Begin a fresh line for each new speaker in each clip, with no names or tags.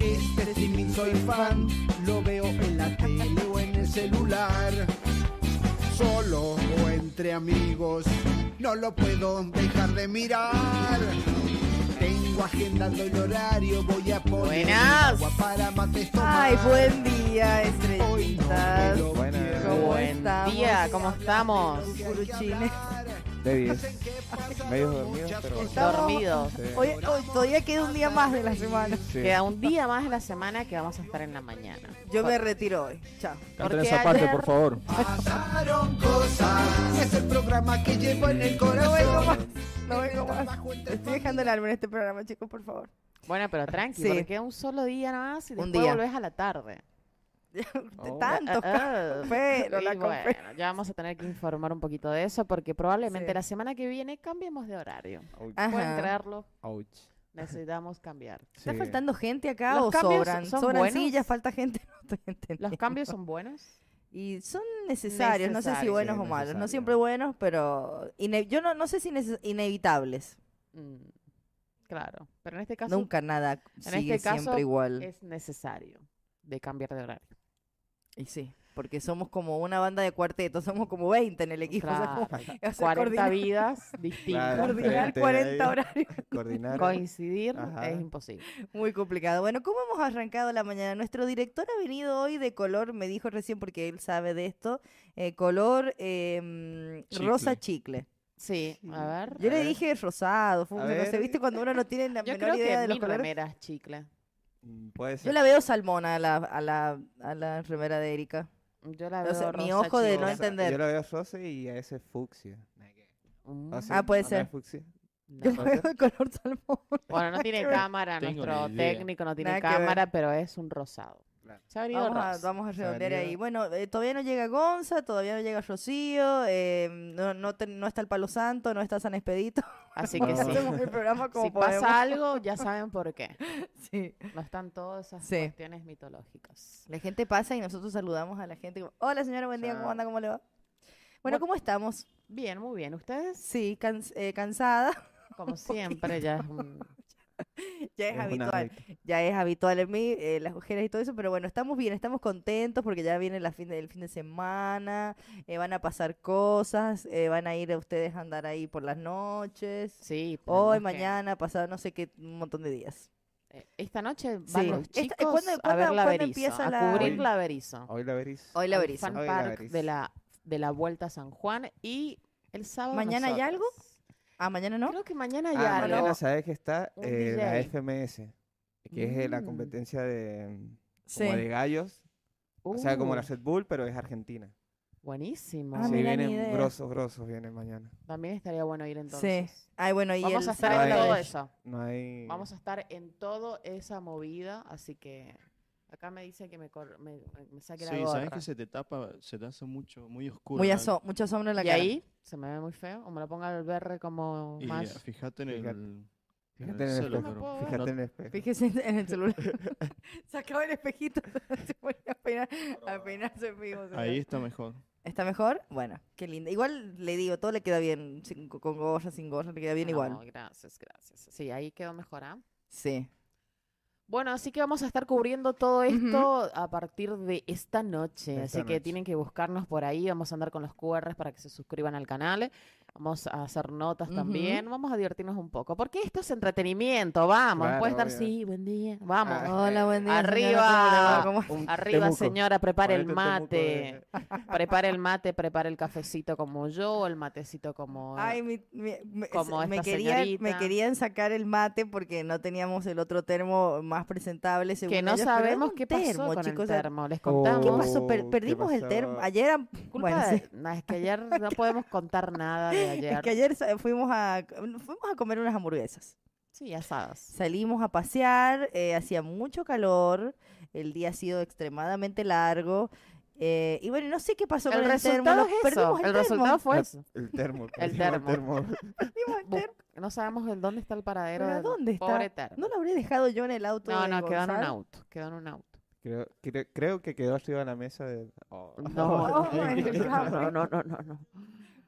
este Instagram, lo veo en la tele o en el celular. Solo o entre amigos, no lo puedo dejar de mirar. Tengo agendando el horario, voy a poner
Buenas.
agua para mates tomar.
Ay, buen día,
Hoy no me
estrellitas.
lo
Buenas.
pierdo.
¿Cómo
Buen
estamos?
día, ¿cómo estamos?
Guruchines.
De 10. Medio dormidos, pero.
Estamos-
Dormidos.
Sí.
Hoy, hoy todavía queda un día más de la semana.
Sí.
Queda un día más de la semana que vamos a estar en la mañana.
Yo me retiro hoy. Chao.
Canten
Porque
esa parte,
ayer-
por favor.
Pasaron cosas, es el programa que llevo en el
No vengo más.
corazón.
No vengo más. Estoy dejando el alma en este programa, chicos, por favor.
Bueno, pero tranqui,
Sí.
porque queda un solo día nada más y
Un
después
día.
volvés a la tarde.
Oh.
Tanto.
Ah, ah.
pero la
Y
compré.
bueno, ya vamos a tener que informar un poquito de eso porque probablemente
Sí.
la semana que viene cambiemos de horario.
Ouch,
Pueden
Ajá.
creerlo,
ouch.
necesitamos cambiar.
¿Está
Sí.
faltando gente acá
¿Los
o
cambios
sobran?
son
¿Sobran
buenos?
sillas? ¿Falta gente? No estoy entendiendo.
¿Los cambios son buenos?
Y son necesarios, no sé si
Necesarios.
buenos
Sí,
o malos. No
necesarios.
siempre buenos, pero... ine- Yo no, no sé si neces- inevitables.
Mm, claro, pero en este caso
Nunca nada sigue
este caso
siempre igual.
es necesario de cambiar de horario.
Y sí, porque somos como una banda de cuarteto, somos como 20 en el equipo. o sea,
Claro,
como- o sea,
40
coordinar,
vidas distintas.
Claro.
coordinar
Frente
40
ahí.
horarios.
Coordinar.
Coincidir
Ajá.
es imposible.
Muy complicado. Bueno, ¿cómo hemos arrancado la mañana? Nuestro director ha venido hoy de color, me dijo recién porque él sabe de esto, eh, color em,
Chicle.
rosa chicle.
Sí, a ver.
Yo
A
le
ver.
dije rosado, fue-
A
no sé,
ver.
viste cuando uno no tiene la
Yo
menor
creo
idea
que
de los
mi
colores.
remera es chicle.
Mm, Puede ser.
Yo la veo salmona a la, a la, a la remera de Erika.
Yo la
No
veo
sé, mi
rosa
ojo de
chicle.
rosa.
no entender.
Yo la veo rosa y a ese fucsia.
Mm,
¿Ah, sí?
Ah, puede
¿No
ser. Ah,
es fucsia?
no.
Yo la veo de color salmón.
Bueno, no tiene
que ver.
cámara,
Tengo ni
nuestro
idea.
técnico no tiene
Nada que ver.
cámara, pero es un rosado.
Claro.
Se ha venido
Vamos a,
rosa.
vamos a redondear
Salió.
ahí. Bueno, eh, todavía no llega Gonza, todavía no llega Rocío, eh, no, no, te- no está el Palo Santo, no está San Expedito.
Así que sí.
Hacemos el programa como
Si
podemos.
pasa algo, ya saben por qué.
Sí.
No están todas esas
Sí.
cuestiones mitológicas.
La gente pasa y nosotros saludamos a la gente. como, Hola señora, buen día, ¿cómo
Chao.
anda? ¿Cómo le va? Bueno,
Bu-
¿cómo estamos?
Bien, muy bien. Ustedes,
Sí, cans- eh, cansada.
como siempre, ya es un...
ya es,
Es un
habitual.
hábito.
Ya es habitual en mí, eh, las ojeras y todo eso. Pero bueno, estamos bien, estamos contentos porque ya viene la fin de- el fin de semana. eh, van a pasar cosas. eh, van a ir a ustedes a andar ahí por las noches.
Sí.
Hoy,
tenemos que-
mañana, pasado, no sé qué, un montón de días.
Eh, Esta noche van
Sí.
los
Esta- eh,
chicos
¿cuándo-
a ver
cuándo-
la
cuándo
Berizo,
empieza
a
la-
cubrir
Hoy-
la Berizo.
Hoy la veris.
Hoy la
El
verizo.
fan
Hoy la
park
Berizo.
de la, de la Vuelta a San Juan y el sábado
¿Mañana hay algo?
nosotros.
Ah, mañana no.
Creo que mañana hay
Ah,
algo.
mañana sabes que está
Un
eh, la
DJ.
FMS, que es eh, la
Mm.
competencia de, mm,
Sí.
como de gallos. O sea, como la
Uh,
Red Bull, pero es argentina.
Buenísimo.
Ah,
sí,
mira, ni
vienen
idea.
grosos, grosos, vienen mañana.
También estaría bueno ir entonces.
Ay, bueno, y
Vamos
el
a estar
sábado
en
es-
todo
de-
eso.
No hay...
Vamos a estar en toda esa movida, así que acá me dice que me, cor- me, me saque la
Sí, sabes
gorra.
que se te tapa, se te hace mucho, muy oscuro.
Muy
¿eh?
la-
aso- mucho asombro en la
y
cara.
ahí se me ve muy feo, o me lo ponga al verde como
Y eh,
más.
fíjate en el.
Fíjate-
en
Fíjate en el
celu,
espejo,
No
pero
puedo ver.
Fíjate
no-
en el espejo.
Fíjese en- en el celular. Sacaba el espejito. se ponía a, peinar, a peinarse mismo. se
Ahí
ve.
está mejor.
¿Está mejor? Bueno, qué linda. Igual le digo, todo le queda bien. sin- con gorra, sin gorra, le queda bien
Ah, No,
igual.
gracias, gracias. Sí, ahí quedó mejor, ¿ah?
Sí.
Bueno, así que vamos a estar cubriendo todo esto a partir de esta noche.
Esta
así que
noche.
tienen que buscarnos por ahí. Vamos a andar con los QRs para que se suscriban al canal. Vamos a hacer notas
Ujú.
también. Vamos a divertirnos un poco. Porque esto es entretenimiento. Vamos.
Claro,
Puede estar,
obvio.
sí, buen día. Vamos.
Ah,
Hola, buen día.
Arriba.
señora, ¿cómo le va? ¿Cómo-
Un
Arriba,
Temuco.
señora, prepare el
Ponete un
mate. Prepare el mate, prepare el cafecito como yo, o el matecito como.
Ay, mi- mi- me,
Como
me
esta
querían, me
señorita.
querían sacar el mate porque no teníamos el otro termo más presentable. Según
que no
ellos, pero era
sabemos
un
qué pasó
termo,
con
chicos, o
el
sea,
termo. Les
Oh.
contamos.
¿Qué pasó? Per-
¿Qué
perdimos el
pasó?
termo. Ayer era...
Culpa
bueno,
de-
sí.
no, es que ayer no podemos contar nada de ayer.
Es que ayer sa- fuimos a, fuimos a comer unas hamburguesas.
Sí, asadas.
Salimos a pasear, eh, hacía mucho calor, el día ha sido extremadamente largo. eh, y bueno, no sé qué pasó
El
con el termo.
resultado
nos
es eso.
perdimos
El,
el, termo, pues.
resultado fue
La-
eso.
El termo.
El
pusimos
termo.
perdimos el
Bu-
termo.
No sabemos el dónde está el paradero.
¿Pero
del
dónde está?
Pobre termo.
No lo habré dejado yo en el auto.
No,
de
no, quedó en un
Gonzalo?
auto. Quedó en un auto.
Creo, creo, creo que quedó arriba de la mesa de... Oh.
No,
my
no, no, no,
God.
no, no, no.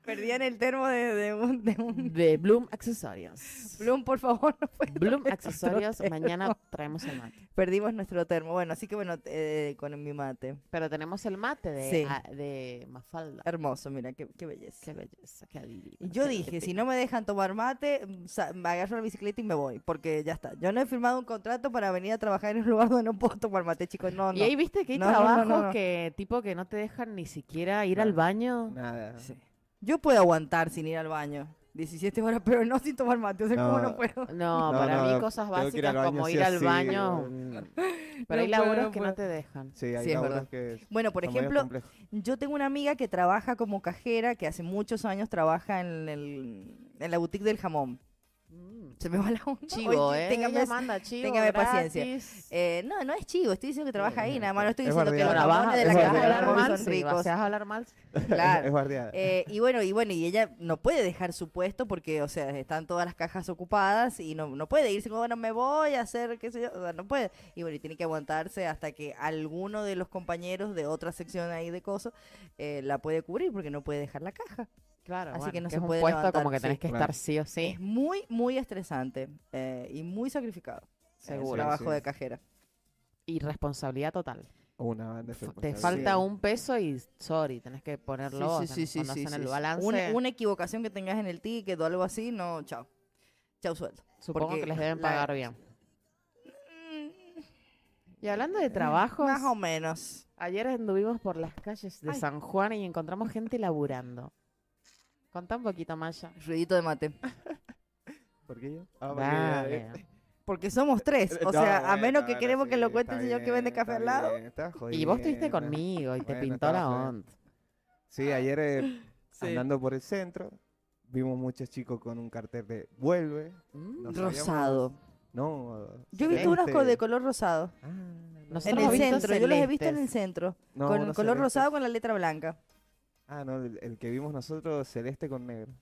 Perdían el termo de, de un, de un-
De Bloom Accesorios.
Bloom, por favor. no puede
Bloom
traer
Accesorios,
otro
mañana
termo.
traemos el mate.
Perdimos nuestro termo. Bueno, así que bueno, eh, con mi mate.
Pero tenemos el mate de,
Sí.
a- de Mafalda.
Hermoso, mira, qué, qué belleza.
Qué belleza, qué adivino.
Y Yo dije, si no me dejan tomar mate, mm, sa- me agarro la bicicleta y me voy, porque ya está. Yo no he firmado un contrato para venir a trabajar en un lugar donde no puedo tomar mate, chicos. No, no.
Y ahí viste que hay
No, no, no, no,
trabajos
no.
que tipo que no te dejan ni siquiera ir
No.
al baño.
Nada.
Sí. Yo puedo aguantar sin ir al baño. 17 horas, pero no sin tomar mate. O sea, ¿cómo no
No.
puedo?
No,
No,
para
no,
mí
no,
cosas
tengo que ir al
básicas como
baño
ir
sí o
al
sí,
baño,
weón.
pero
No
hay
puedo,
laburos
no
que no
puedo.
te dejan.
Sí, hay
pues, Sí, es
laburos
verdad.
que
Bueno, por
son medio
ejemplo,
complejos.
yo tengo una amiga que trabaja como cajera, que hace muchos años trabaja en, el- en la boutique del jamón.
Mm.
Se me va la onda.
Chivo,
Oye,
eh.
téngame
Ella
esa-
manda chivo
téngame paciencia.
gratis.
Eh, no, no es chivo, estoy diciendo que trabaja ahí, nada más no estoy
Es
diciendo que los
bardeada.
Bueno, vas
jamones
a-
de la
vas a
caja de
hablar
jamón
mal,
son
sí, vas
ricos.
a hablar mal.
Claro.
Es bardeada.
Eh, y bueno, y bueno, y ella no puede dejar su puesto porque, o sea, están todas las cajas ocupadas y no, no puede irse como, bueno, me voy a hacer, qué sé yo, o sea, no puede. Y bueno, y tiene que aguantarse hasta que alguno de los compañeros de otra sección ahí de cosas eh, la puede cubrir porque no puede dejar la caja.
Claro,
Así
bueno,
que no se
es un
puede
puesto
levantar,
como que
sí.
tenés que
Claro.
estar sí o sí,
Es muy, muy estresante eh, y muy sacrificado eh, su
seguro.
trabajo
sí.
de cajera.
Y responsabilidad total.
Una banda de
Te
responsabilidad.
falta un peso y sorry, tenés que ponerlo vos,
Sí, sí,
tenés-
sí,
cuando
sí,
hacen
sí,
el
sí.
balance.
Una, una equivocación que tengas en el ticket o algo así, no, chao. Chao sueldo.
Supongo
porque
que les deben
la-
pagar bien.
Mm,
Y hablando de trabajos,
Más o menos.
ayer anduvimos por las calles de
Ay.
San Juan y encontramos gente laburando. Contá un poquito, Maya.
Ruidito de mate.
¿Por qué yo? Ah, porque ya-
Dale.
Porque somos tres. O
Eh, No,
sea, a
bueno,
menos que
ahora
queremos que
sí,
lo cuente
está
el señor que
bien,
vende café
está
al lado.
bien, está
Y vos
jodiendo.
estuviste conmigo y te
Bueno,
pintó la
estaba jodiendo.
onda.
Sí, ayer eh,
Sí.
andando por el centro, vimos muchos chicos con un cartel de vuelve.
Mm.
No.
Rosado.
No.
Yo he visto unos co- de color rosado.
Ah,
En
Nosotros
el
hemos visto
centro. Yo los he visto en el
celestes.
centro.
no, pues.
con
unos
color
celestes.
rosado con la letra blanca.
Ah, no, el, el que vimos nosotros, celeste con negro.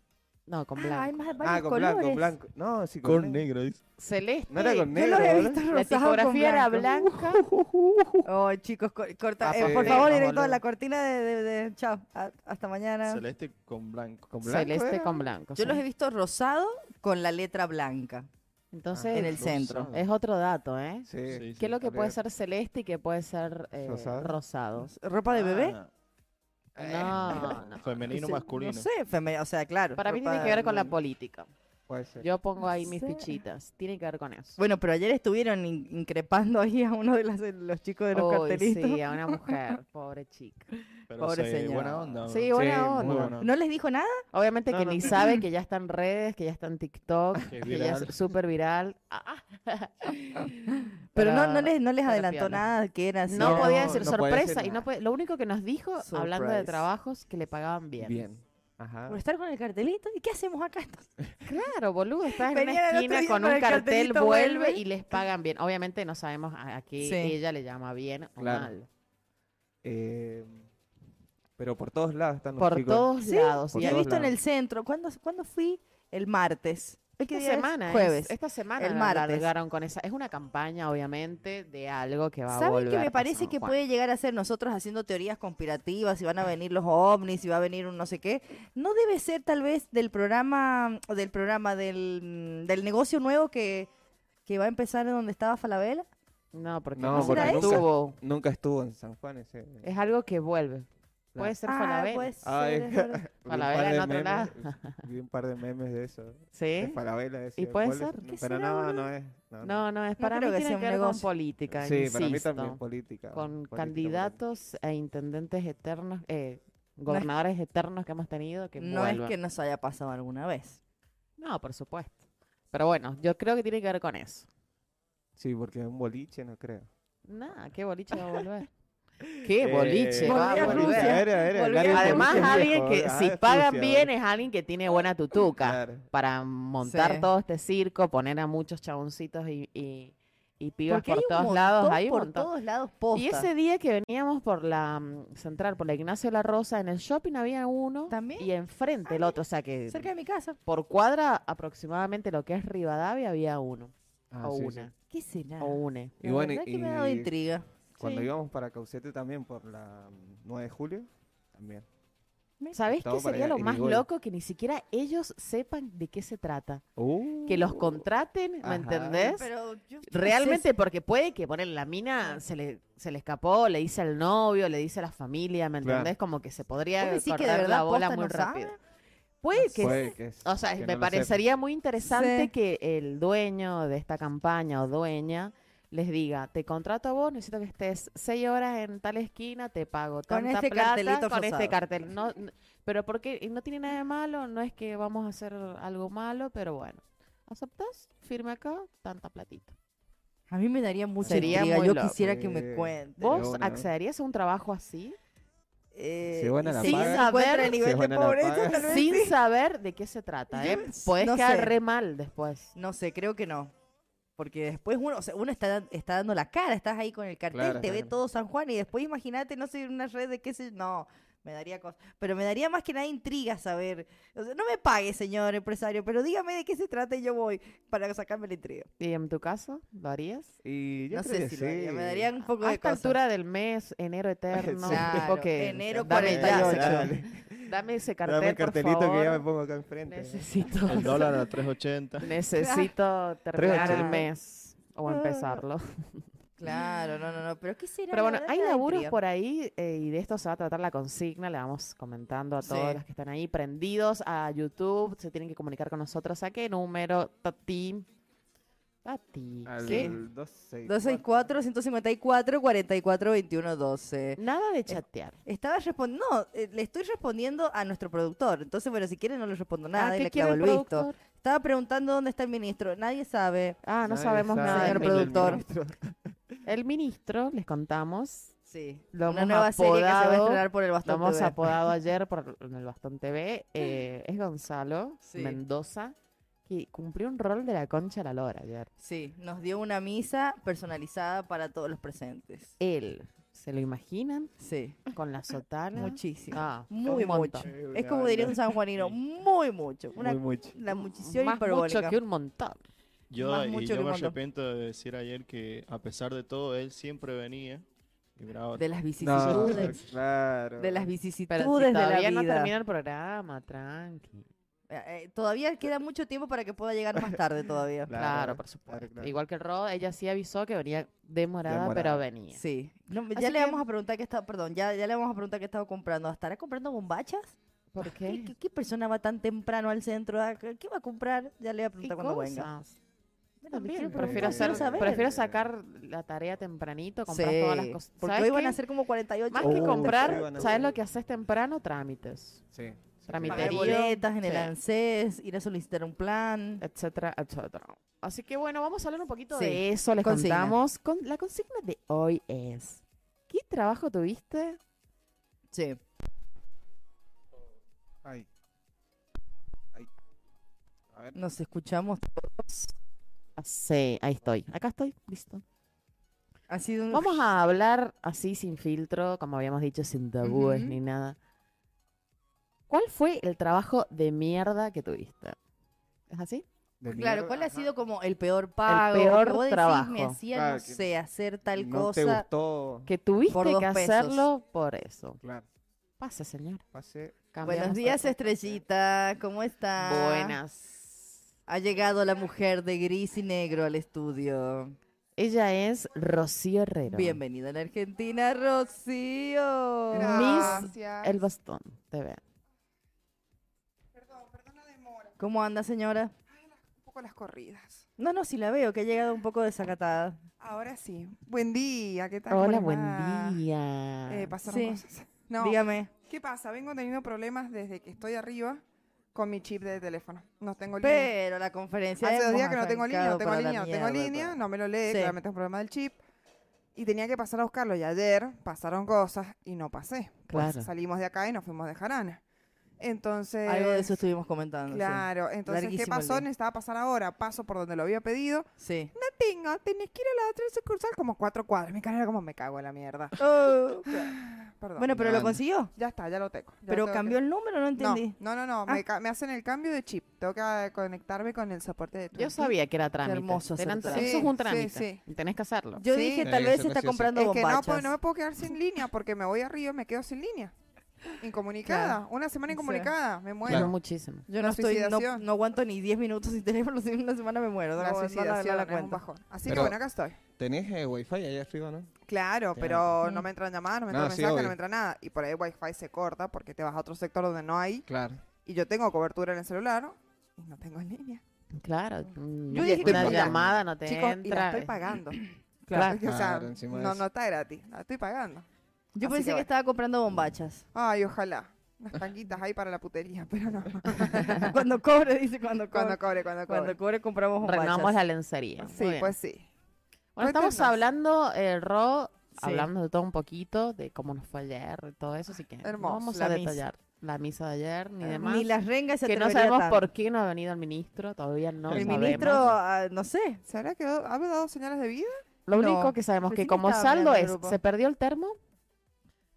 No, con
Ah, hay
blanco.
más
Ah,
varios
con
colores.
blanco, blanco. No, sí, con,
Con negro, dice.
Celeste.
No era con
Yo
negro.
los he
¿verdad?
visto
La
rosados con
tipografía era
blanco.
blanca.
Oh, chicos, co- corta.
Ah,
eh,
porque
por favor,
nos
directo a
volvemos.
la cortina de... de- de- Chao. A- Hasta mañana.
Celeste con blanco.
Con blanco.
Celeste
era.
con blanco.
Yo
sí.
los he visto rosado con la letra blanca.
Entonces,
en el centro.
Rosado.
es otro dato, ¿eh?
Sí.
Sí,
¿Qué
sí.
es lo que
está
puede
bien.
ser celeste y qué puede ser eh,
Rosado.
rosado?
¿Ropa de bebé?
Ah,
Eh, Ah, No, no.
Femenino,
Sí,
masculino.
No sé, feme- o sea, claro.
Para mí
ropa
tiene que ver con la
de-
política.
Puede ser.
Yo pongo ahí mis
Sí.
fichitas. Tiene que ver con eso.
Bueno, pero ayer estuvieron in- increpando ahí a uno de las- los chicos de los
Uy,
carteristas.
sí, a una mujer, pobre chica.
Pero
Pobre
sí,
señora.
buena onda.
Sí, buena
muy
onda.
buena onda.
¿No les dijo nada?
Obviamente
No,
que
no
ni
te-
sabe que ya está en redes, que ya está en TikTok,
Que
que ya
viral.
es súper viral. Ah, ah.
Pero no, no les, no les
pero
adelantó
piola.
nada que era así.
No
era
podía
no,
decir
no podía decir
sorpresa. y no
nada.
puede- Lo único que nos dijo, hablando de
Surprise.
trabajos, que le pagaban bien.
Bien.
Ah.
Ajá.
Por estar con el cartelito. ¿Y qué hacemos acá entonces?
Claro, boludo, estás en
Venían
una
al otro
esquina
día
con
con
un
el
cartel,
cartelito,
vuelve
vuelve.
y les pagan bien. Obviamente no sabemos a, a qué
Sí.
ella le llama bien o
Claro.
mal.
Eh, pero por todos lados están los
Por
chicos. ¿eh?
todos
Sí,
lados.
por
y
Yo he
todos
esta
visto en el centro. ¿Cuándo, ¿cuándo fui? El martes. ¿Hoy qué día es?
semana, es-
Jueves.
esta semana
El
la
martes.
largaron con esa. Es una campaña, obviamente, de algo que va a
¿Saben
volver.
que me
a
parece
San
que
Juan?
puede llegar a ser nosotros haciendo teorías conspirativas, si van a venir los ovnis, si va a venir un no sé qué? ¿No debe ser tal vez del programa, del programa, del, mm, del negocio nuevo que, que va a empezar en donde estaba Falabella?
No, porque
No,
no, se
porque
la
nunca-
tuvo.
Nunca estuvo en San Juan ese.
Es algo que vuelve. Puede ser
Ah,
Falabella.
puede ser,
Ay.
es verdad.
Vi un
Falabella
par de
en otro lado.
memes- Vi un par de memes de eso. De
¿Sí?
Falabella. de
¿Y
si
puede
vuelve-
ser?
no,
¿Qué
Pero
será,
no,
boludo?
no es. No,
No, no, es para
creo
mí
que
tiene
sea
que
un
ver con
negocio.
política.
Sí, para mí
insisto.
también política.
con
política,
candidatos e intendentes eternos, eh, gobernadores eternos que hemos tenido que
No es
vuelvan.
que nos haya pasado alguna vez.
No, por supuesto. Pero bueno, yo creo que tiene que ver con eso.
política. Sí, porque es un boliche, no creo.
Nada, qué boliche va a volver. Qué boliche
Eh,
va a
volví a
volver.
Rusia.
A ver, a ver, el
Volví a-
área de
Además,
Rusia es
alguien
viejo,
que
ah,
si
es
pagan
Rusia,
bien
boludo.
es alguien que tiene buena tutuca
Claro.
para montar
Sí.
todo este circo, poner a muchos chaboncitos y, y, y pibas
Porque
por
hay un
todos lados.
montón
Hay un
por
montón.
todos lados posta.
Y ese día que veníamos por la mm, central, por la Ignacio de la Rosa, en el shopping había uno
¿También?
y enfrente el otro. O sea que
cerca de mi casa.
por cuadra aproximadamente lo que es Rivadavia había uno.
Ah,
o
sí, sí.
una.
¿Qué será?
O une.
Y
La
bueno,
verdad que me ha dado
y-
intriga.
Cuando
Sí.
íbamos para Caucete también por la mm, 9 de julio, también.
¿Sabes
Todo
qué
para
sería
allá,
lo
y
más
digo,
loco? Que ni siquiera ellos sepan de qué se trata. Que los contraten, ¿me
Uh. Ajá.
entendés?
Pero yo- ¿qué es
Realmente, porque puede que poner la
Ah.
mina se le, se le escapó, le dice al novio, le dice a la familia, ¿me
Claro.
entendés? Como que se podría
¿Vos decís que de
cortar la
verdad
bola
posta
muy
no
rápido.
sabe?
Puede que
Puede que s-
O sea,
que
me
no lo sepa.
parecería muy interesante
Sí.
que el dueño de esta campaña o dueña les diga, te contrato a vos, necesito que estés seis horas en tal esquina, te pago
Con
tanta
este
plata
cartelito
con este
rosado".
cartel. No, n- pero porque y no tiene nada de malo, no es que vamos a hacer algo malo, pero bueno. ¿Aceptás? Firme acá, tanta platita.
A mí me daría mucha
Sería
intriga,
muy
yo
loco.
quisiera que me
Sí.
cuente.
¿Vos
una-
accederías a un trabajo así?
Eh,
Si buena la
sin
paga.
saber
Si
el nivel de
buena la
pobreza,
paga.
tal vez
Sin
sí.
saber de qué se trata,
Yo
¿eh?
es-
Puedes
no
quedar
sé.
re mal después.
No sé, creo que no. Porque después uno, o sea, uno está, da- está dando la cara, estás ahí con el cartel,
Claro,
te ve
claro.
todo San Juan y después imagínate, no sé, una red de qué sé No, me daría cosas. Pero me daría más que nada intriga saber. O sea, no me pague, señor empresario, pero dígame de qué se trata y yo voy para sacarme la intriga.
¿Y en tu caso, lo harías?
Y yo
no
creo
sé
que
si lo haría, me daría un poco
a
de
esta
cosas.
altura del mes, enero eterno,
Claro,
tipo que
enero
dame ya,
48.
dame- Dame ese cartel,
Dame el cartelito
por favor.
que ya me pongo acá enfrente.
Necesito,
El dólar a 3.80.
necesito terminar el
ochenta.
mes o
Ah.
empezarlo.
Claro, no, no, no. Pero ¿qué será?
Pero
Me
bueno,
da
hay
la
laburos
intriga.
por ahí eh, y de esto se va a tratar la consigna. Le vamos comentando a todos
Sí.
los que están ahí prendidos a YouTube. Se tienen que comunicar con nosotros. ¿A qué número? Tati. Tati.
Al
¿Qué?
264.
264-154-44-21-12.
Nada de chatear.
Estaba respondiendo, no, eh, le estoy respondiendo a nuestro productor. Entonces, bueno, si quiere no le respondo nada
Ah,
y
¿qué
le
quiere
clavo
el
el visto.
productor?
Estaba preguntando dónde está el ministro. Nadie sabe.
Ah, no
Nadie
sabemos
sabe,
nada.
Señor
del
ni el
ministro.
productor.
ministro.
El ministro, les contamos,
Sí.
Lo
Una
hemos
nueva serie que se va a
apodado-
estrenar por el
Lo
bastón.
hemos
TV.
apodado ayer por en el Bastón TV. eh, es Gonzalo
Sí.
Mendoza, que cumplió un rol de la concha a la lora ayer.
Sí, nos dio una misa personalizada para todos los presentes.
Él, ¿se lo imaginan?
Sí,
Con la sotana.
muchísimo.
Ah,
muy
un montón.
mucho. Es como diría un sanjuanino, muy mucho. Una,
Muy mucho.
La muchición
Más mucho
hiperbólica.
que un montón.
Yo,
Más
y
mucho
yo
que
me
cuando-
arrepiento de decir ayer que a pesar de todo, él siempre venía y bravo.
De las
No,
vicisitudes.
Ah, claro.
De las
Pero si
vicisitudes de la
todavía no
vida.
termina el programa, tranqui.
Eh, eh, todavía queda mucho tiempo para que pueda llegar más tarde todavía.
Claro,
Claro, por supuesto.
claro.
Igual que el Rod, ella sí avisó que venía demorada,
Demorada.
pero venía.
Sí. No,
Así
ya le
que-
vamos a preguntar qué estaba, perdón, ya, ya le vamos a preguntar qué estaba comprando. ¿Estará comprando bombachas?
¿Por
¿Qué,
qué?
qué- qué persona va tan temprano al centro? Ah, ¿Qué qué va a comprar? Ya le voy a
¿Qué
preguntar cuando venga.
cosas?
Yo
También
quiero
prefiero,
preguntar,
hacer,
quiero saber.
prefiero sacar la tarea tempranito, comprar
Sí,
todas las cosas.
Porque
¿Sabes
hoy van
qué?
a ser como 48
Más
horas.
que
Oh, sí,
comprar,
van a
¿sabes
hacer.
lo que haces temprano? Trámites,
Sí. sí, sí.
Tramitería.
Pagar
Criterio,
boletas en el
sí.
ANSES, ir a solicitar un plan.
etcétera, etcétera. Así que bueno, vamos a hablar un poquito
Sí,
de eso. Les
consigna.
contamos. Con, la consigna de hoy es: ¿Qué trabajo tuviste?
Sí.
Ay. Ay. A ver.
Nos escuchamos.
Ah, Sí, ahí estoy. Acá estoy, listo.
Ha sido un...
Vamos a hablar así sin filtro, como habíamos dicho, sin tabúes
Ujú.
ni nada. ¿Cuál fue el trabajo de mierda que tuviste? ¿Es así?
de
Claro,
mierda,
¿cuál ha
ajá.
sido como el peor pago?
peor
que vos decís, Me
trabajo.
hacía,
Claro,
no
que
sé, hacer tal
no te
cosa.
gustó.
Que tuviste
dos
que
pesos.
hacerlo por eso.
Claro.
Pase, señor.
Pase.
Cambiamos
Buenos días,
de-
estrellita. ¿Cómo está?
Buenas.
Ha llegado la mujer de gris y negro al estudio.
Ella es Rocío Herrera.
Bienvenida a la Argentina, Rocío.
Miss El Bastón TV.
Perdón, perdón la demora.
¿Cómo anda, señora?
Ay, las- un poco las corridas.
No, no, si la veo, que ha llegado un poco desacatada.
Ahora sí. Buen día, ¿qué tal? ¿Cómo
Hola,
les va?
buen día.
Eh, pasaron
Sí.
cosas. No,
Dígame.
¿qué pasa? Vengo teniendo problemas desde que estoy arriba con mi chip de teléfono. No tengo línea.
Pero la conferencia.
Hace dos
hemos
días que no tengo línea, no
arrancado
tengo
para la
línea, no tengo
mierda,
línea,
pero-
no me lo lee,
Sí.
claramente es un problema del chip. Y tenía que pasar a buscarlo. Y ayer pasaron cosas y no pasé. Pues
Claro.
salimos de acá y nos fuimos de Jarana. Entonces.
Algo de eso estuvimos comentando. sí.
Claro, entonces, ¿qué
Larguísimo el
pasó?
día.
Necesitaba pasar ahora. Paso por donde lo había pedido.
Sí.
tengo, tenés que ir a la otra sucursal como cuatro cuadras. Mi cara era como me cago en la mierda.
Oh,
Perdón.
bueno, pero lo consiguió.
ya está, ya lo tengo. ya
Pero
tengo
cambió
que-
el número, no entendí.
No, no, no, no.
Ah.
Me, ca- me hacen el cambio de chip. Tengo que eh, conectarme con el soporte de tu
Yo sabía que era trámite.
hermoso hacer
Eran tra-
trámite.
Eso es un
Sí,
trámite. Eh,
sí,
Tenés que hacerlo.
Yo
Sí.
dije,
Sí,
tal vez
eso
está
sí, sí.
comprando
Es que no,
bombachas.
puedo- no me puedo quedar sin línea porque me voy arriba y me quedo sin línea. Incomunicada.
Claro.
Una semana
O sea,
incomunicada. Me muero.
Pero muchísimo.
Yo
La
no estoy, no,
suicidación.
no aguanto ni 10 minutos sin teléfono, en una semana me muero. No,
La
no, no, no, no
suicidación
la
es un
cuento.
bajón. Así que
Pero-
bueno, acá estoy.
¿Tenés eh, wifi ahí arriba, no?
Claro,
Te
pero
amo.
no me entran llamadas, no me
No,
entran
sí,
mensajes, no
obvio.
me entra nada. Y por ahí el wifi se corta porque te vas a otro sector donde no hay.
Claro.
Y yo tengo cobertura en el celular y no tengo en línea.
Claro.
Yo
Yo
dije que
una
la-
llamada no te
Chicos, y la
entra.
estoy pagando.
Claro.
Porque, o sea,
Claro, encima de
no,
eso.
no está gratis, la estoy pagando.
Yo
Así
pensé que,
bueno.
estaba comprando bombachas.
Ay, ojalá. Unas tanguitas ahí para la putería, pero no.
cuando cobre, dice cuando
cuando cobre,
cobre.
cuando cobre.
Cuando cobre compramos bombachas.
Renovamos la lencería. Muy
Sí,
bien.
pues sí.
bueno, estamos
cuéntenos.
hablando, eh, Ro,
Sí.
hablando de todo un poquito, de cómo nos fue ayer y todo eso, así que no
Hermoso,
vamos
la
a
misa.
detallar la misa de ayer ni demás.
Ni las rengas se
que no
atrevería
sabemos
tanto.
por qué no ha venido el ministro, todavía no
El
sabemos.
ministro, ah, no sé.
¿Se habrá quedado, ha dado señales de vida? pues
Lo
No,
único que sabemos que
recién
como
estaba hablando
saldo
en el
es,
grupo.
se perdió el termo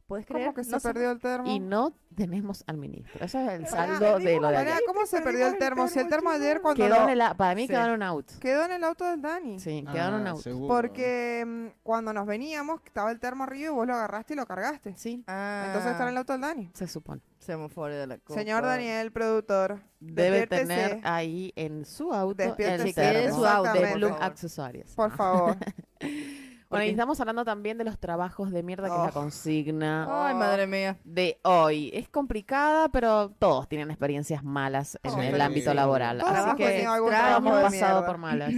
¿Puedes creer?
¿Cómo que se
No sé.
perdió el termo?
y no tenemos al ministro. Eso es el
Pará,
saldo de lo de
pará,
ayer.
¿Cómo se perdió el termo? Si el termo ayer cuando
Quedó en
lo-
el a- para mí
Sí.
quedó en un out.
quedó en el auto del Dani.
Sí, quedó en un
Ah,
out.
seguro.
Porque mm, cuando nos veníamos estaba el termo arriba y vos lo agarraste y lo cargaste.
Sí,
Ah,
Entonces estaba en el auto del Dani.
se supone.
Se me fue de la copa.
Señor Daniel, productor.
Debe
despiértese.
tener ahí en su auto
Despiértese.
el
Chequee
termo
su auto,
de
por
Bloom
favor.
Accesorios.
Por favor.
Bueno, y
Porque-
estamos hablando también de los trabajos de mierda, que es la
Oh.
consigna
Ay, madre mía.
de hoy. Es complicada, pero todos tienen experiencias malas en
Oh.
el
Sí.
ámbito laboral.
Todos
Así
hemos
que
tenido algún
extraño,
todos
trabajo
hemos
de
pasado
mierda.
por malas.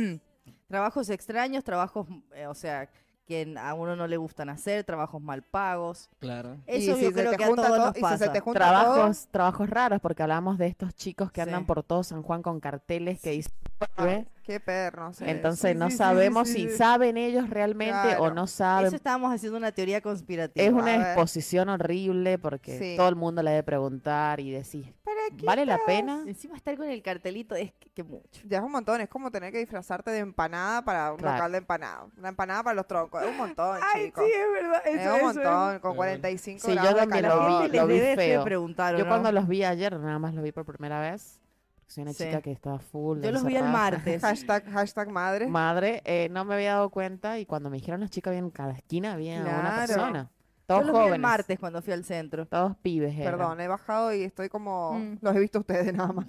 Trabajos extraños, trabajos, eh, o sea, que a uno no le gustan hacer, trabajos mal pagos.
Claro.
Y
Eso
si
yo
se
creo
te
que a
junta
todos
todo-
nos
y si
pasa.
se te junta
Trabajos, trabajos raros, porque hablamos de estos chicos que
Sí.
andan por todo San Juan con carteles que dicen
todo-
"Vuelve".
Qué perro. sí.
Entonces
Sí,
no
sí, sí,
sabemos
sí,
si
sí.
saben ellos realmente o
Claro.
no
Eso
saben.
estábamos haciendo una teoría conspirativa.
Es
a
una
ver.
exposición horrible porque
Sí.
todo el mundo le debe preguntar y decir,
¿Para qué?
¿vale la pena?
Encima estar con el cartelito es que, que mucho.
Ya es un montón, es como tener que disfrazarte de empanada para un
Claro.
local de empanada. Una empanada para los troncos, es un montón, chicos.
es verdad.
es un montón, con
Eh,
Pero bueno.
45
Sí, yo
grados de
también
calor.
lo vi.
les debe
feo.
preguntar, ¿o
Yo
no?
cuando los vi ayer, nada más los vi por primera vez, porque soy una
Sí.
chica que estaba full.
Yo los vi el
encerrada.
martes.
Hashtag, hashtag madre.
Madre, eh, no me había dado cuenta y cuando me dijeron las chicas, había en cada esquina había una
Claro.
persona.
Yo
Todos
los vi el
jóvenes,
martes cuando fui al centro.
todos pibes. eh. eran.
Perdón, he bajado y estoy como...
Mm.
Los he visto a ustedes nada más.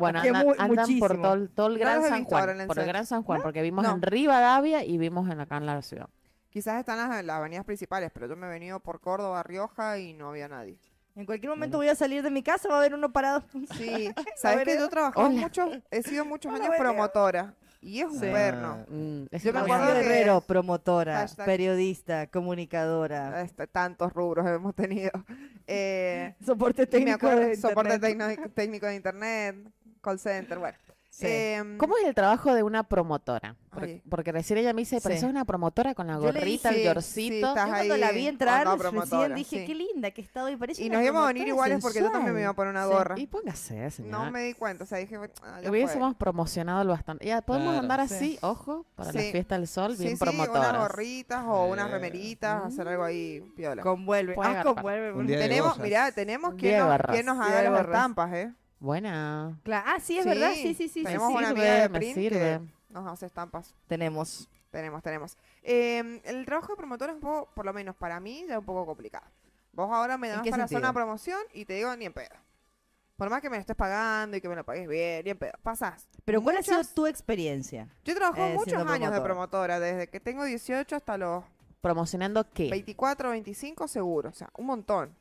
Bueno,
Que
andan,
mu-
andan por
muchísimo.
todo, el- todo el
No
Gran
los he
San
visto ahora en
Juan,
el
por el
centro.
Gran San Juan, porque vimos
No.
en Rivadavia y vimos en acá en la ciudad.
Quizás están las, las avenidas principales, pero yo me he venido por Córdoba, Rioja y no había nadie.
En cualquier momento voy a salir de mi casa, va a haber uno parado.
Sí,
Eh,
sabes que
vereda.
yo he trabajado
Hola.
muchos, he sido muchos
Hola,
años
vereda.
promotora y es un
Sí.
Ah,
perno.
Mm, es
Yo
una
me
mierda.
acuerdo
Rocío
que-
Herrero, promotora,
Hashtag.
periodista, comunicadora,
Este, tantos rubros hemos tenido. Eh,
soporte
y me
técnico
acuerdo,
de
soporte
internet.
tecno- técnico de internet, call center, bueno.
Sí.
Em,
¿Cómo es el trabajo de una promotora? Por-
Ay.
Porque, recién ella me dice, pero
Sí.
sos una promotora con la
Yo le
gorrita, el
dije, sí,
yorcito.
está-
Yo cuando la vi
ahí,
entrar
onda promotora,
recién dije,
sí.
qué linda que está hoy, parece
y
una
nos íbamos a venir
promotora
iguales porque yo también me iba a
sensual.
poner una
Sí.
gorra.
Y póngase, señora.
No me di cuenta, o sea, dije, ah, ya
Hubiésemos promocionado bastante. Ya, podemos
Claro.
andar
Sí.
así, ojo, para la
Sí.
fiesta del sol,
fue.
bien
Sí, sí, unas
promotoras.
gorritas o unas
Eh.
remeritas, hacer algo ahí piola.
Convuelve,
Puede
ah,
agarrar.
convuelve.
Un
por-
día de
Tenemos,
gorras.
mirá, tenemos
Un
quien
día de
nos,
barras.
quien nos
Día
haga
de
las
barras.
estampas, ¿eh?
Buena.
Cla- Ah, sí, es verdad, sí, sí, sí. sí,
Tenemos
sí.
una
sirve,
amiga de
me
Print que
sirve.
nos hace estampas.
Tenemos.
Tenemos, tenemos. Eh, el trabajo de promotor es un poco, por lo menos para mí, ya un poco complicado. Vos ahora me
¿En
llamás
qué
para hacer una
sentido?
promoción y te digo, ni en pedo. Por más que me lo estés pagando y que me lo pagues bien, ni en pedo. Pasás.
Pero ¿cuál ha
Muchas-
sido tu experiencia?
Yo he trabajado
Eh,
muchos
siendo
años de
promotora.
promotora, desde que tengo 18 hasta los
¿Promocionando qué?
24, 25 seguro. O sea, un montón.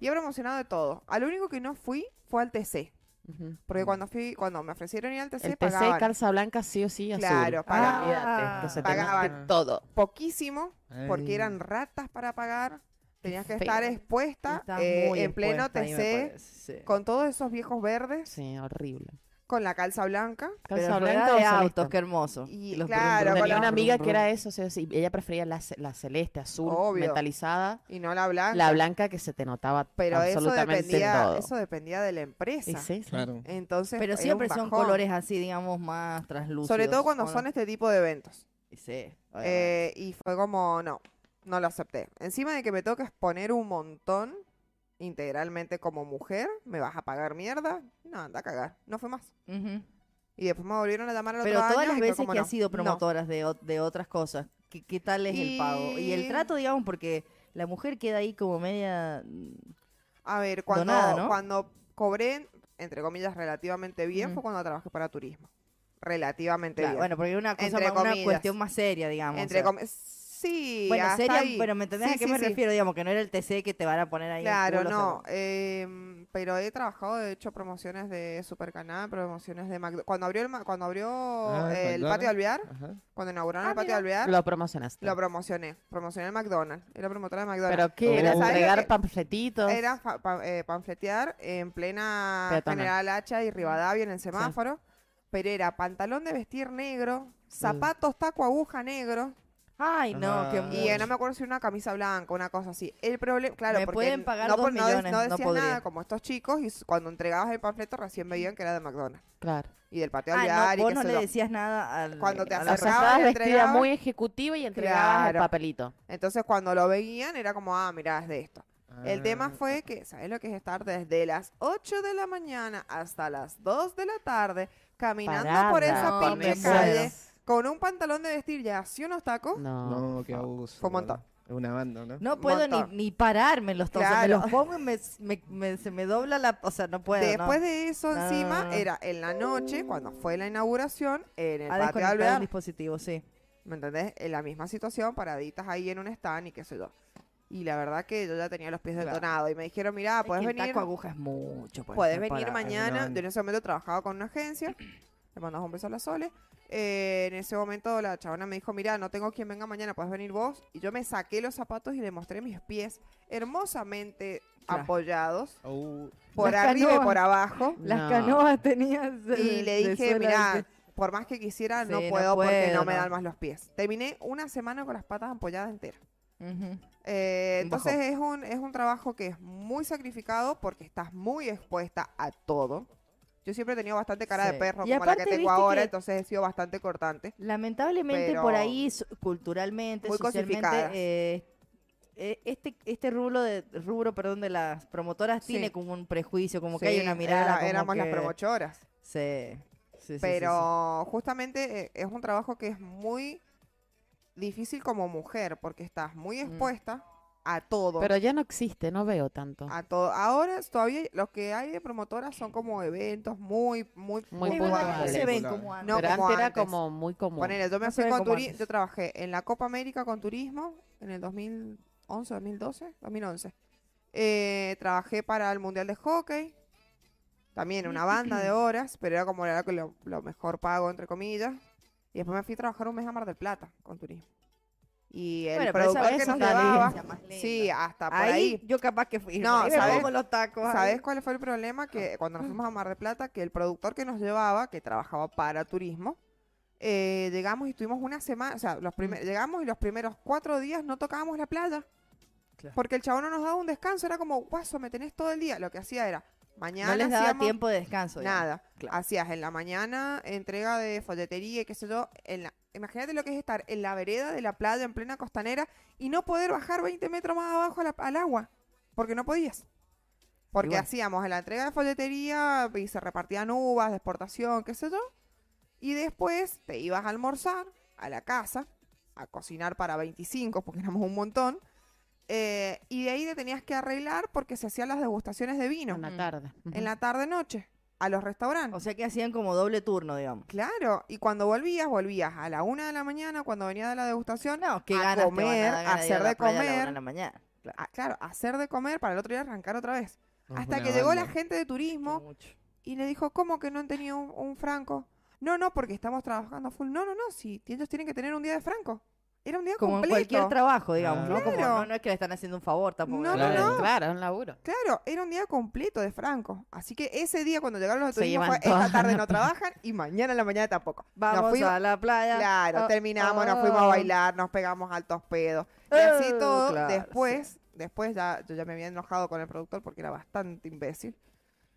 Y he promocionado de todo. Al único que no fui fue al TC.
Ujú.
Porque cuando fui, cuando me ofrecieron ir al TC,
El TC
pagaban
calza blanca sí o sí azul.
Claro,
Ah,
pagaban.
Olvídate, que se te
Pagaban.
mezcle todo.
poquísimo, porque
Ay.
eran ratas para pagar. Tenías que
feo.
estar expuesta
Estás
eh,
muy
en pleno
expuesta ahí, me
TC,
parece, sí.
con todos esos viejos verdes,
Sí, horrible.
con la calza blanca.
Pero
Calza
rueda
blanca o
de
celeste.
autos, qué hermoso.
Y
los
claro,
brum, brum,
con
Tenía
la-
una amiga
brum,
que
brum.
era eso, sí, o sí, ella prefería la, ce- la celeste, azul,
Obvio.
metalizada,
Y no la blanca.
la blanca que se te notaba
pero eso
absolutamente
dependía,
todo.
eso dependía de la
Sí,
empresa.
sí, sí.
Claro.
Entonces,
Pero
era
siempre
un
son
bajón.
colores así, digamos, más translúcidos.
Sobre todo cuando
¿o no?
son este tipo de eventos.
Sí, obviamente.
Eh, y fue como, no, no lo acepté. Encima de que me toca exponer un montón integralmente como mujer, me vas a pagar mierda. No, anda a cagar. No fue más.
Ujú.
Y después me volvieron a llamar al
Pero
otro año
todas las
y fue
veces
como,
que
no,
has sido
no.
promotoras de, ot- de otras cosas, ¿qué, qué tal es el pago? Y el
Y-
trato, digamos, porque la mujer queda ahí como media...
A ver, cuando,
Donada, ¿no?
cuando cobré, entre comillas, relativamente bien,
Ujú.
fue cuando trabajé para turismo. Relativamente
Claro,
bien.
bueno, porque era una cosa
Entre
más- una
comillas.
cuestión más seria, digamos. o
entre
sea.
comi- Sí,
bueno,
hasta
seria,
ahí.
pero ¿me entendés
Sí,
a qué
sí,
me
sí.
refiero? Digamos, que no era el TC que te van a poner ahí. en el
Claro,
culo,
no.
pero-
em, pero he trabajado, de hecho, promociones de Supercanal, promociones de McDonald's. Cuando abrió el, ma- cuando abrió
Ah, el
el patio de
McDonald's.
Alvear,
Ajá.
cuando inauguraron
Ah,
el patio de
mira.
Alvear,
Lo promocionaste.
lo promocioné. Promocioné el McDonald's. Era promotora de McDonald's.
¿Pero qué? ¿Era
Mira, ¿sabes lo
entregar
que-
panfletitos?
Era fa- pa- eh, panfletear en plena
Peatonal.
General Hacha y Rivadavia en el semáforo. Pero era pantalón de vestir negro, zapatos taco aguja negro
Ay, no, qué
Ah.
y eh,
mucho.
no me acuerdo si una camisa blanca, una cosa así. El problema, claro,
Me
porque
pueden pagar
no,
dos
pon- no de-
millones,
no
no
decías
podría. Mm.
nada como estos chicos y s- cuando entregabas el panfleto recién veían que era de McDonald's
Claro.
y del patio
Ah,
Alvear
no, vos
y
no
qué sé
le
yo.
decías nada al.
Cuando te
a la
O sea,
acercabas,
persona.
estabas vestida
entregabas.
muy ejecutiva y entregabas el
Claro.
papelito.
Entonces cuando lo veían era como, ah, mirá, es de esto. El tema
Ah,
fue que, ¿sabes lo que es estar desde las 8 de la mañana hasta las 2 de la tarde caminando por esa
Parada.
No,
pinche
me
calle
muero.
con un pantalón de vestir ya así unos tacos?
No.
No, qué abuso.
Fue un montón.
Es una banda, ¿no?
No puedo ni,
montón.
ni pararme en los tazos. Me
Claro.
los pongo y me, me- me- se me dobla la. O sea, no puedo. no.
Después de eso,
No,
encima,
no, no.
era en la noche, cuando fue la inauguración, en el patio de
A desconectar el
Alvear,
dispositivo, sí.
¿me entendés? En la misma situación, paraditas ahí en un stand y qué sé yo. Y la verdad que yo ya tenía los pies
Claro.
detonados y me dijeron, mirá,
Es
puedes
que el
ah, venir,
taco aguja es mucho. pues,
Puedes
no
venir
para-
mañana.
no.
Yo en ese momento trabajaba con una agencia. Le mandamos un beso a la Sole. Eh, en ese momento la chabona me dijo, mira, no tengo quien venga mañana, puedes venir vos. Y yo me saqué los zapatos y le mostré mis pies hermosamente
Claro.
apoyados,
Au.
por
Las
arriba y
canoas.
por abajo.
Las
No.
canoas tenías. de-
Y le
de
dije,
suela de
mira,
que-
por más que quisiera, no,
Sí, no
puedo porque no
puedo,
me
no.
dan más los pies. Terminé una semana con las patas ampolladas enteras.
Ujú.
Eh,
Un bajón.
entonces es un, es un trabajo que es muy sacrificado porque estás muy expuesta a todo. Yo siempre he tenido bastante cara
Sí.
de perro
Y
como la
aparte,
que tengo
viste
ahora,
que-
entonces he sido bastante cortante.
Lamentablemente por
Pero-
ahí so- culturalmente,
Muy
socialmente,
cosificadas.
eh, eh, este este rubro de rubro, perdón, de las promotoras
Sí.
tiene como un prejuicio, como que
Sí,
hay una mirada.
era-
como
éramos las
que-
promochoras.
Sí, sí, sí, sí,
pero justamente eh, es un trabajo que es muy difícil como mujer porque estás muy
Mm.
expuesta a todo.
Pero ya no existe, no veo tanto.
A todo. Ahora todavía los que hay de promotoras son como eventos muy, muy,
Muy
sí. Es
puntuales.
verdad que se ven como antes.
No,
Pero
como
antes era
antes.
como muy común.
Ponele, yo me
No se
fui
ve
con
como
turismo,
antes.
yo trabajé en la Copa América con turismo en el 2011, 2012, 2011. Eh, trabajé para el Mundial de Hockey, también una banda de horas, pero era como era que lo, lo mejor pago, entre comillas. Y después me fui a trabajar un mes a Mar del Plata con turismo. Y el
Bueno, pero esa-
productor que nos
esa es la
llevaba,
experiencia más linda.
sí, hasta por
ahí,
ahí.
yo capaz que fui.
No,
ahí me
¿sabes?
pongo los tacos. ahí.
¿Sabes cuál fue el problema? Que cuando nos fuimos a Mar de Plata, que el productor que nos llevaba, que trabajaba para turismo, eh, llegamos y estuvimos una semana, o sea, los
Mm.
primer- llegamos y los primeros cuatro días no tocábamos la playa.
Claro.
Porque el chabón no nos daba un descanso, era como, guaso, me tenés todo el día. Lo que hacía era, mañana
No les daba
hacíamos
tiempo de descanso. digamos.
nada. Ah,
Claro.
Hacías en la mañana entrega de folletería y qué sé yo. En la... Imagínate lo que es estar en la vereda de la playa en plena costanera y no poder bajar 20 metros más abajo a la- al agua, porque no podías. Porque
bueno.
hacíamos la entrega de folletería y se repartían uvas de exportación, qué sé yo. Y después te ibas a almorzar a la casa, a cocinar para 25, porque éramos un montón. eh, y de ahí te tenías que arreglar porque se hacían las degustaciones de vino
Una
Mm.
tarde. Ujú.
en la tarde-noche a los restaurantes.
O sea que hacían como doble turno, digamos.
Claro, y cuando volvías, volvías a la una de la mañana, cuando venía de la degustación,
No, que
a
ganas te van a
comer,
dar
a
ganas de ir
hacer
la
de
playa a la
comer. Ah,
una de la mañana. Claro.
a- claro, hacer de comer para el otro día arrancar otra vez.
Es
Hasta
una
que llegó la
banda.
gente de turismo
Mucho.
y le dijo, ¿cómo que no han tenido un, un franco? No, no, porque estamos trabajando full. No, no, no, si ellos tienen que tener un día de franco. Era un día
como en
completo.
cualquier trabajo, digamos, ¿no? Como,
Claro.
no, no es que le están haciendo un favor tampoco.
No,
¿verdad?
no, no.
Claro, es un laburo.
Claro, era un día completo de franco. Así que ese día cuando llegaron los de
Se
turismo
iban
fue,
todas
esta tarde
a la
no trabajan y mañana en la mañana tampoco. Nos
Vamos
fuimos-
a la playa.
Claro,
Ah,
terminamos, nos fuimos
ah.
a bailar, nos pegamos altos pedos. Y así
Oh,
todo,
claro,
después, después ya, yo ya me había enojado con el productor porque era bastante imbécil.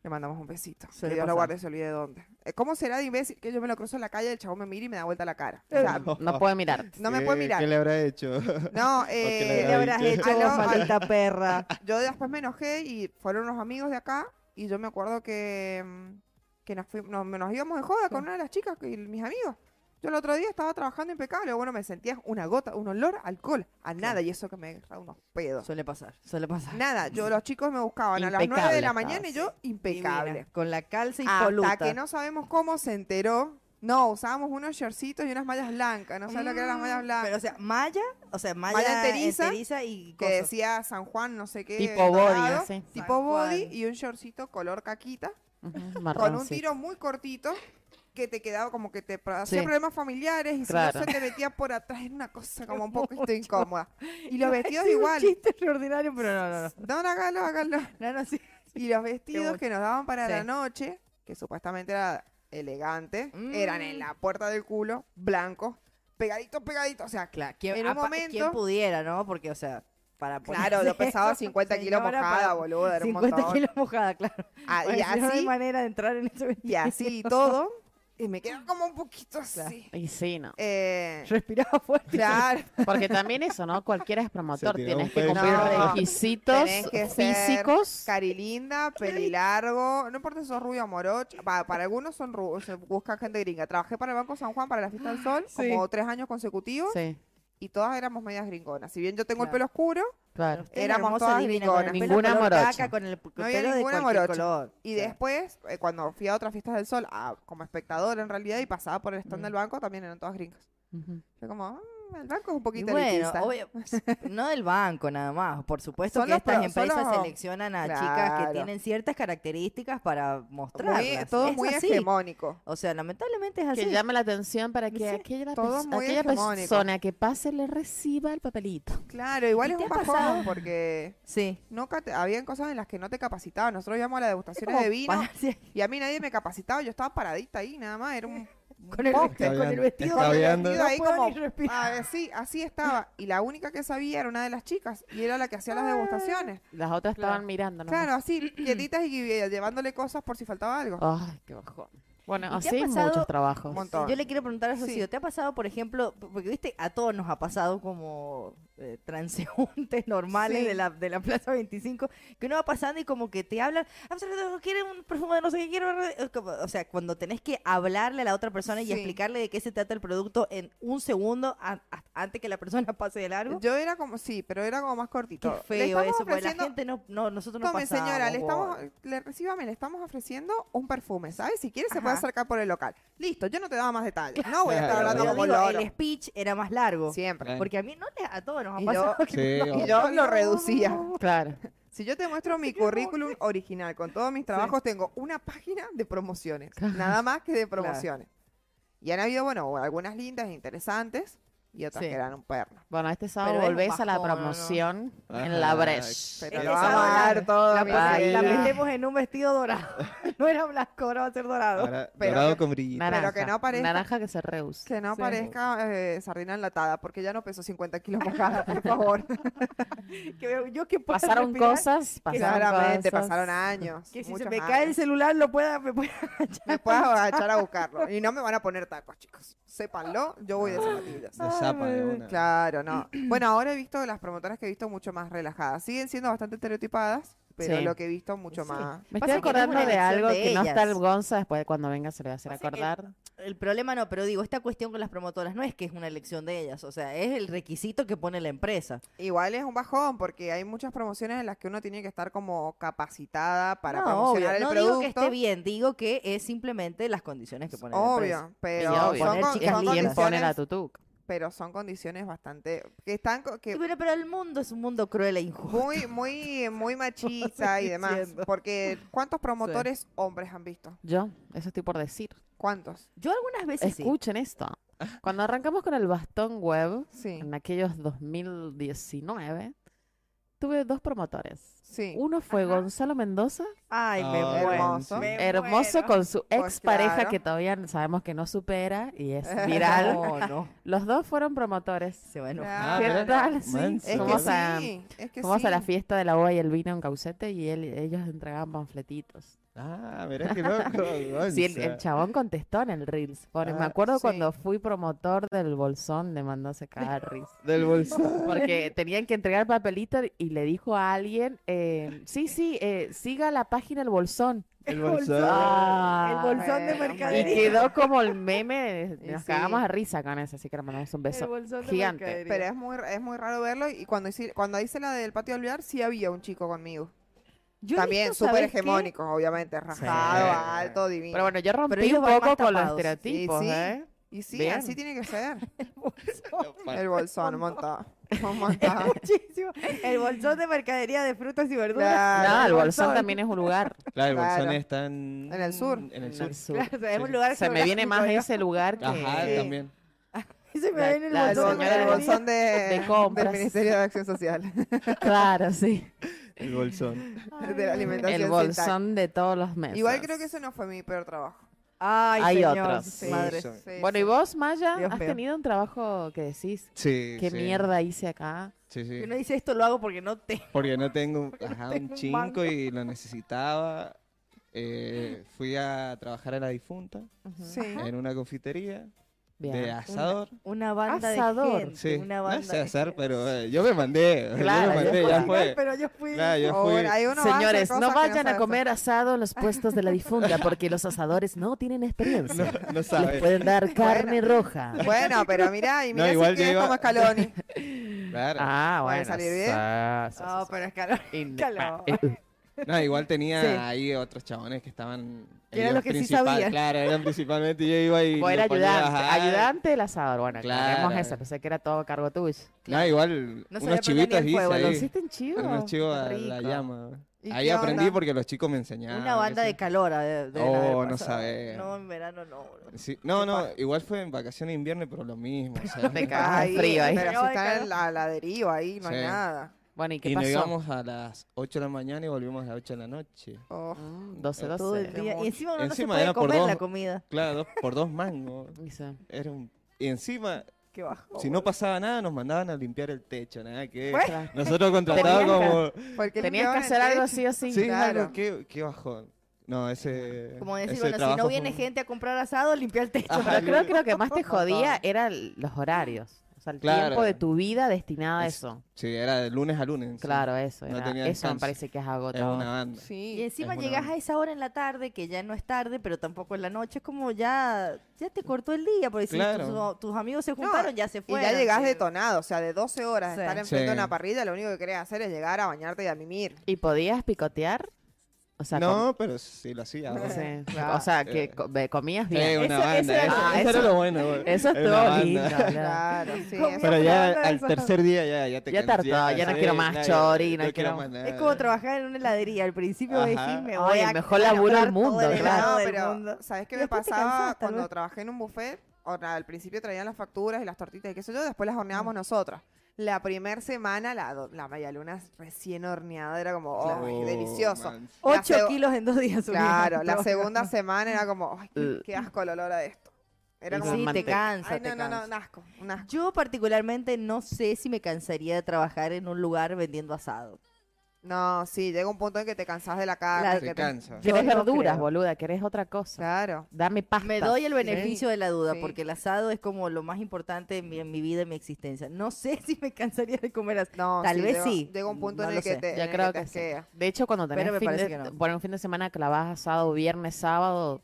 Le mandamos un besito. Que
Suele
Dios lo
pasar.
guarde y se olvide de dónde. Eh, ¿Cómo será de imbécil que yo me lo cruzo en la calle, el chabón me mira y me da vuelta la cara? O
Eh,
sea, no,
Oh.
No puede mirar.
me
¿Qué-
puede mirar.
Eh, ¿Qué le habrá hecho?
No,
le
¿Qué
eh,
le habrás
Ay,
hecho,
aló,
vos, maldita perra?
yo después me enojé y fueron unos amigos de acá y yo me acuerdo que, mm, que nos, fuimos, nos, nos íbamos de joda con una de las chicas, que, mis amigos. Yo el otro día estaba trabajando impecable, bueno, me sentía una gota, un olor a alcohol, a nada, y eso que me agarraba unos pedos.
Suele pasar, suele pasar.
Nada, yo los chicos me buscaban a las 9 de
Impecable
la
estaba,
mañana y yo
Divina,
impecable.
Con la calza impoluta.
Hasta que no sabemos cómo se enteró. No, usábamos unos shortcitos y unas mallas blancas, no sé lo que eran las mallas
Mm,
blancas.
Pero, o sea, malla, o sea, malla,
enteriza,
enteriza, y
que
coso.
decía San Juan, no sé qué.
Tipo body,
dorado,
así.
Tipo
San Juan.
body y un shortcito color caquita
Ujú,
con un
marroncito.
tiro muy cortito que te quedaba como que te pra- hacía
Sí.
problemas familiares y
Claro.
si no se te metía por atrás era una cosa como un poco estoy
Mucho.
incómoda. Y los vestidos
Sí,
igual.
Un chiste extraordinario, pero no, no, no.
No, no, hágalo, hágalo.
No, no, sí.
Y los vestidos
bueno.
que nos daban para
Sí.
la noche, que supuestamente era elegante, eran en
Mm.
la puerta del culo, blancos, pegaditos, pegaditos, o sea,
Claro, ¿quién,
En un
apa-
momento-
¿quién pudiera, no? Porque, o sea, para
Claro,
ponerse
yo pesaba
eso,
50 kilos
señora,
mojada,
para-
boludo. Era un
50
montón.
kilos mojada, claro.
Ah, y
Porque si no, no hay
así,
manera de entrar en ese
y así y todo. Y me quedo como un poquito
Claro.
así.
Y sí, no.
Eh,
Respiraba fuerte.
claro,
Porque también eso, ¿no? Cualquiera es promotor.
tiró un
Tienes que
pedo.
cumplir
No,
requisitos
tenés que ser
físicos.
carilinda, pelilargo. No importa si sos rubio o morocho. Para, para algunos son rubios, se busca gente gringa. Trabajé para el Banco San Juan para la Fiesta del Sol
Sí.
como tres años consecutivos
Sí,
y todas éramos medias gringonas. Si bien yo tengo el
Claro.
pelo oscuro
claro.
Éramos todas
con el
ningunas.
pelo
Ninguna
color
morocha.
caca, con el p-
No había
pelo de
ninguna
cualquier
morocha.
color.
y
Claro.
después, eh, cuando fui a otras Fiestas del Sol a- como espectadora en realidad y pasaba por el stand
Mm.
del banco, también eran todas gringas.
Ujú.
Fue como, "Mm, el banco es un
Y
poquito
bueno,
elitista".
obvio, no del banco nada más. Por supuesto
Son
que
los
estas
pro- son
empresas
los-
seleccionan a chicas
Claro.
que tienen ciertas características para mostrarlas.
Muy- todo
Es
muy
así.
hegemónico.
O sea, lamentablemente es así.
Que llame la atención para
Sí,
que aquella,
todo
pers-
muy
aquella
hegemónico.
persona que pase le reciba el papelito.
Claro, igual
¿Y
es
te
un
ha
bajón
pasado?
porque
Sí.
nunca te- habían cosas en las que no te capacitaban. Nosotros íbamos a las
Es
degustaciones
como
de vino
pararse
y a mí nadie me capacitaba. Yo estaba paradita ahí nada más. Era un
con el,
poste.
con el
Escabeando,
vestido.
Con el
escabeando.
vestido ahí
No puedo
como-
ni respirar.
Ah, sí, así estaba. Y la única que sabía era una de las chicas y era la que hacía las
Ah.
degustaciones.
Las otras
Claro.
estaban mirando. nomás.
Claro, así, quietitas y eh, llevándole cosas por si faltaba algo.
Ay, qué bajón. Bueno,
Ah. ¿Y te ha
así
pasado
muchos trabajos.
un montón?
Yo le quiero preguntar a
Sí.
Rocío, ¿te ha pasado, por ejemplo, p- porque viste, a todos nos ha pasado como eh, transeúntes normales
Sí.
de, la, de la Plaza 25, que uno va pasando y como que te hablan, quiere un perfume de no sé qué, quiero... O sea, cuando tenés que hablarle a la otra persona
Sí.
y explicarle de qué se trata el producto en un segundo a- a- antes que la persona pase de largo.
Yo era como, sí, pero era como más
Qué
cortito. Le
feo
estamos
eso, porque la
ofreciendo-
gente no, no nosotros no
Tome,
pasamos.
señora, le
boy.
estamos, le, recíbame, le estamos ofreciendo un perfume, ¿sabes? Si quieres se puede
Ajá.
acercar por el local. Listo, yo no te daba más detalles. No voy a estar
Claro,
hablando
Pero
como
digo,
loro.
el speech era más largo.
Siempre.
Porque a mí, no le- a todos nos
Y
ha
yo-
pasado. que
Sí,
nos-
Y yo lo reducía.
Claro.
Si yo te muestro mi currículum original con todos mis trabajos, tengo una página de promociones. Nada más que de promociones. Y han habido, bueno, algunas lindas e interesantes y otras
Sí.
que eran un perno.
Bueno, este sábado
Pero es un
volvés a la
bajón, ¿o no?
promoción en la
Ajá,
brecha.
Pero
Este
lo vamos
sábado
a
la-
dar todo.
La,
mi
puse- la
vida.
metemos en un vestido dorado. No era blanco, ahora va a ser dorado.
Ahora,
Pero-
dorado con brillito.
Naranja.
que no parezca-
Naranja que se rehúsa.
Que no
Sí.
parezca eh, sardina enlatada, porque ya no peso 50 kilos mojada, por favor.
Que yo que pueda
Pasaron
respirar,
cosas, pasaron
Claramente,
cosas.
pasaron años.
Que si se
muchos
me
años.
cae el celular lo pueda, me pueda agachar.
me puedas agachar a buscarlo. Y no me van a poner tacos, chicos. Sépanlo, yo voy de
Ah.
zapatillas.
De zapa de
bebé.
una.
Claro, no. Bueno, ahora he visto las promotoras que he visto mucho más relajadas. Siguen siendo bastante estereotipadas, pero
Sí.
lo que he visto mucho
Sí.
más.
Me
Pasa
estoy
que no es una
acordando de
elección
algo
de
que no está el
ellas.
Gonza después de cuando venga se le va a hacer
Pasa que-
acordar.
El problema no, pero digo, esta cuestión con las promotoras no es que es una elección de ellas, o sea, es el requisito que pone la empresa.
Igual es un bajón, porque hay muchas promociones en las que uno tiene que estar como capacitada para
no,
promocionar
obvio,
el
no
producto.
digo que esté bien, digo que es simplemente las condiciones que pone la empresa.
Obvio, pero
y obvio,
son,
poner
con-
chicas
son
bien poner a
condiciones,
Tutuc.
pero son condiciones bastante que están co- que
Y Pero, pero el mundo es un mundo cruel e injusto.
muy muy muy machista y demás,
diciendo.
porque ¿cuántos promotores hombres han visto?
Yo, eso estoy por decir.
¿Cuántos?
Yo algunas veces sí.
Escuchen esto. Cuando arrancamos con el bastón web,
Sí.
en aquellos 2019, tuve dos promotores.
Sí.
Uno fue
Ajá.
Gonzalo Mendoza,
Ay, me
Ah,
muero.
hermoso.
Me
hermoso
muero.
con su
Pues
ex pareja
claro.
que todavía sabemos que no supera y es viral.
No, no.
Los dos fueron promotores.
Se va a enojar.
Claro.
¿Qué
mira.
tal? Sí.
Manso.
Ah, Es que
Fuimos
sí,
a-
es que
Fuimos
sí.
a la fiesta de la boda y el vino en Caucete y él, ellos entregaban panfletitos.
Ah, verás qué loco.
Sí, el, el
Gonza.
chabón contestó en el Reels. Pone, me
Ah,
acuerdo
sí.
cuando fui promotor del bolsón, le mandó a secar el Reels.
Del bolsón.
Porque tenían que entregar papelito y le dijo a alguien, eh, Eh, sí, sí, eh, siga la página El Bolsón.
El
bolsón. El
Ah,
bolsón de
bueno,
y
mercadería.
quedó como el meme,
Y
nos
sí.
cagamos de risa con eso, así que le mandamos un
El
beso.
bolsón de
gigante.
mercadería.
Pero es muy, es muy raro verlo. Y cuando hice, cuando hice la del patio del billar, sí había un chico conmigo.
Yo he
También
visto,
súper
¿sabes qué?
hegemónico, obviamente. Rajado,
Sí.
alto, divino.
Pero bueno, yo rompí
ellos
un
van más
poco con los
tapados. Sí,
estereotipos,
sí.
¿eh?
y sí,
bien.
así tiene que ser. Oh
Bolsón.
El bolsón, un montón. Un montón.
Muchísimo. El bolsón de mercadería de frutas y verduras.
Claro.
No, el bolsón
bolsón.
también es un lugar.
Claro, el bolsón
Claro.
está en...
En el sur.
En el
en
sur.
el sur.
O sea, es
Sí.
un lugar
Se me viene más
geográfico,
ese lugar que...
Ajá,
Sí.
también.
¿no? Se me
La-
viene el
la
El
bolsón de
señora Maravilla.
bolsón, el
mercadería.
bolsón de, del
compras.
Ministerio de Acción Social.
Claro, sí.
El bolsón.
de la alimentación.
El
sin tax.
bolsón de todos los meses.
Igual creo que ese no fue mi peor trabajo.
Ay,
Hay
señor,
otros.
sí. madre.
son-
Sí,
Bueno,
sí.
¿y vos, Maya,
Dios
has
mío.
tenido un trabajo que decís,
Sí,
qué
sí,
mierda hice acá?
Sí, sí.
Y uno dice esto lo hago porque no tengo.
Porque no tengo ajá,
tengo
un
un
chingo
mango.
y lo necesitaba. Eh, fui a trabajar a la difunta
Sí.
en una confitería de
Bien.
asador.
Una banda
Asador.
de gente.
Sí,
Una
no
banda
sé
de
asar,
gente.
pero eh, yo me mandé.
Claro,
yo me mandé,
yo
ya
cocinar,
fue.
Pero yo fui.
Claro, yo
O
fui.
hay uno va a hacer
Señores,
cosas
no
que no
vayan
sabe
a comer asado en los puestos de la difunta porque los asadores no tienen experiencia.
No, no
Les
sabes.
pueden dar carne roja.
Ah.
hacer. Bueno, pero mira, y
No,
mira si
igual yo
quieres
iba-
como Scaloni.
Claro.
Ah,
Puede
bueno.
salir bien.
sa- sa-
No,
sa-
pero es calor.
in-
calor.
eh, eh,
No, igual tenía
Sí.
ahí otros chabones que estaban.
Que eran
ellos
los que sí
principal-
sabían.
Claro, eran principalmente yo iba y.
Vos
le
era
ponía a
ayudante,
bajar.
ayudante del asador. Bueno,
Claro.
aclaremos eso, pensé que era todo a cargo tuyo.
No, igual
No sabía
unos
prender ni
chivitos
el
hice
fuego,
ahí.
¿Lo hiciste en chivo?
Unos chivos
Qué
a la
rico.
llama.
¿Y
Ahí
qué
aprendí
onda?
porque los chicos me enseñaban.
Una banda de calor. de- deben
Oh,
haber
no
pasado.
sabes.
No, en verano no. bro.
Sí, No,
Qué
no,
paja.
igual fue en vacaciones de invierno, pero lo mismo. o sea,
Te cagas de
Ahí,
frío ahí.
Pero si
Acaba de
están
cagar.
en la, a la deriva ahí, no hay
Sí.
nada.
Bueno, ¿y qué
y nos
pasó?
íbamos a las 8 de la mañana y volvimos a las 8 de la noche.
Oh,
Mm,
Todo el
12-12.
día. Y encima uno
Encima
no se
era
puede
por
comer
dos.
la comida.
Claro, dos- por dos mangos.
Dice,
Era un... Y encima,
Qué bajo.
si no pasaba nada, nos mandaban a limpiar el techo. Nada que
"Ostras,
nosotros contratados
Tenías
como...
porque
Tenías que
limpiaban
hacer
el
algo
techo.
así o sí.
Sí,
claro.
algo, qué, qué bajón. No, ese...
Como decir,
ese
bueno, si
trabajo
no
fue
viene
un-
gente a comprar asado, limpia el techo.
Pero creo que lo que más te
Papá.
jodía eran los horarios. O sea, el
Claro.
tiempo de tu vida destinada a
Es-
eso.
Sí, era de lunes a lunes. sí.
Claro, eso.
No
era-
tenía
eso me
descanso.
parece que es
Es una
agotador.
banda.
Y
Sí.
encima
buena
llegas
onda.
a esa hora en la tarde, que ya no es tarde, pero tampoco es la noche, es como ya, ya te cortó el día, porque si
Claro.
tus, tus amigos se
No,
juntaron, ya se
Y
fueron.
ya llegás
sí.
detonado, o sea, de 12 horas
Sí.
de estar enfrente de
Sí.
una parrilla, lo único que querés hacer es llegar a bañarte y a mimir.
¿Y podías picotear? O sea,
No, pero sí lo hacía.
com-
bueno.
sí.
claro.
O sea, que
Eh.
co- be- comías
Eh,
bien.
una
Eso-
banda.
eso era-
eso,
Ah,
eso
eso-
era lo bueno. güey.
Eso
Era una
estuvo
banda.
lindo. boludo.
Claro, sí.
Comía
eso-
Pero ya
Hablando de
al
eso.
tercer día ya, ya te
Ya te hartó,
cansabas,
ya no
sí,
quiero más
ya,
chori, no quiero-
nada.
Es como trabajar en una heladería. Al principio
Ajá.
decís, me
Ay,
voy
el
a
mejor laburo del
laburar todo
mundo, claro.
el helado
No,
del mundo.
pero ¿sabes qué me
Después te
pasaba
cansás, tal
cuando
vez.
trabajé en un buffet? O na- al principio traían las facturas y las tortitas y qué sé yo, después las
Mm.
horneábamos nosotras. La primera semana, la, do- la medialuna recién horneada era como, oh,
Oh,
delicioso.
man.
La
Ocho
seg-
kilos en dos días. subieron.
Claro, la
Todo.
segunda semana era como, ay,
Uh.
qué- qué asco el olor a esto. Era
Y
como,
Sí, te
manteca.
cansa,
ay,
te
no, no, no,
cansa.
un asco, un asco.
Yo particularmente no sé si me cansaría de trabajar en un lugar vendiendo asado.
No, sí, llega un punto en que te cansás de la carne.
Claro.
que
Se
te-
cansa.
Querés
no
verduras,
creo.
boluda, querés otra cosa.
Claro.
Dame pasta.
Me doy el beneficio de la duda
Sí.
porque el asado es como lo más importante en mi, en mi vida, en mi existencia. No sé si me cansaría de comer asado.
No,
Tal vez
llega-
sí,
Llega un punto
no
en
lo
el que
sé. Oh,
te,
Ya
en el
creo
te
que sí.
asquea.
De hecho, cuando tenés
Pero me
fin
parece
de,
que no.
bueno, un fin de semana clavás asado, viernes, sábado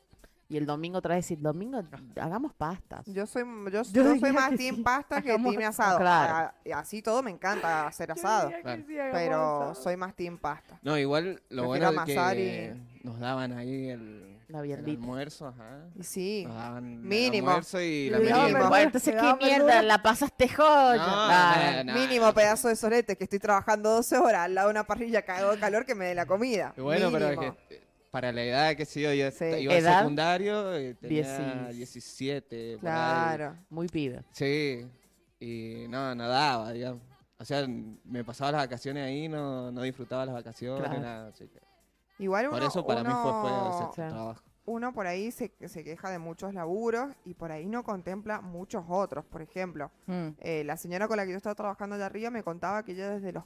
y el domingo otra vez. Y el domingo hagamos pastas.
Yo soy, yo,
Yo
yo
diría
soy más
que
team
sí.
pasta que
Hagamos
team asado.
Claro.
A- y así todo me encanta hacer asado.
Claro.
Pero soy más team pasta.
No, igual lo
Prefiero
bueno es
amasar
que nos daban ahí el,
La
el
viandita.
almuerzo, ajá.
Y sí.
Nos daban el
Mínimo.
almuerzo y la
Le daban
mínima.
verduras,
Bueno, entonces,
me
¿qué
daba
mierda?
verduras.
¿La pasaste
No,
joya? Ah,
no, no,
Mínimo pedazo de sorete que estoy trabajando 12 horas al lado de una parrilla cagado de calor que me dé la comida.
Y Bueno, pero es
Mínimo.
que para la edad que sé yo, yo
Sí.
iba al
¿Edad?
secundario y tenía
Diecis-
17. por ahí.
Claro.
Muy pibe.
Sí, y no, no daba, digamos. O sea, n- me pasaba las vacaciones ahí, no, no disfrutaba las vacaciones,
Claro.
nada. así que-
Igual uno,
por eso para mí fue, fue
uno-
ese
Sí.
trabajo.
uno por ahí se, se queja de muchos laburos y por ahí no contempla muchos otros. Por ejemplo,
Mm.
eh, la señora con la que yo estaba trabajando allá arriba me contaba que ella desde los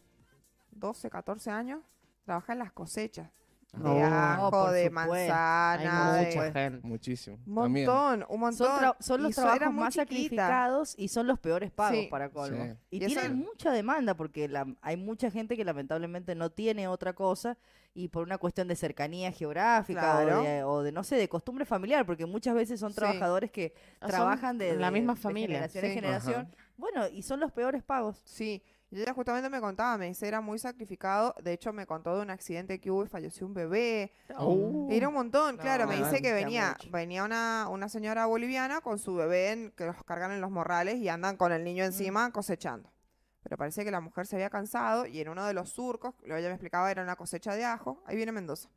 12, 14 años trabaja en las cosechas.
No,
de ajo,
por
de
supuesto. Hay
manzana,
Hay
de-
mucha gente.
Muchísimo.
Un
También.
montón, un montón.
Son, tra- son los
Y eso era
trabajos
muy
más
chiquita.
sacrificados y son los peores pagos
Sí.
para colmo.
Sí.
Y,
Y eso-
tienen mucha demanda porque la- hay mucha gente que lamentablemente no tiene otra cosa y por una cuestión de cercanía geográfica
Claro.
o, de, o de, no sé, de costumbre familiar, porque muchas veces son
Sí. Ah,
trabajadores que
Ah, Son
trabajan de,
la
de-
misma
de
familia.
generación en
Sí.
generación. Bueno, y son los peores pagos.
Sí, y ella justamente me contaba, me dice, era muy sacrificado. De hecho, me contó de un accidente que hubo y falleció un bebé.
Oh.
Era un montón, claro. Me
No,
dice que
ya
venía,
mucho.
venía una, una señora boliviana con su bebé en- que los cargan en los morrales y andan con el
Mm.
niño encima cosechando. Pero parece que la mujer se había cansado y en uno de los surcos, lo que ella me explicaba, era una cosecha de ajo. Ahí viene Mendoza.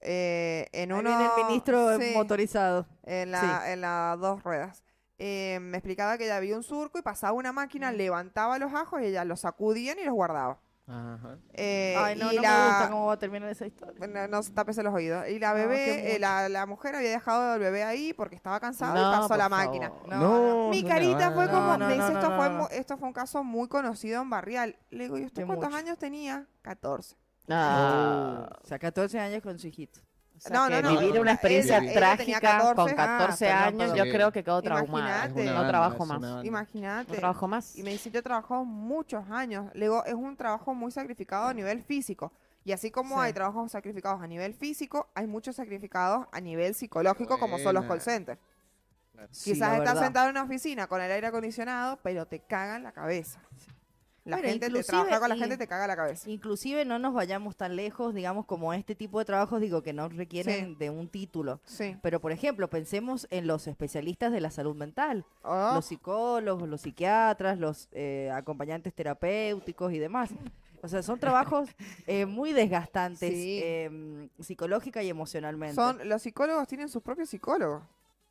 Eh, en
Ahí
uno,
viene el ministro
sí.
motorizado.
En la, en las dos ruedas. Eh, me explicaba que ella había un surco y pasaba una máquina, levantaba los ajos y ella los sacudían y los guardaba.
Ajá.
Eh,
Ay, no,
y
no
la-
me gusta cómo va a terminar esa historia.
No, no tápese los oídos. Y la
No, qué
bebé, eh,
mucho.
la, la mujer había dejado al bebé ahí porque estaba cansada
No,
y pasó
por
la máquina.
favor.
No,
No,
Mi
no
carita
la
fue
van.
como,
No, no,
me dice,
no,
esto,
no,
fue,
no,
mu-
no.
esto fue un caso muy conocido en Barrial. Le digo, ¿y usted
De
cuántos
mucho.
años tenía? 14.
Ah.
O sea, 14 Uh, años con su hijito.
O sea, que
no,
vivir
no, no,
una experiencia
ella-
ella tenía
trágica con
14, ah,
14
perdón,
años,
perdón.
yo creo que quedó
Es
traumada.
¿eh?
Imagínate.
una
No
banda,
trabajo
es una
más.
banda.
No
Imagínate.
trabajo más.
Y me dice, yo he trabajado muchos años. Le digo, es un trabajo muy sacrificado a nivel físico. Y así como
Sí.
hay trabajos sacrificados a nivel físico, hay muchos sacrificados a nivel psicológico, como son los
Buena.
call centers.
Sí,
Quizás
la
estás
verdad.
sentado en una oficina con el aire acondicionado, pero te cagan la cabeza. La
Bueno,
gente te
inclusive
trabaja con la
y-
gente te caga la cabeza.
Inclusive no nos vayamos tan lejos, digamos, como este tipo de trabajos, digo, que no requieren de un título.
Sí.
Pero, por ejemplo, pensemos en los especialistas de la salud mental,
Oh,
los psicólogos, los psiquiatras, los eh, acompañantes terapéuticos y demás. O sea, son trabajos eh, muy desgastantes
Sí.
eh, psicológica y emocionalmente.
son, los psicólogos tienen sus propios psicólogos.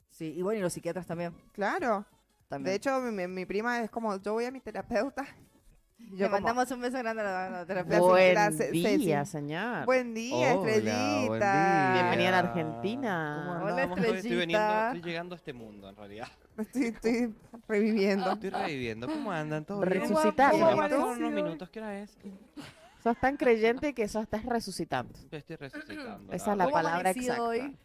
Sí, y bueno, y los psiquiatras también.
Claro.
también.
De hecho, mi, mi- mi prima es como, yo voy a mi terapeuta. Y
le
yo como,
mandamos un beso grande a la, a la terapeuta.
Buen
la se-
día,
Ceci.
señor.
buen día,
Hola, buen
estrellita.
día.
Bienvenida a la
¿Cómo
Argentina.
andás? Hola,
Vamos, estoy, estoy veniendo-
estrellita.
estoy llegando a este mundo en realidad.
Estoy, estoy reviviendo.
Estoy reviviendo. ¿Cómo andan? ¿Todo bien?
Resucitando.
Sí,
¿Cómo
me
amaneció
quedaron unos
hoy?
minutos. ¿Qué hora es?
Sos tan creyente que sos, estás resucitando.
Estoy resucitando.
Esa es
verdad.
la
¿Cómo
palabra
amanecí
exacta.
hoy?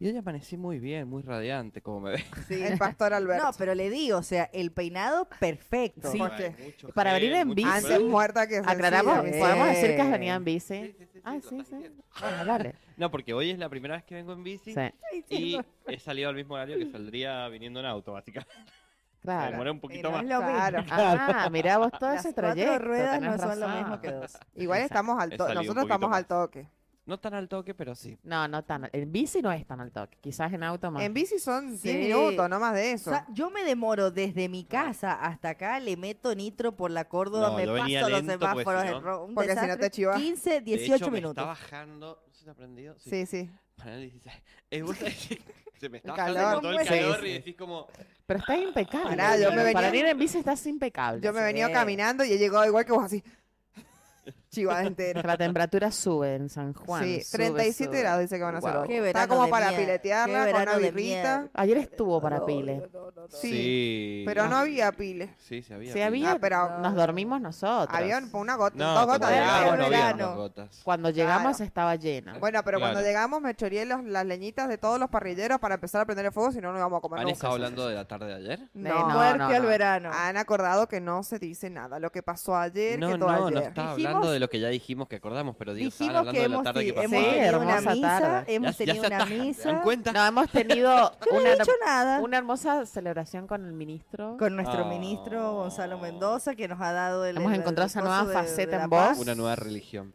Y hoy amanecí muy bien, muy radiante, como me ves.
Sí.
El pastor Alberto.
No, pero le digo, o sea, el peinado perfecto.
Sí.
¿Por qué?
Para venir en bici.
Antes
Sí.
muerta que sencilla,
Aclaramos,
mi
sí.
podemos
señor.
decir que has
Eh.
venido en bici.
Sí, sí, sí,
Ah,
lo
sí,
estás
sí.
diciendo.
Bueno, dale.
No, porque hoy es la primera vez que vengo en bici
Sí,
y he salido al mismo horario que saldría viniendo en auto, básicamente. Me
claro.
demoré un
Sí,
poquito
no es
más.
lo mismo.
Claro.
Ah, mirá vos todo
Las
ese
cuatro
trayecto.
ruedas no
tenés
son lo
razón.
mismo que dos.
Igual
Exacto.
estamos al
He
toque.
salido un
Nosotros
poquito
estamos
más.
al toque.
No tan al toque, pero sí.
No, no tan. En bici no es tan al toque. Quizás en auto más.
En bici son 10
Sí.
minutos, no más de
O
eso.
sea, yo me demoro desde mi casa hasta acá, le meto nitro por la Córdoba,
No,
me
yo venía
paso los
lento, porque si
semáforos,
no-
el ro- un
Porque pues, si no te
desastre.
chivas.
15,
De
18
hecho, Me
minutos.
está bajando. ¿No se te ha prendido?
sí, sí.
Para el 16. Eh, vos sabés que se me está
El
bajando
calor.
con todo el
Sí,
calor
sí.
y decís como.
Pero estás impecable.
Pará, yo me venía-
Para venir en bici estás impecable.
Yo me
se
he venido
ve.
caminando y he llegado igual que vos así. Chivada entera.
La temperatura sube en San Juan.
Sí,
sube,
37
sube.
grados dice que van a ser
Guau.
hoy.
Qué
Está
verano
como
de
para
mierda,
piletearla
qué
con una
verano de
birrita.
mierda.
Ayer estuvo para Pile.
Sí,
Sí.
Pero no había pile.
Sí, se había.
Se había.
Ah, pero
Nos dormimos nosotros.
Había un- una gota,
No,
dos
como
gotas de
llegaba,
llegamos,
agua.
no
Era
había
verano.
dos gotas.
Cuando llegamos
Claro.
estaba llena.
Bueno, pero cuando
Claro.
llegamos me choré los- las leñitas de todos los parrilleros para empezar a prender el fuego, si no, no íbamos a comer
¿Han
nunca.
estado hablando de la tarde de ayer?
Eh,
No,
no,
Muerte
no,
al
no.
verano.
Han acordado que no se dice nada. Lo que pasó ayer,
No,
que
no,
todo
no
ayer.
estaba
Dijimos-
hablando de lo que ya dijimos que acordamos, pero digo, estaban
Dijimos
hablando
que
de la
hemos,
tarde
ti-
que pasó.
hemos
Sí,
tenido una
hermosa
misa,
tarde.
hemos
Ya- ya
tenido
se
una
atajan, ¿Se dan
misa.
cuenta?
No, hemos tenido
Yo no
una,
he dicho nada
una hermosa celebración con el ministro.
con nuestro
Ah.
ministro Gonzalo Mendoza, que nos ha dado el...
Hemos
el- el
encontrado esa
coso
nueva
de-
faceta
de la
en vos.
paz.
Una nueva religión.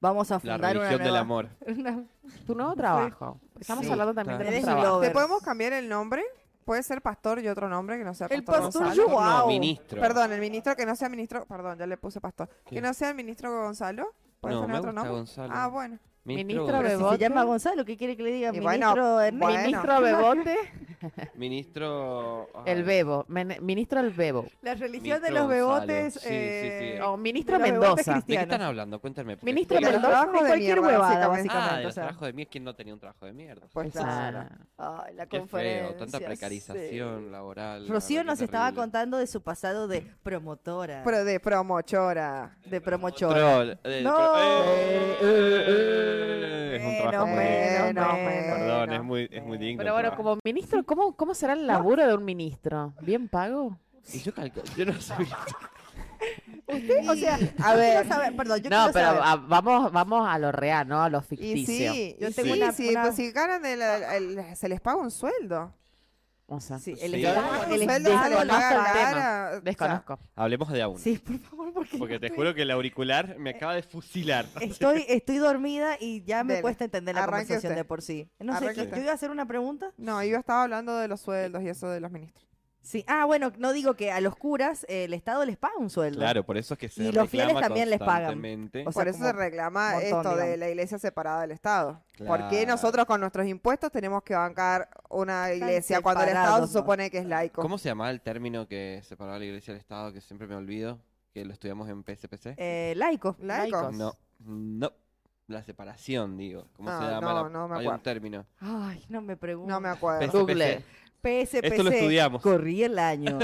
Vamos a
La
fundar una
religión del
nueva-
amor.
una-
Tu nuevo trabajo. Estamos
Sí.
hablando también de
Eres
los
un
trabajos.
lover.
¿Te podemos cambiar el nombre? Puede ser pastor y otro nombre que no sea
El
pastor.
pastor
Gonzalo.
Joao.
No,
Wow.
ministro.
Perdón, el ministro que no sea ministro. Perdón, ya le puse pastor. Que
¿Qué?
no sea el ministro Gonzalo. ¿Puede
No,
poner
me
otro
gusta
nombre?
Gonzalo.
Ah, bueno.
Ministro
Gonzalo.
Pero si
Bebote.
Ah.
se llama Gonzalo, ¿qué quiere que le diga?
Y
Ministro eh,
bueno,
Ernesto.
bueno.
Ministro Bebote.
Ministro. ay,
El Bebo, men- ministro el Bebo.
La religión de
Ministro
los
González.
bebotes.
Sí, sí, sí.
eh,
O ministro
De los Bebotes
Mendoza.
¿De qué
Cristiano.
están hablando? Cuéntame. porque-
Ministro
De los
Mendoza
trabajos
de
de
cualquier
mierda,
huevada,
básicamente.
Ah,
básicamente.
de
o
los
sea,
trabajos de mierda. ¿Quién no tenía un trabajo de mierda?
Pues
esa-
claro.
ay, la
Qué
conferencia.
feo, tanta
sí.
precarización laboral.
Rocío
la verdad,
nos
qué
estaba
terrible.
contando de su pasado de promotora,
Pero de promochora.
de promochora.
Control. eh,
No.
pro- eh, eh, eh, Es un trabajo muy
menos,
digno.
menos,
Perdón, es
menos.
muy, es muy digno.
Ah, Pero bueno,
el
como ministro, ¿cómo, cómo será el laburo de un ministro? ¿Bien pago?
trabajo. Y yo calculo. Yo no sabía.
O sea,
A
yo
ver.
quiero saber, perdón, yo
no,
quiero
pero
saber.
a- vamos, vamos a lo real, ¿no? A lo
Y
ficticio.
sí,
Yo
y
tengo
sí,
una-
sí,
una-
pues si ganan, el- el- el- se les paga un sueldo.
O sea,
Sí, el
Sí.
Estado,
Pagan
el
un sueldo, se
Estado
les
desconozco
no
paga
el tema.
cara, o sea,
desconozco.
Hablemos de a uno.
Sí, por favor, porque,
Porque te
estoy-
juro que el auricular me acaba de fusilar.
Estoy, estoy dormida y ya me
Dele,
cuesta entender la
arranque
conversación
usted.
de por sí. No sé,
Arranque
¿qué-
usted.
¿yo iba a hacer una pregunta?
No, yo estaba hablando de los sueldos y eso de los ministros.
Sí. Ah, bueno, no digo que a los curas eh, el Estado les paga un sueldo.
Claro, por eso es que se
Y los fieles
reclama
también les pagan.
constantemente.
O sea,
Por eso
como
se reclama
montón,
esto de
digamos.
la iglesia separada del Estado. Porque
Claro.
nosotros con nuestros impuestos tenemos que bancar una iglesia cuando el
separados,
Estado se
¿no?
supone que es laico.
¿Cómo se llamaba el término que separaba la iglesia del Estado que siempre me olvido? Que lo estudiamos en PSPC.
Eh, laicos.
¿Laico?
Laicos.
No, no. La separación, digo. ¿Cómo
Ah,
se llama?
no,
la-
no me
Hay un
acuerdo.
término.
Ay, no me pregunto.
No me acuerdo.
PSPC.
Google.
PSPC.
Esto lo estudiamos.
Corrí el año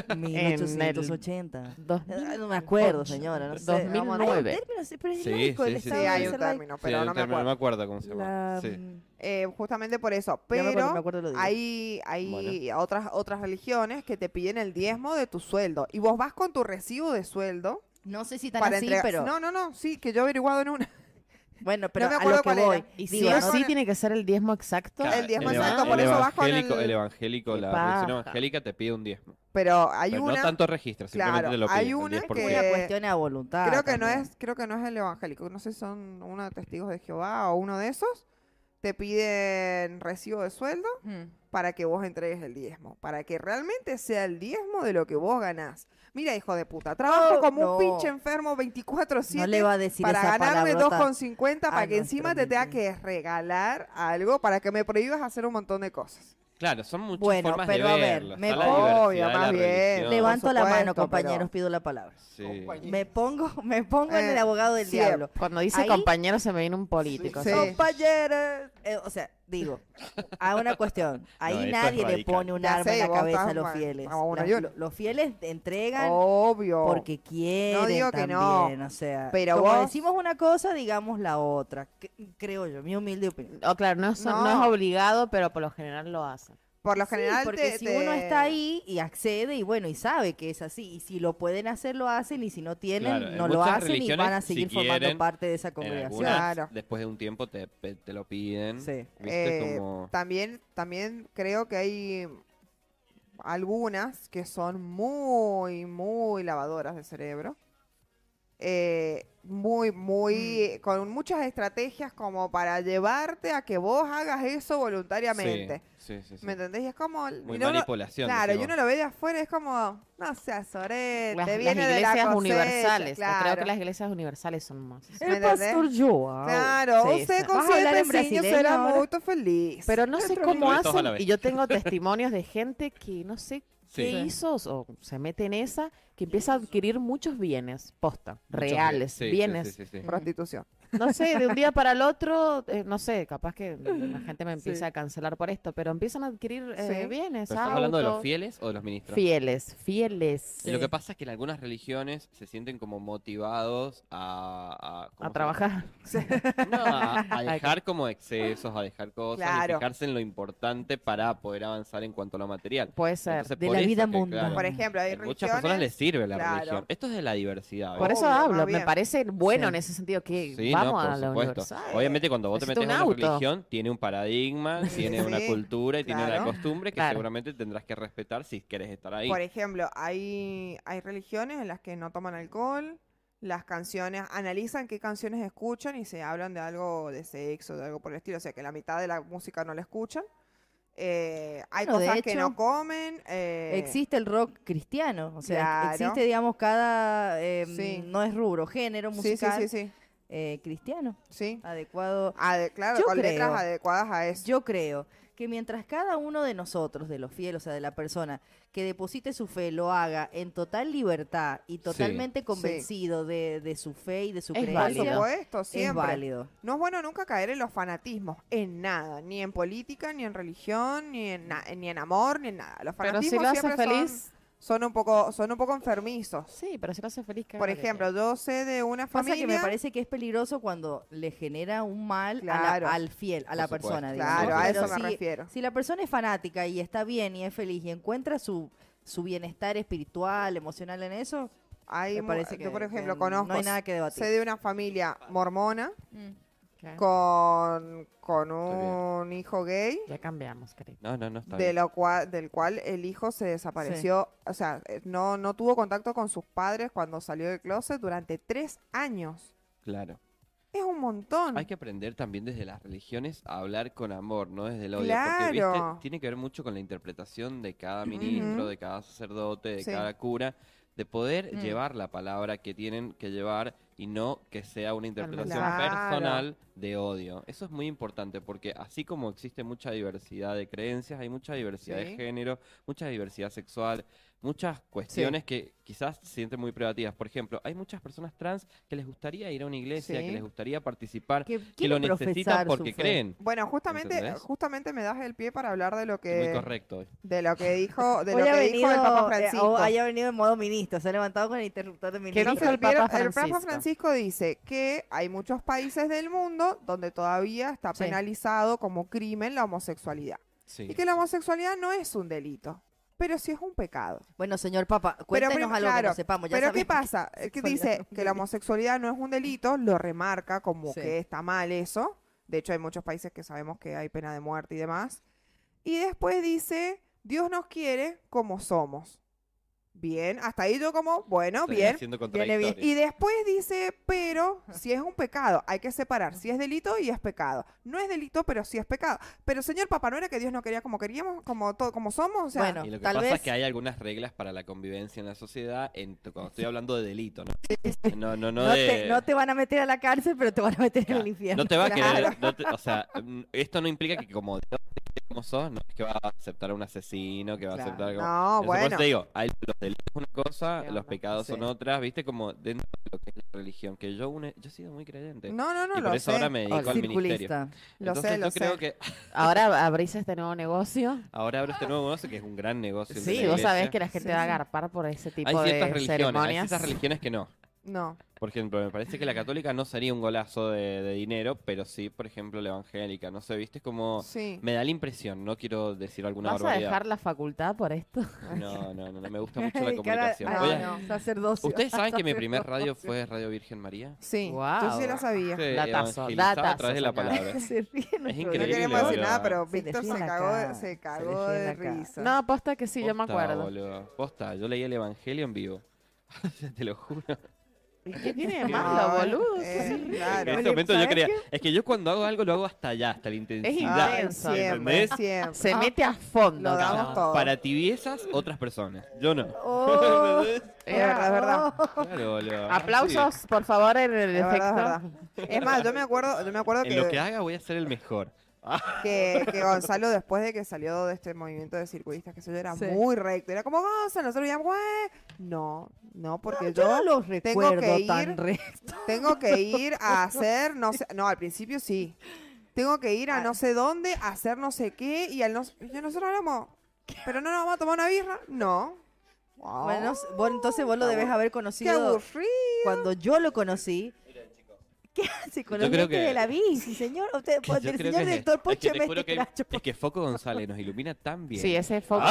1880.
Dos mil-
Ah, no me acuerdo, señora. No sé.
2009.
Hay un término, sí, pero es
Sí,
laico, el
sí, sí,
Sí,
Estado
hay
debe
un
ser laico.
término,
Sí,
pero
hay
no
un
me
término, no
acuerdo.
me acuerdo cómo se llama.
La,
Sí.
mm,
Eh, justamente por eso.
ya me acuerdo, me
Pero
acuerdo, lo digo.
hay, hay otras, otras religiones que te piden el diezmo de tu sueldo. Y vos vas con tu recibo de sueldo
No sé si tan
para
así,
entregar.
pero...
No, no, no, sí, que yo he averiguado en una.
Bueno, pero
me
a
acuerdo
lo que
cuál era.
voy.
Y sí
digo,
si
o
no-
sí
Con-
tiene que ser el diezmo exacto.
Claro,
El diezmo
eva-
exacto, por eso vas con
evangélico-
el-
el evangélico,
Qué
la
paja.
religión evangélica te pide un diezmo.
Pero hay
Pero
una.
no tanto registro, simplemente
claro,
te lo piden.
hay
el
una
10%.
Es
que-
una cuestión a voluntad.
eh, creo que no
también.
es, creo que no es el evangélico. No sé si son uno de testigos de Jehová o uno de esos. Te piden recibo de sueldo
Mm.
para que vos entregues el diezmo. Para que realmente sea el diezmo de lo que vos ganás. Mira, hijo de puta, trabajo
Oh,
como
no.
un pinche enfermo 24-7
No le va a decir
para
esa
ganarme
palabrota.
2,50 para
a
que encima
nuestro
te tenga
Miguel.
que regalar algo para que me prohíbas hacer un montón de cosas.
Claro, son muchas
Bueno,
formas
pero
de
a ver,
verlo.
me-
está la diversidad
Obvio,
de
más
la
bien.
religión.
Le va-
Levanto
por
la mano,
supuesto,
compañeros,
pero-
pido la palabra.
Sí.
Me pongo, me pongo en el
Eh,
abogado del
siempre.
diablo.
Cuando dice
Ahí-
compañero se me viene un político.
Sí.
así.
Compañeros. eh, o sea, digo, a Ah, una cuestión.
No,
Ahí
eso
nadie
es
le
radical.
pone un
Ya
arma
sé,
en la
vos
cabeza a
estás
los
mal.
fieles.
Ah, bueno,
Las-
yo-
lo- los fieles entregan
Obvio.
porque quieren
digo que no,
también, o sea,
pero
como
vos-
decimos una cosa, digamos la otra, que- creo yo, mi humilde opinión.
O claro, no, son- no
No.
es obligado, pero por lo general lo hacen.
Por lo
Sí,
general
porque
te-
si
te-
uno está ahí y accede y bueno, y sabe que es así, y si lo pueden hacer, lo hacen, y si no tienen,
Claro, en
no lo
muchas
hacen y
religiones,
van a
si
seguir formando
quieren,
parte de esa
En
congregación.
algunas,
Claro.
Después de un tiempo te, pe- te lo piden.
Sí.
¿Viste?
Eh,
Como...
También, también creo que hay algunas que son muy, muy lavadoras de cerebro. Eh, muy, muy,
Mm.
con muchas estrategias como para llevarte a que vos hagas eso voluntariamente.
Sí, sí, sí, sí.
¿Me entendés? Y es como...
Muy
y uno-
manipulación.
claro,
decís
y uno
vos.
lo ve de afuera y es como, no seas orete,
Las, las
viene de la
iglesias
cosecha,
universales. yo Creo
claro.
que las iglesias universales son más.
¿Me entendés?
Joao.
Claro,
Sí,
usted
sí.
con
¿Vas a hablar
siete
en
niños
brasileño
será
ahora?
muy feliz.
Pero no sé
mismo.
cómo
Todos a la
hacen,
vez.
y yo tengo testimonios de gente que no sé
Sí.
qué hizo o se mete en esa, que empieza a adquirir muchos bienes, posta,
Muchos bien-
reales,
sí, sí,
bienes.
sí, sí, sí.
Prostitución.
No sé, de un día para el otro, eh, no sé, capaz que la gente me empieza a cancelar por esto, pero empiezan a adquirir eh,
Sí.
bienes,
¿Pero ¿Estamos hablando de los
autos.
fieles o de los ministros?
fieles, fieles.
Y Lo que pasa es que en algunas religiones se sienten como motivados a... ¿cómo
A
se
trabajar.
llama? No, a, a dejar como excesos, a dejar cosas
Claro.
y fijarse en lo importante para poder avanzar en cuanto a lo material.
Puede ser.
Entonces,
de
por
la
eso
vida
que, claro,
mundana.
Por ejemplo, hay
a muchas personas les
religiones-
sirve la
claro.
religión. Esto es de la diversidad.
Por
¿ves?
eso
Obvio, más
hablo, me
bien.
parece bueno
Sí.
en ese sentido que
Sí, no,
vamos
por
a la
supuesto.
universal.
Obviamente cuando vos te
Necesito
metes
un
en una
auto.
religión, tiene un paradigma, tiene una
sí,
cultura y tiene una
claro.
costumbre que
Claro.
seguramente tendrás que respetar si querés estar ahí.
Por ejemplo, hay, hay religiones en las que no toman alcohol, las canciones, analizan qué canciones escuchan y se hablan de algo de sexo, de algo por el estilo, o sea que la mitad de la música no la escuchan. Eh, hay
Bueno, de
cosas que
hecho,
no comen. eh,
Existe el rock cristiano, o sea,
Claro.
existe, digamos, cada, eh,
Sí.
no es rubro, género
Sí, sí,
musical
sí, sí.
eh, cristiano,
sí.
adecuado.
Ade- claro,
Yo
con
creo-
letras adecuadas a eso.
Yo creo que mientras cada uno de nosotros, de los fieles, o sea, de la persona que deposite su fe, lo haga en total libertad y totalmente convencido de, de su fe y de su
Es
creencia,
Por
válido.
supuesto,
es
siempre.
válido.
No es bueno nunca caer en los fanatismos, en nada, ni en política, ni en religión, ni en, na- ni en amor, ni en nada. Los
Pero
fanatismos
si lo hace
siempre son-
feliz,
Son, un poco, son un poco enfermizos.
sí, pero si lo hace feliz, que
Por
haga lo que
ejemplo, yo sé de una
Pasa
familia.
que me parece que es peligroso cuando le genera un mal a la-
Claro.
al fiel, a la
supuesto.
persona. digamos.
Claro, a
Pero
eso me
si-
refiero.
Si la persona es fanática y está bien y es feliz y encuentra su, su bienestar espiritual, emocional en eso,
Hay
me
mu-
parece que,
yo, por
que
ejemplo,
no hay
conozco,
nada que debatir.
sé de una familia mormona
quiera. Ok,
con, con
bien.
un hijo gay.
Ya cambiamos, querido.
No, no, no, está
de
bien.
lo cual, del cual el hijo se desapareció, o sea, eh, no, no tuvo contacto con sus padres cuando salió del closet durante tres años.
Claro.
Es un montón.
Hay que aprender también desde las religiones a hablar con amor, no desde el odio. Porque,
Claro.
viste, tiene que ver mucho con la interpretación de cada ministro,
Ujú.
de cada sacerdote, de
Sí.
cada cura, de poder
Mm.
llevar la palabra que tienen que llevar y no que sea una interpretación
Claro.
personal de odio. Eso es muy importante porque así como existe mucha diversidad de creencias, hay mucha diversidad
Sí.
de género, mucha diversidad sexual, muchas cuestiones que quizás se sienten muy privativas. Por ejemplo, hay muchas personas trans que les gustaría ir a una iglesia,
Sí.
que les gustaría participar,
que,
que
quiere
lo necesitan
profesar su
porque
fe.
creen.
Bueno, justamente, eh,
¿Entendés?
justamente me das el pie para hablar de lo
Muy
que
correcto. hoy.
de lo que dijo, de
Hoy
lo
ha
que
venido,
dijo el Papa
eh,
Francisco.
o haya venido en modo ministro, se ha levantado con el interruptor
¿Qué
de
No
ministro.
dijo
sé,
el Papa
vieron, el Papa
Francisco?
Francisco dice que hay muchos países del mundo donde todavía está
Sí.
penalizado como crimen la homosexualidad. Y que la homosexualidad no es un delito, pero sí es un pecado.
Bueno, señor Papa, cuéntenos
prim-
algo que
claro,
no sepamos. Ya
Pero ¿qué
sabemos
pasa? Eh, Que
sexualidad
dice
no es un
que la
delito.
homosexualidad no es un delito, lo remarca como
Sí.
que está mal eso. De hecho, hay muchos países que sabemos que hay pena de muerte y demás. Y después dice, Dios nos quiere como somos. Bien, hasta ahí yo como, bueno,
Estoy
bien.
siendo
Viene bien.
contradictorio.
Y después dice, pero si es un pecado, hay que separar, si es delito y es pecado. No es delito, pero sí es pecado. Pero señor Papá, ¿no era que Dios no quería como queríamos, como todo, como somos? O sea,
Bueno.
Y lo que
Tal
pasa
vez-
es que hay algunas reglas para la convivencia en la sociedad, en, cuando estoy hablando de delito, ¿no? No, no, no,
No,
de-
te, no te van a meter a la cárcel, pero te van a meter en
Claro.
el infierno.
No te va a
Claro.
querer, no te- o sea, mm, esto no implica que como Dios te quiere como sos, no es que va a aceptar a un asesino, que va
Claro.
a aceptar como...
no,
Entonces, por eso
bueno.
te digo, hay los delitos es una cosa,
Qué
los
onda.
pecados
Sí.
son otras, viste como dentro de lo que es la religión, que yo une, yo he sido muy creyente.
No, no, no,
y por
lo
eso
sé.
ahora me dedico al ministerio.
Circulista.
Lo sé,
Entonces
lo
yo creo
sé.
que
Ahora abrís este nuevo negocio.
ahora abro este nuevo negocio que es un gran negocio. el de
Sí,
la
vos sabés
iglesia.
que la gente
Sí,
va a
sí.
agarpar por ese tipo
hay ciertas
de
religiones, hay
ceremonias.
ciertas religiones que no.
No.
Por ejemplo, me parece que la católica no sería un golazo de, de dinero, pero sí, por ejemplo, la evangélica. No sé, viste como.
Sí.
Me da la impresión, no quiero decir alguna
¿Vas a
barbaridad.
dejar la facultad por esto?
No, no, no, no, me gusta mucho la
Mi cara-
comunicación.
ah,
Voy a-
Oye,
no, sacerdocio.
¿Ustedes saben que mi primer
Sacerdocio.
radio fue Radio Virgen María?
Sí, yo
Guau.
sí la sabía.
Se
Datazo,
evangelizaba a
datazo,
través de la
señor.
palabra.
Se ríe nuestro
No
Increíble,
queremos decir
boludo.
nada, pero
Se le
Víctor se
llena
cagó,
acá, se
se
le
cagó de
llena acá.
risa.
No, aposta que sí, yo me
Posta,
acuerdo.
boludo, Posta, yo leí el Evangelio en vivo. Te lo juro.
¿Y qué tiene de
No,
malo, boludo?
eh,
Sí.
en
claro.
ese momento yo
¿sabes
quería. Es que yo cuando hago algo lo hago hasta allá, hasta la intensidad.
Ay,
Intenso,
siempre,
¿entendés?
siempre. Ah,
Se mete a fondo.
Lo
cabrón.
damos todo.
Para tibiezas, otras personas. Yo no.
Oh,
Es verdad, es verdad.
Claro, boludo. Ah,
Aplausos, por favor, en el
Es verdad, es
efecto.
verdad. Es más, yo me acuerdo, yo me acuerdo
Así, En lo que
que,
haga voy a ser el mejor.
que, que Gonzalo, después de que salió de este movimiento de circuitas, que yo era
Sí.
muy recto. Era como Gonzalo, nosotros veíamos, "Güey". No, no, porque
yo no
yo
los
tengo
recuerdo
que ir-
tan re...
tengo que ir a hacer, no sé, no, al principio sí. Tengo que ir a no sé dónde, a hacer no sé qué, y al no sé, y nosotros hablamos, pero no nos vamos a tomar una birra, no. Wow.
Bueno, no sé, vos- entonces vos lo
Qué
debes
aburrido.
haber
qué
conocido
aburrido.
cuando yo lo conocí. ¿Qué hace con
Yo
los
creo
lentes
que-
de la bici, señor? Usted,
Yo creo
el señor
que-
director,
es que te
poncheme
juro
este
que-
cracho.
Es que Foco González nos ilumina tan bien. Ah.
Sí, ese foco.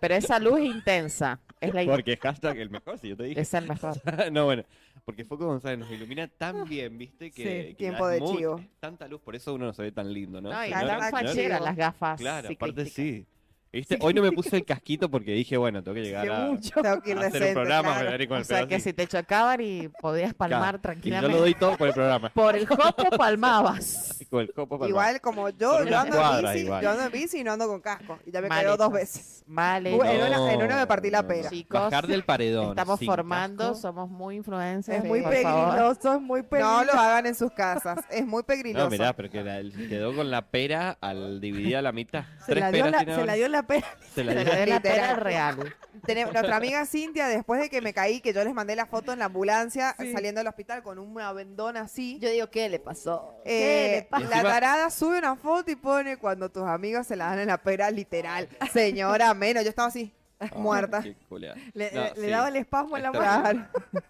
Pero esa luz es intensa. Es, la...
Porque hashtag el mejor, si yo te dije. Ah,
es el mejor.
no, bueno. Porque Foco González nos ilumina tan bien, viste, que.
Sí,
que
tiempo
da
de
mu-
chivo.
Tanta luz, por eso uno no se ve tan lindo, ¿no?
No, y
Si no-
claro,
tan
no-
claro.
facheras las gafas.
Claro, aparte
ciclísticas.
sí. ¿Viste? Hoy no me puse el casquito porque dije, bueno, tengo que llegar a...
Tengo que
hacer
ir
un
decente,
programa,
claro.
me venir con el
O sea, que
pedacito.
si te chocaban y podías palmar
Y yo
tranquilamente.
lo doy todo por el programa.
Por el copo palmabas.
Con el copo para
Igual como yo,
Son
yo
unas
ando,
cuadras
en bici,
igual.
yo ando en bici y no ando con casco. Y ya me
Mal
cayó dos
hecho.
veces.
Mal
Uh, en
hecho.
una- en una me partí la
pera.
pera.
Chicos,
Bajar del paredón.
Estamos
sin
formando,
casco.
somos muy influencers.
Es muy
por favor.
peligroso, es muy peligroso.
No lo hagan en sus casas. Es muy peligroso.
No, mirá, pero que la- quedó con la pera al dividir a la mitad.
se,
Tres
la dio
peras
la,
tiene
se la
ahora.
dio la pena.
Se la
Pero
dio.
de la
Literal.
pera real.
Tene- nuestra amiga Cintia, después de que me caí, que yo les mandé la foto en la ambulancia saliendo del hospital con una vendona así.
Yo digo, ¿qué le pasó?
eh,
¿Qué le pasó?
Y
la
encima-
tarada sube una foto y pone cuando tus amigas se la dan en la pera literal. Señora, menos. Yo estaba así,
Ah,
muerta.
qué culeada.
Le,
No,
le- le
sí,
daba el espasmo en la
Está
mano.
Claro.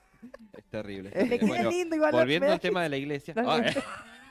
Es terrible. Eh,
Le queda
Bueno,
lindo igual.
Volviendo
me da-
al tema de la iglesia.
No,
Ah,
no.
eh.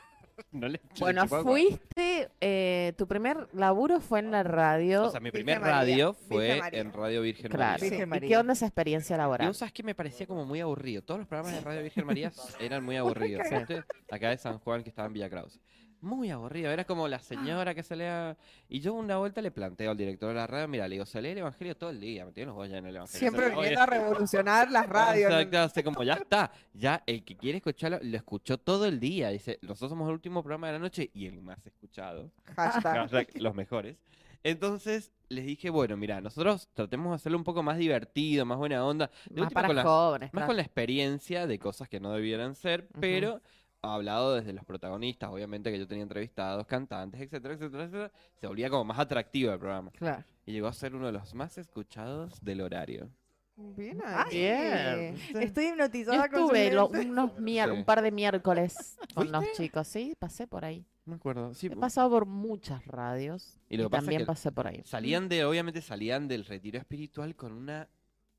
No le- yo le
Bueno,
chupaba-
fuiste, eh, tu primer laburo fue en la radio.
O sea, mi primer
Virgen María,
radio
Virgen
fue
María.
en Radio Virgen
claro.
María.
Virgen
¿Y qué
María.
onda esa experiencia
Y
laboral?
vos sabés que me parecía como muy aburrido. Todos los programas de Radio Virgen María eran muy aburridos.
Sí.
¿viste? Acá de San Juan, que estaba en Villa Krause. Muy aburrido. Era como la señora que se lea. Y yo una vuelta le planteo al director de la radio: Mira, le digo, se lee el evangelio todo el día. Me tienen los bollos en el evangelio.
Siempre
Se lee-
viniendo a revolucionar las radios. ¿no?
Exacto, así como ya está. Ya el que quiere escucharlo lo escuchó todo el día. Dice, nosotros somos el último programa de la noche y el más escuchado.
Hashtag.
Hashtag los mejores. Entonces les dije, bueno, mira, nosotros tratemos de hacerlo un poco más divertido, más buena onda. De
Más
última
para
con las-
jóvenes.
más
claro.
con la experiencia de cosas que no debieran ser, pero hablado desde los protagonistas, obviamente que yo tenía entrevistados, cantantes, etcétera, etcétera, etcétera, se volvía como más atractivo el programa.
Claro.
Y llegó a ser uno de los más escuchados del horario.
Bien
Ah,
ahí.
bien.
Estoy
Yo
hipnotizada con su
estuve lo-
nivel de-
unos mier-
Sí.
un par de miércoles con los chicos, sí, pasé por ahí.
No me acuerdo. Sí,
He pasado por muchas radios
Y
y,
lo que pasa es
también
que
pasé por ahí.
salían de, obviamente salían del retiro espiritual con una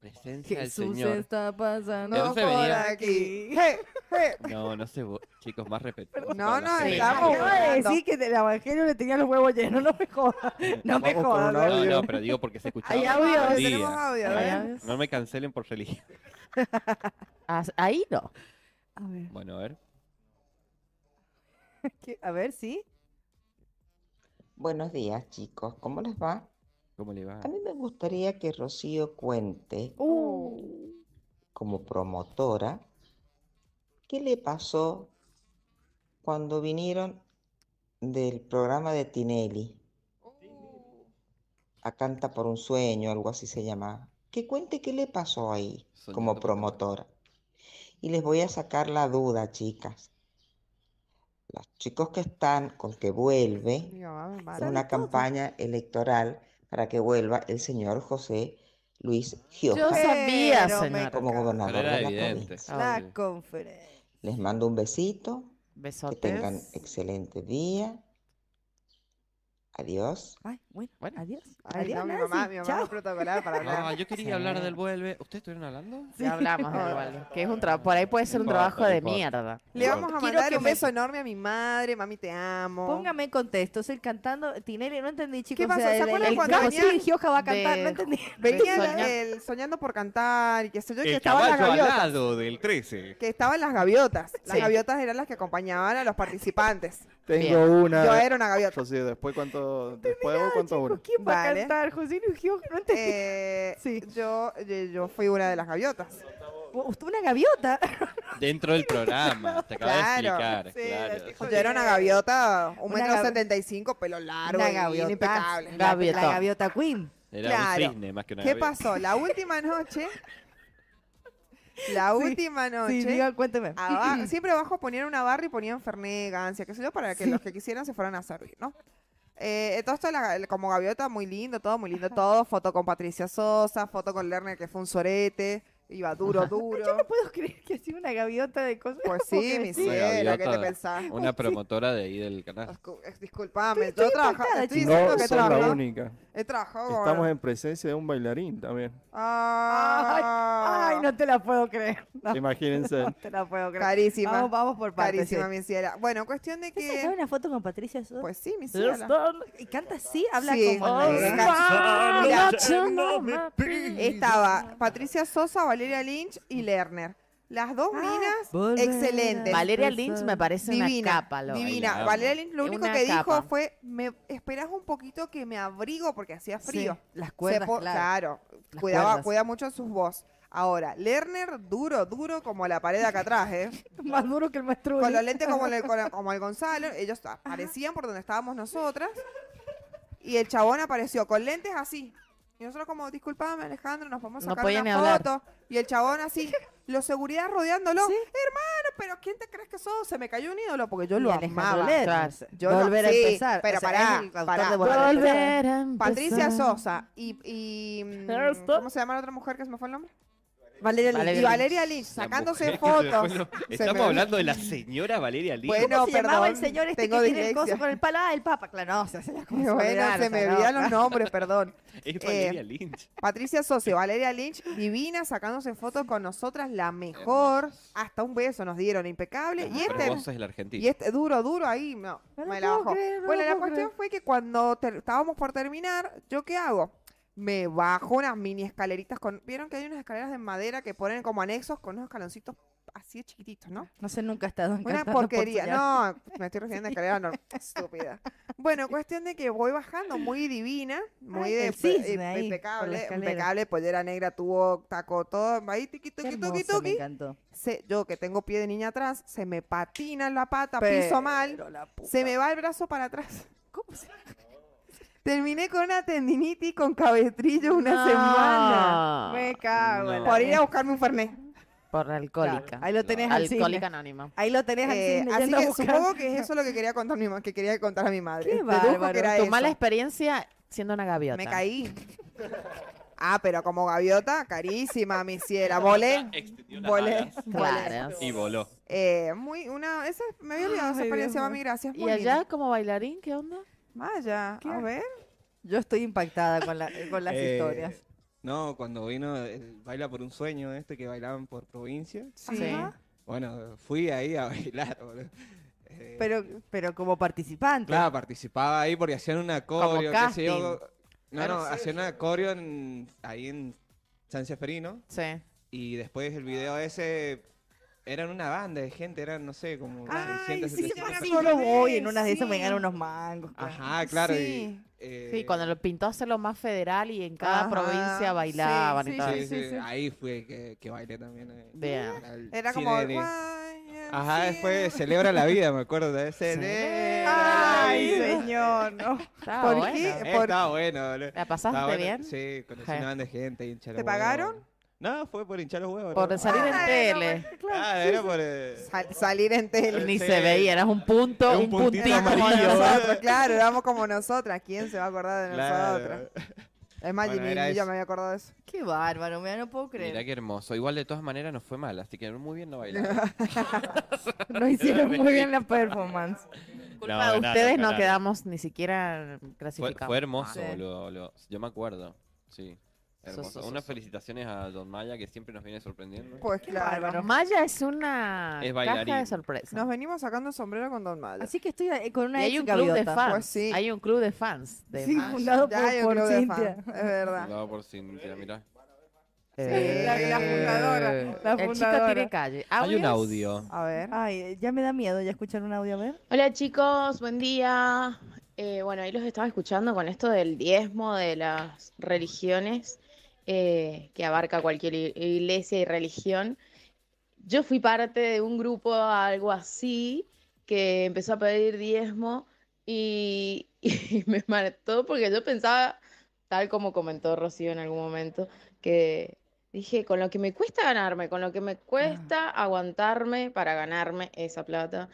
presencia del
Jesús
Señor.
está pasando
Entonces
por
venía-
aquí.
Je, je.
No, no sé, vos, chicos, más respeto.
No, no,
Acabo
estamos-
de decir que el evangelio le tenía los huevos llenos, no me jodas.
Ah,
eh,
No me
Vamos con
jodas.
un
¿no?
No, no, pero digo porque se escuchaba.
Hay
todo
audio,
el
tenemos ¿eh?
día.
audio, a
ver.
No me cancelen por religión.
Ah,
As- Ahí no.
A ver,
Bueno, a ver.
¿qué? a ver, sí.
Buenos días, chicos. ¿Cómo les va?
¿Cómo le va?
A mí me gustaría que Rocío cuente,
Uh,
como promotora, qué le pasó cuando vinieron del programa de Tinelli.
Uh.
A Canta por un sueño, algo así se llamaba. Que cuente qué le pasó ahí, como
Soñando por cantar.
promotora. Y les voy a sacar la duda, chicas. Los chicos que están con que vuelve
Mi mamá me mata.
en una campaña electoral para que vuelva el señor José Luis
Yo
Gioja
sabía,
Pero me
señor.
como
Pero
gobernador
Pero
de
era
la
evidente.
provincia.
Ah,
la conferencia.
Les mando un besito, que tengan
Besotes.
excelente día. Adiós.
Ay, bueno,
Bueno.
adiós.
Ay,
adiós,
no, mi
Nancy.
mamá, Ah, mi mamá
Chao.
es protocolar para
Ah,
hablar.
yo quería
Sí.
hablar del vuelve. ¿Ustedes estuvieron hablando?
Ya hablamos del Waldo, Que es un trabajo. Por ahí puede ser un
importa,
trabajo
no
de
importa.
mierda.
Le vamos a
Quiero
mandar
que
un
me-
beso enorme a mi madre, mami, te amo.
Póngame en contexto, es el cantando Tinelli, no entendí, chicos.
pasó?
o sea,
¿Se
el-
acuerdan
el-
cuando
como
venían
sí, Gioja va a cantar,
de-
no entendí.
Venía
Soñar.
el, el soñando por cantar y que sé yo, que
El
estaban las
caballo al
gaviotas.
lado del 13.
Que estaban las gaviotas. Las
Sí.
gaviotas eran las que acompañaban a los participantes.
Tengo una.
Yo era una gaviota.
Rocío, después cuánto. Después vos, cuánto uno.
¿Quién va a
Vale.
cantar? José Luis Gioja, no entendí.
Eh,
Sí.
yo, yo, yo fui una de las gaviotas.
¿Usted una gaviota?
Dentro del programa. Te acabo de
Claro.
explicar.
Sí,
claro.
Yo era una gaviota, un
Una
metro
gavi-
setenta y cinco, pelo largo,
una
divina,
gaviota.
impecable.
La,
Gaviota.
la gaviota Queen.
Era
Claro.
un cisne más que una
¿Qué
gaviota.
pasó? La última noche. La
Sí,
última noche.
Sí, diga, cuénteme.
aba- siempre abajo ponían una barra y ponían Ferné, Gancia, qué sé yo, para que los que quisieran se fueran a servir, ¿no? Eh, todo esto de la- el- como gaviota, muy lindo, todo muy lindo, todo. Foto con Patricia Sosa, foto con Lerner, que fue un sorete, iba duro, duro.
No puedo creer que ha sido una gaviota de cosas.
Pues
como
sí,
que
mi
sí.
cielo, ¿qué te
gaviota.
pensás?
Una promotora de ahí del canal.
Oscu- eh, Disculpame,
Estoy-
yo
estoy
trabajo,
impactada,
estoy
chicos.
diciendo
No
que he
son la
trabajado,
única.
he trabajado con-
Estamos en presencia de un bailarín también.
Ah,
Ay, no te la puedo creer. No
Imagínense.
te la puedo creer.
Carísima,
Vamos, vamos por partes.
carísima,
sí.
mi ciela. Bueno, cuestión de
¿Te has sacado
que,
una foto con Patricia Sosa?
pues sí, mi
Just
ciela.
don't- Y canta así, habla
Sí.
como la
Oh,
de-
my
Mira,
Estaba Patricia Sosa, Valeria Lynch y Lerner. Las
Ah.
dos minas,
Volver
excelentes.
a
Valeria Lynch me
empezar.
parece
divina,
una capa, loco.
divina.
Ay, la
Valeria
amo.
Lynch lo
Es
único
una
que
capa.
dijo fue, me esperas un poquito que me abrigo porque hacía
Sí,
frío.
Las
Se
cuerdas,
po-
claro. Las
cuidaba,
cuerdas.
cuida mucho sus voz. Ahora, Lerner, duro, duro como la pared de acá atrás, ¿eh?
Más duro que el maestro.
Con
Uli.
los lentes como el, con- como el Gonzalo, ellos aparecían por donde estábamos nosotras. Y el chabón apareció con lentes así. Y nosotros como, disculpame Alejandro, nos vamos a
No
sacar
podía ni
una
hablar.
foto. Y el chabón así, los seguridad rodeándolo.
Sí.
Hermano, pero ¿quién te crees que sos? Se me cayó un ídolo porque yo
Y
lo
Alejandro
amaba.
Lerner.
Claro.
Yo lo-
Volver a
sí,
empezar.
pero
O sea,
pará,
es el autor
pará.
de Volver a empezar.
Volver a empezar.
Patricia Sosa y, y, mm,
Esto.
¿cómo se llama la otra mujer que se me fue el nombre?
Valeria Lynch.
Valeria
y Valeria Lynch
La
sacándose
mujer que se
fotos.
fue, no.
Se
Estamos
me-
hablando de la señora Valeria Lynch.
Bueno,
¿Cómo se llamaba el
perdón,
señor este
tengo
que tiene el
dislexia.
coso con el palo? Ah, el papa, claro. No, o sea, se la cosa
Bueno,
olvidar,
se
o sea,
me
no.
olvidan los nombres, perdón.
es Valeria Lynch.
Patricia Socio, Valeria Lynch, divina, sacándose fotos con nosotras, la mejor. Hasta un beso nos dieron, impecable. Y
Pero
este,
vos sos el argentino.
y este duro, duro ahí, no,
No lo
me la
puedo
bajó.
creer, no
bueno,
lo
la
puedo
cuestión
creer.
fue que cuando ter- estábamos por terminar, ¿yo qué hago? Me bajo unas mini escaleritas con... ¿Vieron que hay unas escaleras de madera que ponen como anexos con unos escaloncitos así de chiquititos, no?
No sé, nunca he estado en
Una porquería. no, me estoy refiriendo a escalera normal. Estúpida. Bueno, cuestión de que voy bajando muy divina, muy
Ay,
de,
el cisne
eh,
ahí, por la
impecable,
escalera.
impecable, pollera negra, tuvo taco, todo, ahí tiqui, tuqui, tuqui,
Me
tuqui.
encantó.
Se- yo que tengo pie de niña atrás, se me patina en la pata, piso mal,
Pero la puta.
se me va el brazo para atrás.
¿Cómo se-
Terminé con una tendinitis con cabestrillo una semana.
Me cago en la
Por ir a
leche.
buscarme un fernet.
Por alcohólica.
Ahí lo tenés al cisne.
Alcohólica anónima.
Ahí lo tenés al
Eh,
cisne
así
yendo a
que
buscar.
supongo que es eso lo que quería contar mi ma- que quería contar a mi madre.
Qué
Dedujo
bárbaro.
que era
Tu
eso.
mala experiencia siendo una gaviota.
Me caí. Ah, pero como gaviota, carísima, mi ciela. Volé.
Extendió las
Volé.
alas
volé.
Claro.
Y voló.
Eh, muy, una, esa, me había olvidado esa
Ay,
experiencia,
Dios
mami, gracias.
¿Y
muy
allá
linda.
como bailarín? ¿Qué onda?
Vaya,
¿Qué?
a ver.
Yo estoy impactada con, la, con las
Eh,
historias.
No, cuando vino el Baila por un sueño este que bailaban por provincia.
Sí.
Ajá.
Bueno, fui ahí a bailar, boludo. Eh,
Pero, pero como participante.
Claro, participaba ahí porque hacían una coreo, qué sé yo.
casting.
No, no, hacían una coreo en- ahí en San Seferino.
Sí.
Y después el video ese, eran una banda de gente, eran, no sé, como
Ay,
600,
sí,
700
ya me
personas.
Solo voy, en
Sí.
una de esas me ganan unos mangos. claro.
Ajá, claro.
Sí.
Y, eh,
Sí, cuando lo pintó hacerlo más federal y en cada
Ajá,
provincia
sí,
bailaban y
sí,
todo.
sí,
sí, sí,
sí,
sí.
Ahí fue que, que bailé también. eh,
Bien.
al
Era
cine
como.
de-
"Guay,
Ajá,
el
después
cielo".
celebra la vida, me acuerdo de ese.
Sí. Eh.
Ay,
Ay,
señor, no.
Estaba
¿Por
bueno.
qué?
Eh,
por-
Estaba bueno, boludo.
¿La pasaste
Estaba bueno,
bien?
Sí, conocí
Ja.
una banda de gente, hinchar los
¿Te
huevos.
pagaron?
No, fue por hinchar los huevos.
Por
¿no?
salir en
Ah,
tele.
Ah, era por. eh,
Sal- salir en tele.
Ni
sí.
se veía, eras un punto,
Era
un,
un puntito
puntito
Como
amarillo.
amarillo.
nosotros, claro, éramos como nosotras. ¿Quién se va a acordar de nosotras?
claro.
Es más,
Bueno,
ni-
era
ni yo
eso.
me había acordado de eso.
Qué bárbaro, mira, no puedo creer.
Mirá qué hermoso. Igual de todas maneras no fue mal, así que muy bien no bailaron.
No hicieron muy bien la performance.
Culpa de
no,
ustedes no
ganaron.
quedamos ni siquiera
Fue,
clasificados.
fue hermoso,
Ah. Sí.
boludo, boludo. Yo me acuerdo. Sí. Hermoso.
Sos- sos-
Unas felicitaciones a Don Maya que siempre nos viene sorprendiendo.
Pues claro.
bárbaro.
Maya es una
Es
caja de
bailarín.
sorpresa.
Nos venimos sacando el sombrero con Don Malo.
Así que estoy eh, con
Y
una
hay
ex
un club de
gaviota.
fans.
Pues sí.
Ah, Hay un club de fans. De
Sí,
Maya.
fundado
Ah, Ya
por,
hay un
por
club de fan,
Cintia.
Es verdad.
Dado por Cintia, mirá.
Eh.
la- la fundadora,
la
El chico
fundadora.
tiene calle.
Hay un
¿Audios?
audio.
A ver.
Ay, eh, ya me da miedo ya escuchar un audio, a ver.
Hola chicos, buen día. Eh, bueno, ahí los estaba escuchando con esto del diezmo de las religiones, eh, que abarca cualquier i- iglesia y religión. Yo fui parte de un grupo, algo así, que empezó a pedir diezmo y, y me mató porque yo pensaba, tal como comentó Rocío en algún momento, que dije, con lo que me cuesta ganarme, con lo que me cuesta aguantarme para ganarme esa plata.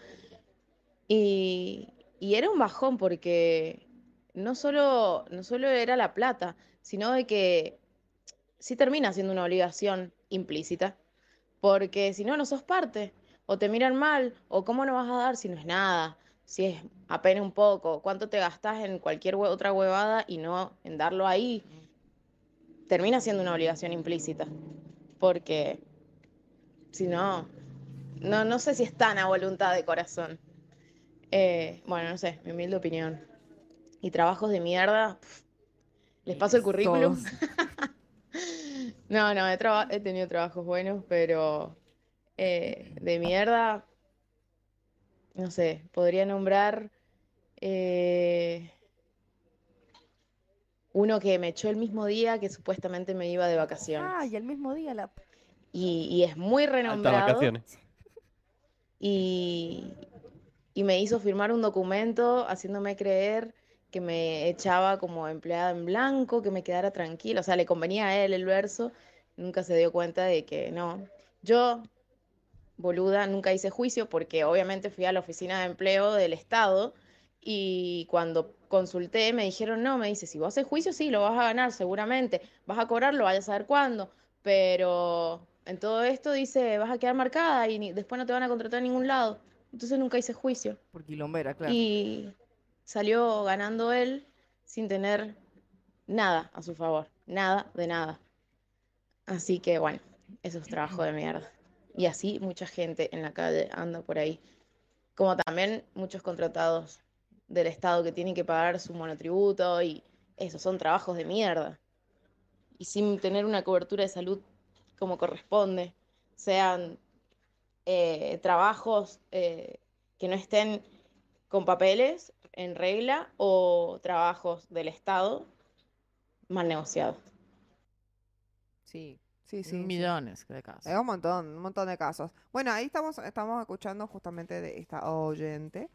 Y, y era un bajón porque no solo, no solo era la plata, sino de que sí termina siendo una obligación implícita, porque si no, no sos parte, o te miran mal, o cómo no vas a dar si no es nada, si es apenas un poco, cuánto te gastás en cualquier hue- otra huevada y no en darlo ahí, termina siendo una obligación implícita, porque si no, no, no sé si es tan a voluntad de corazón. Eh, bueno, no sé, mi humilde opinión. Y trabajos de mierda. pf, Les paso el currículum.
Todos.
No, no, he, traba- he tenido trabajos buenos, pero eh, de mierda, no sé, podría nombrar eh, uno que me echó el mismo día que supuestamente me iba de vacaciones.
Ah, y el mismo día la...
Y, y es muy
Altas
renombrado
vacaciones.
y, y me hizo firmar un documento haciéndome creer que me echaba como empleada en blanco, que me quedara tranquila. O sea, le convenía a él el verso. Nunca se dio cuenta de que no. Yo, boluda, nunca hice juicio porque obviamente fui a la oficina de empleo del Estado y cuando consulté me dijeron, no, me dice, si vos haces juicio, sí, lo vas a ganar seguramente. Vas a cobrarlo, vaya a saber cuándo. Pero en todo esto dice, vas a quedar marcada y ni- después no te van a contratar en ningún lado. Entonces nunca hice juicio.
Por quilombera, claro.
Y salió ganando él sin tener nada a su favor, nada de nada. Así que bueno, eso es trabajo de mierda. Y así mucha gente en la calle anda por ahí. Como también muchos contratados del Estado que tienen que pagar su monotributo y esos son trabajos de mierda. Y sin tener una cobertura de salud como corresponde, sean eh, trabajos eh, que no estén con papeles en regla o trabajos del Estado mal negociados.
Sí,
sí, sí.
Millones de casos.
Es un montón, un montón de casos. Bueno, ahí estamos, estamos escuchando justamente de esta oyente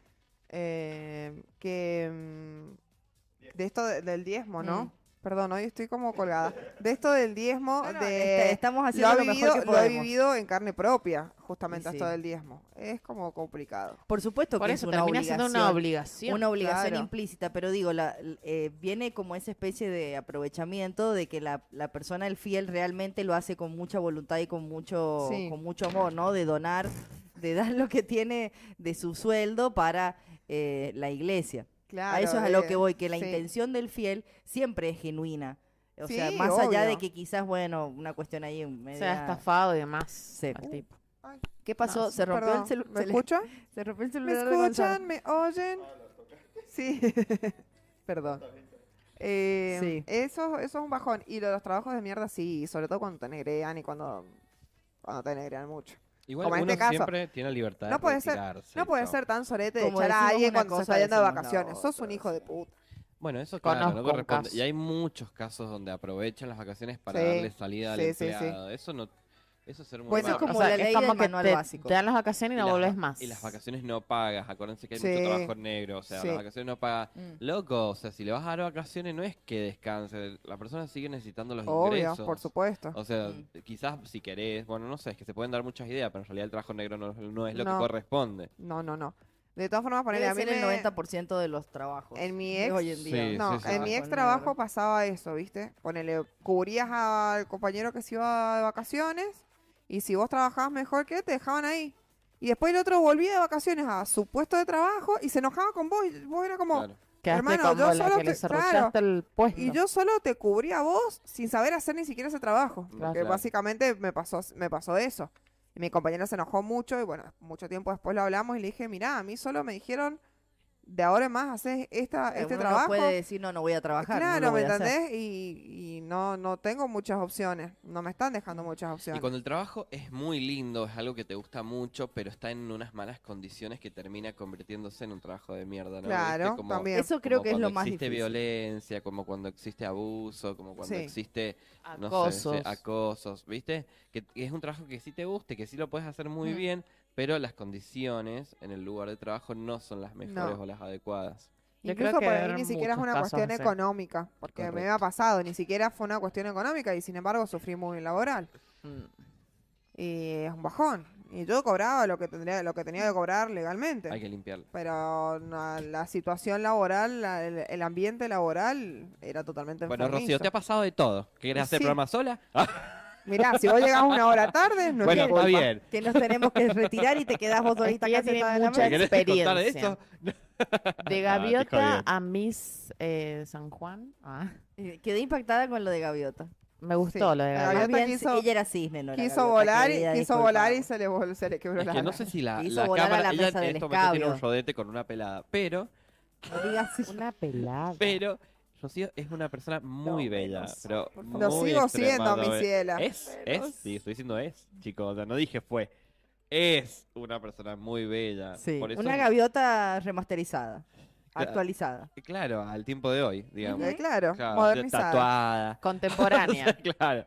eh, que mm, de esto de- del diezmo, ¿no?
Mm.
Perdón, hoy estoy como colgada. De esto del diezmo,
No, no,
de
este, estamos haciendo lo
he
mejor
Eh, vivido,
que
Lo he
podemos.
vivido en carne propia, justamente
Y
esto
sí.
del diezmo. Es como complicado.
Por supuesto
Por
que
eso
es una
termina
obligación.
siendo una obligación.
Una obligación
claro.
implícita, pero digo, la, l- eh, viene como esa especie de aprovechamiento de que la, la persona, el fiel, realmente lo hace con mucha voluntad y con mucho,
Sí.
con mucho amor, ¿no? De donar, de dar lo que tiene de su sueldo para eh, la iglesia.
Claro.
a eso es a lo que
de-
eh,
voy, que la
sí.
intención del fiel siempre es genuina. O sea,
Sí,
más allá de
obvio.
que quizás, bueno, una cuestión ahí media...
Se ha estafado y demás.
Sí.
al tipo.
Uh. ¿Qué pasó?
No,
se rompió
perdón,
el celular.
¿Me escuchan?
Se rompió el
¿Me
celular. de Gonzalo.
escuchan? ¿Me oyen? Sí. Perdón. Eh,
Sí.
eso, eso es un bajón. Y lo de los trabajos de mierda, sí. Sobre todo cuando te negrean y cuando, cuando te negrean mucho.
Igual
Como en
uno
este caso.
siempre tiene libertad
No
de
puede ser-
retirarse
No
y
puedes
todo.
ser tan sorete de
Como
echar a
decimos
alguien
una
cuando se
cosa,
está yendo de
decimos la
vacaciones. Sos un
otra,
hijo de puta.
Bueno, eso claro,
Conozco
no
un
corresponde.
caso.
Y hay muchos casos donde aprovechan las vacaciones para
Sí,
darle salida al
sí, sí, sí.
empleado. Eso no eso es ser muy
Bueno,
vago.
como la
es
ley
como
del
que
manual
te,
básico.
te dan las vacaciones y no
las
volvés
va-
más.
Y las vacaciones no pagas. Acuérdense que hay
Sí.
mucho trabajo en negro. O sea,
Sí.
las vacaciones no pagas.
Mm.
Loco, o sea, si le vas a dar vacaciones no es que descanse. La persona sigue necesitando los
Obvio,
ingresos.
por supuesto.
O sea,
Mm.
quizás si querés, bueno, no sé, es que se pueden dar muchas ideas, pero en realidad el trabajo negro no, no es lo
No.
que corresponde.
No, no, no. De todas formas, ponele
Debe
a mí
ser el
me-
90% de los trabajos.
En mi
de
ex-
hoy en día.
Sí,
No,
sí, sí.
en mi ex trabajo pasaba eso, ¿viste? Ponele, cubrías al compañero que se iba de vacaciones y si vos trabajabas mejor que él, te dejaban ahí. Y después el otro volvía de vacaciones a su puesto de trabajo y se enojaba con vos. Y vos era como,
Claro.
Quedaste
hermano,
como la
yo solo
que le
te-
cerruchaste
claro.
el puesto.
y yo solo te cubría a vos sin saber hacer ni siquiera ese trabajo.
No,
Porque
claro.
básicamente me pasó, me pasó eso. Y mi compañero se enojó mucho y bueno, mucho tiempo después lo hablamos y le dije, mirá, a mí solo me dijeron, de ahora en más haces esta,
Eh,
este
uno no
trabajo.
puede decir, no, no voy a trabajar. no
Claro,
lo
¿me
voy a hacer".
entendés? Y, y no, no tengo muchas opciones. No me están dejando
Mm.
muchas opciones.
Y cuando el trabajo es muy lindo, es algo que te gusta mucho, pero está en unas malas condiciones que termina convirtiéndose en un trabajo de mierda, ¿no?
claro,
¿Viste? Como-
también.
Eso creo
como
que es
cuando
lo más
existe
difícil.
violencia, como cuando existe abuso, como cuando
Sí.
existe no sé, sí,
Acosos.
acosos, ¿viste? Que que es un trabajo que sí te guste, que sí lo puedes hacer muy
Mm.
bien, pero las condiciones en el lugar de trabajo no son las mejores
No.
o las adecuadas.
Yo
Incluso
creo que
por ahí
habrán
ni siquiera es
muchos
una
casos
cuestión
así.
económica, porque me había pasado, ni siquiera fue una cuestión económica y sin embargo sufrí muy laboral.
Mm.
Y es un bajón. Y yo cobraba lo que tendría, lo que tenía que cobrar legalmente.
Hay que limpiarlo.
Pero na- la situación laboral, la- el, el ambiente laboral era totalmente
Bueno, Rocío,
enfermizo.
te ha pasado de todo. ¿Querés hacer
Sí.
programa sola?
Mirá, si vos llegás una hora tarde, no
bueno,
es mi
está
culpa.
bien.
Que nos tenemos que retirar y te quedás vos solita
que ella
casi
tiene
toda la
mucha
noche.
¿Me querés contar de
experiencia.
esto?
De
Ah, te
Gaviota
jodieron.
a Miss eh, San Juan. Ah,
Eh, Quedé impactada con lo de Gaviota.
Me gustó lo de
La
Gaviota.
Más
Gaviota
bien,
quiso-
ella era cisne, no era
Quiso
gaviota,
volar, y,
querida,
quiso
disculpa.
volar y se le, vol- se le quebró
Es
la
que no
ala.
sé si la,
Hizo
la
volar a
cámara,
la
ella
mesa
en
del
este momento tiene un
escabio.
rodete con una pelada, pero,
No digas eso.
Una pelada.
pero, Rocío es una persona muy
No,
bella,
menos,
pero
por favor.
Lo
muy
sigo siendo, mi
extremadamente-
ciela.
Es, es, sí, estoy diciendo es, chicos, o sea, no dije fue. es una persona muy bella.
Sí,
Por eso,
una gaviota remasterizada,
Claro.
actualizada.
Eh, Claro, al tiempo de hoy, digamos.
Eh, claro,
Claro, ya
modernizada.
tatuada.
Contemporánea.
claro.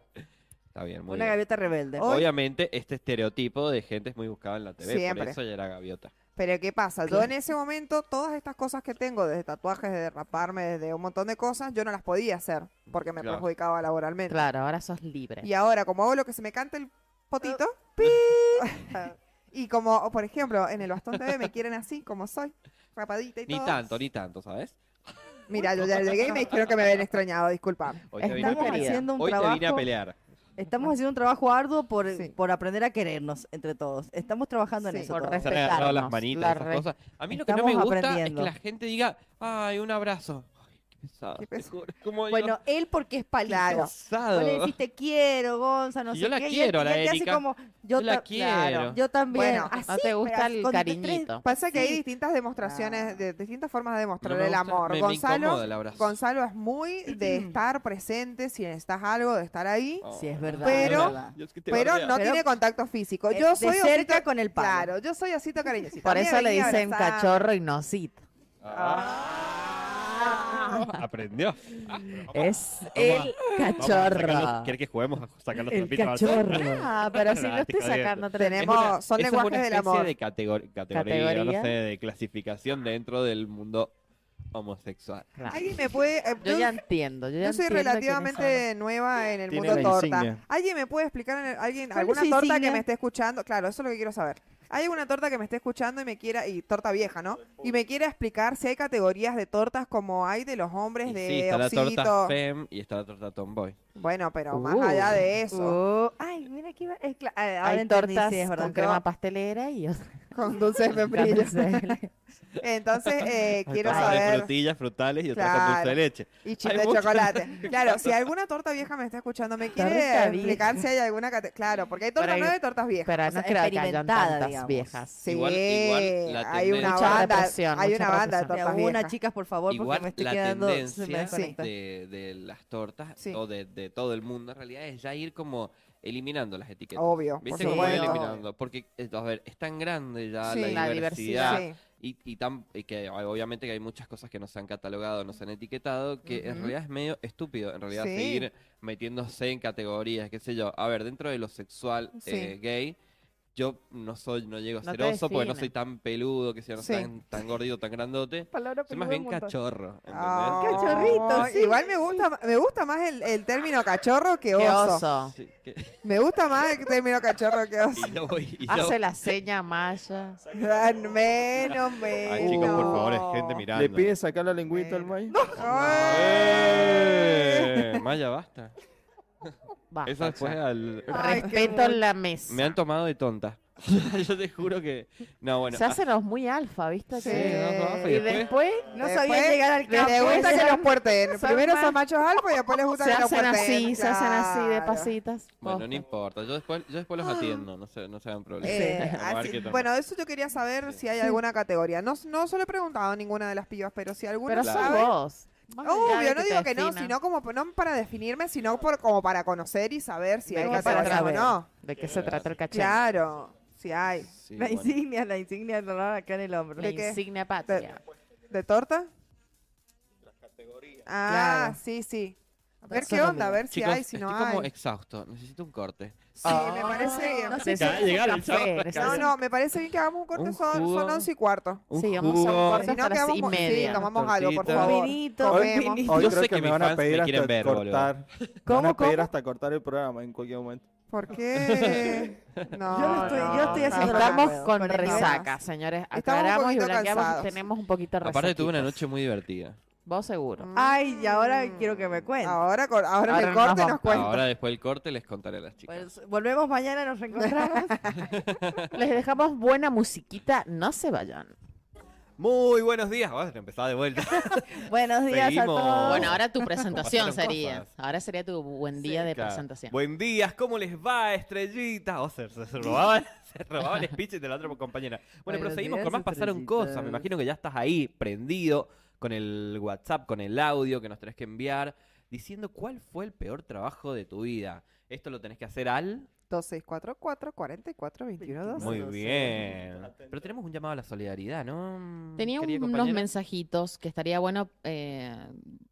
Está bien, muy
una
bien.
gaviota rebelde.
Hoy-
Obviamente, este estereotipo de gente es muy buscado en la TV. Por
Siempre.
eso ya era gaviota.
Pero ¿qué pasa? Yo en ese momento, todas estas cosas que tengo, desde tatuajes, desde raparme, desde un montón de cosas, yo no las podía hacer porque me
Claro.
perjudicaba laboralmente.
Claro, ahora sos libre.
Y ahora, como hago lo que se me canta el potito, y como, por ejemplo, en el bastón TV me quieren así, como soy, rapadita y
Ni
todo.
tanto, ni tanto, ¿sabes?
Mira, yo ya llegué y me dijeron que me habían extrañado, disculpa.
Hoy te vine a
Estamos
pelear.
haciendo un
Hoy te vine a
trabajo-
pelear.
Estamos haciendo un trabajo arduo por,
Sí.
por aprender a querernos entre todos. Estamos trabajando
Sí,
en eso.
por
todos.
Se han agarrado las
respetarnos,
manitas,
la
esas
re-
cosas. A mí lo que no me
Estamos
gusta es que
aprendiendo.
la gente diga, ay, un abrazo. Ay, qué pesado.
Qué
te
pesado.
juro, como digo,
Bueno, él porque es palito.
Claro.
pesado.
Vos le decís te quiero, Gonza, no
Y
sé
yo la
qué, y él-
quiero a
y
la
él te hace
Erika.
como, yo,
Yo la
ta- claro,
quiero.
yo también.
Bueno,
Así,
no te gusta
pero
el
con tres-
cariñito.
Pasa que hay
Sí.
distintas demostraciones,
Ah.
de, distintas formas de
No
demostrar
me
el
gusta,
amor.
me- me
Gonzalo,
incomoda el abrazo.
Gonzalo es muy de estar presente, si necesitas algo, de estar ahí,
Oh,
Sí, es
no,
verdad.
Pero-
es verdad.
Dios, que te
pero
bardea.
no
Pero-
tiene contacto físico.
Eh,
Yo
de
soy
cerca
osito-
con el palo.
Claro, yo soy osito cariñosito.
Por
A mí
eso
me
le
venía a
dicen
abrazar.
cachorro y no cid.
Aprendió. Ah,
Es
el
el
Sacarlo-
cachorro.
¿Quieres que juguemos a sacar los
El
trapitos al sol?
cachorro.
Ah, pero si
Nah,
no
te
estoy
jodiendo.
sacando
Es
Tenemos-
una-
son
eso es
lenguajes
una
del
especie
amor.
de categor- categoría,
Categoría.
no sé, de clasificación dentro del mundo homosexual.
Alguien me puede. eh,
Yo
yo-
ya entiendo. Yo, ya
Yo soy
entiendo que no saben.
relativamente nueva en el
Tiene
mundo
la
torta.
insignia.
¿Alguien me puede explicar en el- alguien,
¿Cuál es
alguna
su
torta que
insignia?
me esté escuchando? Claro, eso es lo que quiero saber. ¿Hay alguna torta que me esté escuchando y me quiera, y torta vieja, ¿no? Y me quiera explicar si hay categorías de tortas como hay de los hombres
Y
de
sí, está la torta
osito.
fem y está la torta tomboy.
Bueno, pero
Uh.
más allá de
Uh.
eso.
Oh, ay, mira que iba. Es cla- ah, ahora
Hay
entendí,
tortas
sí, es verdad.
con crema pastelera y otras
Con dulces de
con
membrillo.
dulce de leche.
Entonces, eh, quiero
Torta de
saber.
frutillas, frutales y otra con dulce de
Claro.
leche.
Y chip
Hay
de
muchas.
chocolate. Claro, si alguna torta vieja me está escuchando, me quiere
Torta
explicar si hay alguna categoría. Claro, porque hay tortas
Pero hay-
nuevas y tortas viejas.
Pero
O
no
sea,
creo que hayan
experimentada,
tantas
digamos.
viejas.
Sí,
Igual- igual la
hay una
tendencia-
Mucha
banda,
represión,
hay
mucha
una banda de
represión.
tortas
Tortas una,
viejas.
chicas, por favor,
Igual
porque me estoy
la
quedando. se me
tendencia
desconecta.
de, de las tortas
Sí.
o de, de todo el mundo en realidad es ya ir como eliminando las etiquetas.
Obvio, por
¿Viste cómo ir
supuesto.
eliminando? Porque, eh, a ver, es tan grande ya
Sí,
la
la
diversidad,
Sí.
y, y tan, y que ah, obviamente que hay muchas cosas que no se han catalogado, no se han etiquetado, que en
Ujú.
realidad es medio estúpido, en realidad
Sí.
seguir metiéndose en categorías, qué sé yo. A ver, dentro de lo sexual
Sí.
eh, gay, yo no soy, no llego a
No
ser
te
oso porque no
define.
soy tan peludo, que sea, no soy
Sí.
tan, tan gordito, tan grandote. Soy más bien cachorro, ¿entendés?
Ah,
Cachorrito, sí.
Igual me gusta, me gusta más el, el término cachorro que
Qué
oso.
oso.
Sí, que-
Me gusta más el término cachorro que oso.
y yo voy- y yo-
Hace la seña maya.
Ah, menos, menos.
Ay, chicos, por favor, es gente mirando.
¿Le pide sacar la lengüita al maíz?
Ay.
¡Eh! Maya, basta.
Basta,
Eso después
ya.
al...
Ay, qué
Respeto
bueno.
en la mesa.
Me han tomado de tonta. yo te juro que... No, bueno. ah.
Se hacen los muy alfa, ¿viste?
Sí,
Que-
nos vamos,
Sí.
y
Y
después-
después
No
Después-
sabía llegar al campo.
Les gusta que
Son-
los puerten.
son
Primero son
más-
machos alfa y después les gusta
se
que los
hacen
puerten.
así, se hacen así de
Claro.
pasitas.
Bueno, no
Posta.
importa. Yo después, yo después los atiendo. No se, no se hagan problemas.
Ah. Eh,
Vamos a ver
así-
qué tal.
bueno, eso yo quería saber si hay alguna categoría. No, no se lo he preguntado a ninguna de las pibas, pero si alguna
Pero
Claro.
sos
sabe.
vos. Más allá de
Obvio, no
te
digo que no,
definan,
sino como no para definirme, sino por, como para conocer y saber si
De
hay
qué se
categorías o
trata.
no.
¿De qué se trata el cachete?
Claro, si hay.
Sí,
La
bueno.
insignia, la insignia de honor acá en el hombro.
La
¿De qué?
insignia patria.
¿De torta? Las categorías. Ah,
Claro.
sí, sí. A ver
Eso
qué
es lo
onda, a
mío.
ver si
Chicos,
hay, si no
estoy como
hay.
exhausto. Necesito un corte.
Sí,
Ah.
me parece bien.
No sé si
Acaba de llegar el
Café,
sábado.
necesito-
No, no, me parece bien que hagamos un corte,
Un
son,
jugo.
son 11 y cuarto.
Un
Sí, vamos a un
jugo.
corte
Si no,
hasta las
quedamos,
y
Sí,
media.
tomamos algo, por
Tortita.
favor.
Un vinito, un
Comemos.
vinito.
Hoy
Yo
creo
sé que
que, me
mis
van a
fans me
pedir
quieren
hasta
ver, boludo.
cortar. Me van
¿Cómo,
a pedir
cómo?
hasta cortar el programa en cualquier momento.
¿Por qué? No,
Yo lo estoy- yo estoy
no,
haciendo
no,
la
Estamos
huevo,
con
con el
resaca,
programa.
señores.
un
Aclaramos y
poquito
blanqueamos.
cansados.
Tenemos un poquito de
Aparte tuve una
resaquitos.
noche muy divertida.
Vos seguro.
Ay, y ahora quiero que me cuentes.
Ahora, cor-
Ahora
ahora, me
nos
corte y
vamos.
nos cuenta.
Ahora después del corte les contaré a las chicas.
Pues, volvemos mañana, nos reencontramos.
Les dejamos buena musiquita. No se vayan.
Muy buenos días. Vamos a empezar de vuelta.
Buenos días
Seguimos.
a todos.
Bueno, ahora tu presentación
Pasaron
sería.
cosas.
Ahora sería tu buen día de
Claro.
presentación.
Buen día, ¿cómo les va, estrellita? Oh, se, se- se robaba, se robaba el speech de la otra compañera. Bueno,
Buenos
proseguimos
días,
con más pasaron
estrellitas.
cosas. Me imagino que ya estás ahí prendido con el WhatsApp, con el audio que nos tenés que enviar, diciendo cuál fue el peor trabajo de tu vida. Esto lo tenés que hacer al
2644 4421
Muy
No sé,
bien.
atento.
Pero tenemos un llamado a la solidaridad, ¿no?
Tenía
querida
unos
compañera?
mensajitos que estaría bueno eh,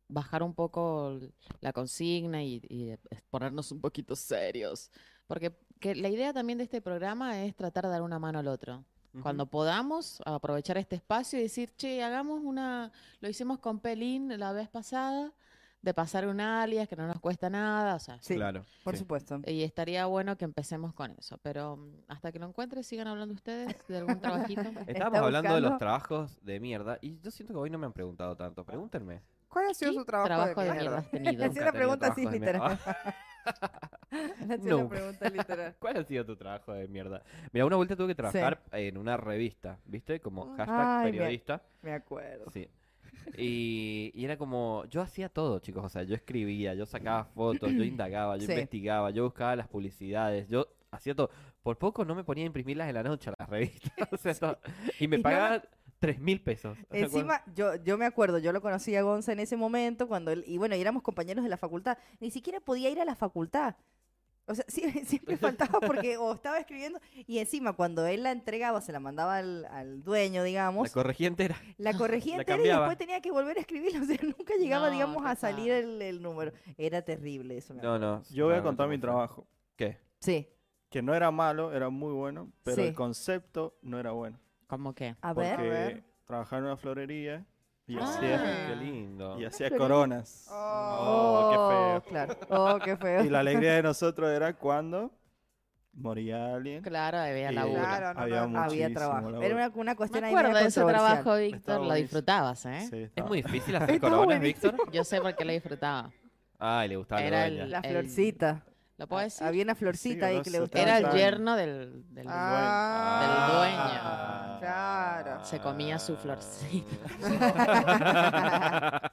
bajar un poco l- la consigna y, y, eh, ponernos un poquito serios. Porque que la idea también de este programa es tratar de dar una mano al otro.
Ujú.
Cuando podamos aprovechar este espacio y decir, che, hagamos una, lo hicimos con Pelín la vez pasada, de pasar un alias que no nos cuesta nada, o sea,
Sí,
Claro.
por
sí.
supuesto.
y estaría bueno que empecemos con eso. Pero mm, hasta que lo encuentres, sigan hablando ustedes de algún trabajito.
Estábamos
Está
hablando de los
buscando-
trabajos de mierda y yo siento que hoy no me han preguntado tanto. Pregúntenme.
¿Cuál ha sido
¿Qué
su trabajo, de mierda?
has tenido?
Nunca
Hacía la
he tenido
pregunta así,
trabajos de mierda.
literal. Hacía la
Nunca.
pregunta literal.
¿Cuál ha sido tu trabajo de mierda? Mira, una vuelta tuve que trabajar en una revista, ¿viste? Como
Mm.
hashtag
Ay, mira.
periodista.
Me acuerdo.
Sí. Y, y era como, yo hacía todo, chicos. O sea, yo escribía, yo sacaba fotos, yo indagaba, yo
Sí.
investigaba, yo buscaba las publicidades, yo hacía todo. Por poco no me ponía a imprimirlas en la noche a las revistas. o sea, todo. Y me
Y no-
pagaban tres mil pesos. ¿te acuerdas?
Encima, yo, yo me acuerdo, yo lo conocí a Gonza en ese momento, cuando él, y bueno, y éramos compañeros de la facultad. Ni siquiera podía ir a la facultad. O sea, sí- siempre faltaba porque o estaba escribiendo, y encima cuando él la entregaba, se la mandaba al, al dueño,
La
digamos,
corregía entera.
la, corregía
la
entera y
cambiaba.
después tenía que volver a escribirla. O sea, nunca llegaba,
Ah, No,
digamos, a
qué
salir
sad.
el, el número. Era terrible eso. me
No,
acuerdo.
no.
Yo voy a
realmente
contar
muy
mi
feo.
trabajo.
¿Qué?
Sí,
Que no era malo, era muy bueno, pero
Sí.
el concepto no era bueno.
¿Cómo qué?
a
Porque
ver.
trabajaba en una florería y
Ah.
hacía,
Qué lindo.
y hacía coronas.
Oh,
Oh, qué
Claro. Oh, qué feo.
feo. Y la alegría de nosotros era cuando moría alguien.
Claro, había
y
laburo.
Claro, no,
había
no, no.
Había
muchísimo
trabajo.
laburo.
Era una, una cuestión
Me
ahí media
acuerdo de ese
controversial.
trabajo, Víctor. Lo
buenísimo.
disfrutabas, ¿eh?
Sí,
Es
estaba-
muy difícil hacer
Está
coronas,
buenísimo.
Víctor.
Yo sé por qué lo disfrutaba.
Ay, le gustaba la
Era
dueña.
el-
La florcita.
¿Lo puedo decir?
Había una florcita ahí que le
no sé.
gustaba.
Era el
Estaba-
yerno del... del-
Ah,
Ah.
Claro.
Se comía su florcita.
Ah.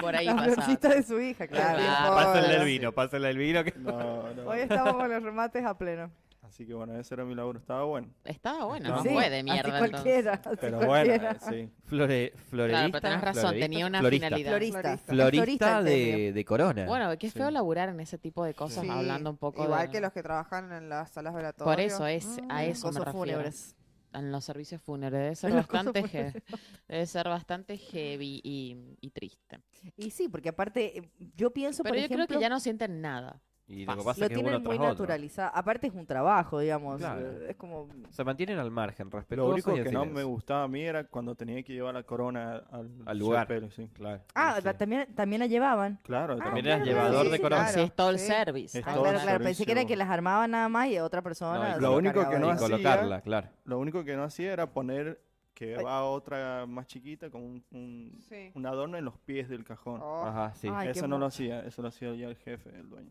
Por ahí
La
pasaba.
florcita de su hija, claro.
Claro.
Pásenle el
sí.
vino, pásenle el vino. que-
No, no.
Hoy estamos con los remates a pleno.
Así que bueno, ese era mi laburo. Estaba bueno.
Estaba bueno, no
Estaba-
fue de
así
mierda entonces.
cualquiera, así
Pero bueno,
cualquiera.
eh, sí.
Flore, florerista.
Claro, Ah, pero tenés razón,
florerista,
tenía una
florista.
finalidad.
Florista.
Florista.
Florista
Florista el
de, de corona.
Bueno, qué feo
Sí.
laburar en ese tipo de cosas,
Sí,
hablando un poco
Igual
de-
que los que trabajan en las salas Mm, velatorias.
Por eso, es,
Mm,
a eso me
Cosas
refiero.
fúnebres.
En los servicios fúnebres. Debe ser
En las cosas
bastante,
fúnebres.
he- debe ser bastante heavy y, y triste.
Y sí, porque aparte, eh, yo pienso,
Pero
por
yo
ejemplo,
creo que ya no sienten nada.
Y lo que
fácil.
pasa
lo
es que uno
tienen muy
tras otro.
naturalizado. Aparte es un trabajo, digamos.
Claro.
eh, Es como...
Se mantienen al margen,
Lo
respetuosos
único
y en
que no me
silencio.
gustaba a mí era cuando tenía que llevar la corona al,
Al lugar.
chapelo, sí.
Claro.
Ah,
Sí.
la- también, también la llevaban.
Claro,
También
era
eras llevador de corona.
Si es todo el
sí.
service.
Es
Ah,
Ah,
todo
claro,
el
claro. Pensé que era que
servicio.
las armaban nada más y otra persona...
No, y
se
lo único
encargaba
que no
de
y
hacía-
eso.
colocarla, claro.
Lo único que no hacía era poner que
Pues
Ay.
va otra más chiquita con un, un-
Sí.
un adorno en los pies del cajón.
Oh,
Ajá, sí.
Ay, qué
eso no
mo-
lo hacía, eso lo hacía ya el jefe, el dueño.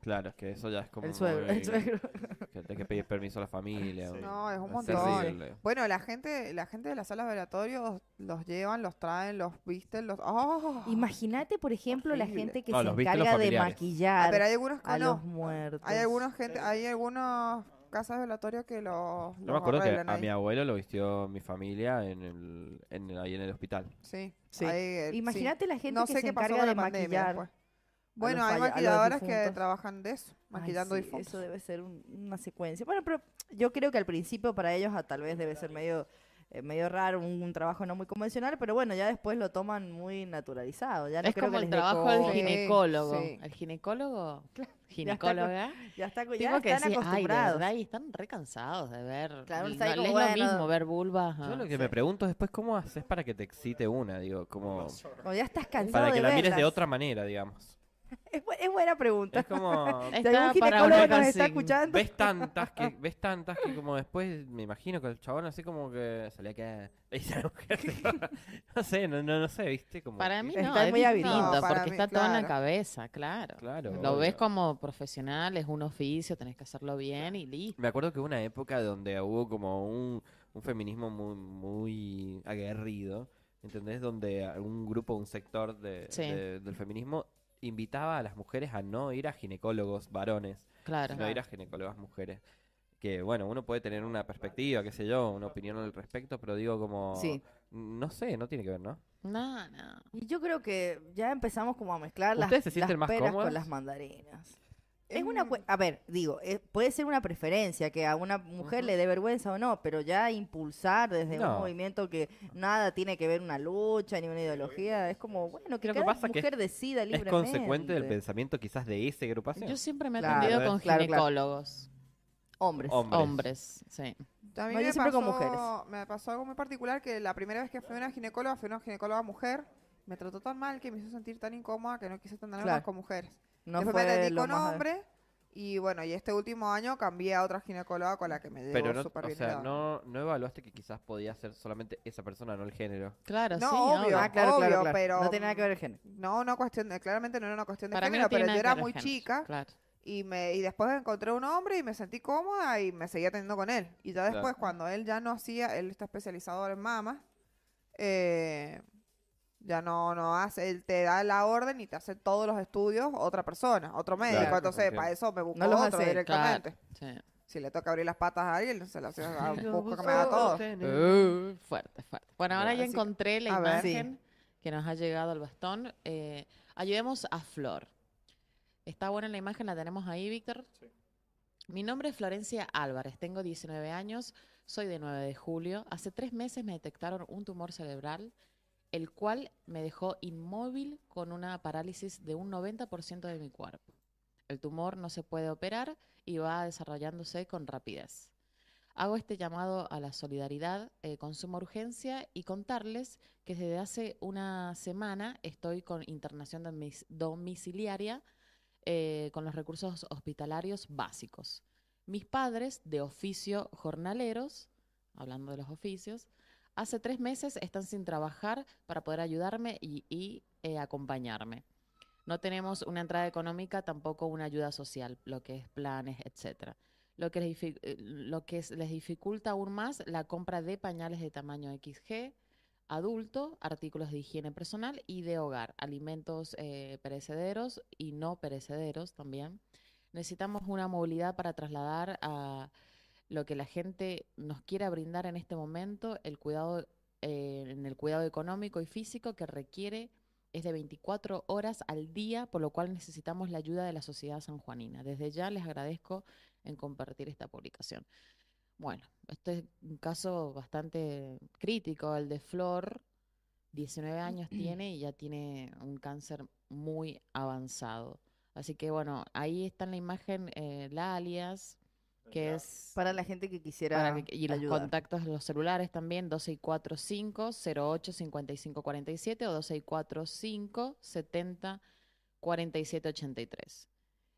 Claro, es que eso ya es como.
El suegro,
muy-
el suegro.
Que tenés que pedir permiso a la familia.
Sí.
No, es un
Es
montón.
terrible.
Bueno, la gente, la gente de las salas velatorios los llevan, los traen, los visten, los. ¡Oh!
Imagínate, por ejemplo, la
Horrible.
gente que
No,
se
los viste los
encarga de
familiares.
Ah,
maquillar
pero hay algunos que
a
no.
los muertos.
Hay algunos gente, hay algunos casas velatorios que
Yo
los. los
me acuerdo que
arreglan
a
ahí.
mi abuelo lo vistió mi familia en el, en el- ahí en el hospital.
Sí.
Sí.
ahí, eh, sí.
Imagínate la gente
No
que
sé
se
qué pasó con
encarga
la
de
pandemia.
maquillar.
después. Bueno, hay
falla- a los
maquilladoras que
difuntos.
trabajan de eso,
Ay,
maquillando
sí,
difuntos.
Eso debe ser un- una secuencia. Bueno, pero yo creo que al principio para ellos ah, tal vez debe ser medio, eh, medio raro, un, un trabajo no muy convencional, pero bueno, ya después lo toman muy naturalizado. Ya no
es
creo
como
que
el
les dé
trabajo del
cosa.
gine-
ginecólogo.
sí.
El ginecólogo,
Ya está con-
ginecóloga.
Ya, está, co- ya
Tipo que
están
decís, ay, de
acostumbrados.
verdad, y están recansados de ver.
Claro,
no,
está ahí
no
como,
es lo
bueno.
mismo ver vulvas. ah,
Yo
a-
Ah,
lo que me pregunto es después cómo haces para que te excite una, digo, como
Como ya estás cansado
para que
de
la mires de
verlas.
otra manera, digamos.
Es, bu- es buena pregunta.
Es como
Si algún
Está para una
ginecólogo nos está
consigna.
escuchando.
ves tantas que ves tantas que como después me imagino que el chabón así como que salía que dice la mujer, no sé, no, no, no sé, viste como
Para
que-
mí
Está
no, es
muy habilidoso.
distinto,
No, para
porque
mí,
está todo en la
claro.
cabeza, claro.
Claro.
Lo ves
obvio.
como profesional, es un oficio, tenés que hacerlo bien y listo.
Me acuerdo que hubo una época donde hubo como un, un feminismo muy, muy aguerrido, ¿entendés? Donde algún grupo, un sector de-
Sí.
de- del feminismo invitaba a las mujeres a no ir a ginecólogos varones,
Claro.
sino a ir a ginecólogas mujeres. Que bueno, uno puede tener una perspectiva, qué sé yo, una opinión al respecto, pero digo como...
Sí.
No sé, no tiene que ver, ¿no?
No, no.
Y yo creo que ya empezamos como a mezclar las,
¿Ustedes se
las
sienten más
peras
cómodas?
con las mandarinas. Es
Em.
una cue- a ver, digo, eh, puede ser una preferencia que a una mujer le dé vergüenza o no, pero ya impulsar desde
No.
un movimiento que nada tiene que ver una lucha ni una ideología, es como, bueno, que
Lo que
cada
pasa que
mujer decida
Es
libremente.
consecuente del pensamiento quizás de esa agrupación.
Yo siempre me he
Claro,
atendido con
claro, claro.
ginecólogos,
Hombres.
Hombres.
hombres, sí.
A mí
No, yo
me,
siempre
pasó,
con mujeres.
me pasó algo muy particular que la primera vez que fui a una ginecóloga, fui a una ginecóloga mujer, me trató tan mal que me hizo sentir tan incómoda que no quise tener
Claro.
más con mujeres.
No
Después me
fue
atendí
lo
con
más...
hombre y bueno, y este último año cambié a otra ginecóloga con la que me llevo
Pero no,
súper
o
bien. y
sea,
todo.
no, no evaluaste que quizás podía ser solamente esa persona, no el género.
Claro,
No,
sí,
obvio.
obvio.
Ah, claro, claro,
Obvio,
claro.
pero-
No tiene nada que ver el género.
No, no cuestión, de- claramente no era una cuestión de
Para mí
género,
no tiene
pero
nada
yo
que
era
ver
muy
el género,
chica
Claro.
y me y después encontré un hombre y me sentí cómoda y me seguía atendiendo con él. Y ya
Claro.
después, cuando él ya no hacía, él está especializado en mamas, eh, ya no, no hace, él te da la orden y te hace todos los estudios otra persona, otro médico.
Claro,
Entonces,
entiendo.
para eso me busco
No los
otro
hace él,
Claro,
directamente.
sí.
Si le toca abrir las patas a alguien, se las a- busco que me haga todo.
Uh, fuerte, fuerte. Bueno, ahora
Bueno,
ya
así que-
encontré la
a ver.
imagen que nos ha llegado al bastón. Eh, ayudemos a Flor. Está buena la imagen, la tenemos ahí, Víctor. Mi nombre es Florencia Álvarez, tengo 19 años, soy de 9 de julio. Hace tres meses me detectaron un tumor cerebral, el cual me dejó inmóvil con una parálisis de un 90% de mi cuerpo. El tumor no se puede operar y va desarrollándose con rapidez. Hago este llamado a la solidaridad eh, con suma urgencia y contarles que desde hace una semana estoy con internación domis- domiciliaria eh, con los recursos hospitalarios básicos. Mis padres, de oficio jornaleros, hablando de los oficios, hace tres meses están sin trabajar para poder ayudarme y, y, eh, acompañarme. No tenemos una entrada económica, tampoco una ayuda social, lo que es planes, etcétera lo que, les, dific- eh, lo que es- les dificulta aún más la compra de pañales de tamaño XG, adulto, artículos de higiene personal y de hogar, alimentos eh, perecederos y no perecederos también. Necesitamos una movilidad para trasladar a lo que la gente nos quiera brindar en este momento, el cuidado, eh, en el cuidado económico y físico que requiere es de 24 horas al día, por lo cual necesitamos la ayuda de la sociedad sanjuanina. Desde ya les agradezco en compartir esta publicación. Bueno, este es un caso bastante crítico, el de Flor, 19 años tiene y ya tiene un cáncer muy avanzado. Así que bueno, ahí está en la imagen eh, la alias, que es
Para la gente que quisiera
para que- y los
ayudar.
contactos de los celulares también, 2645 08 55 47 o 2645 70 47 83.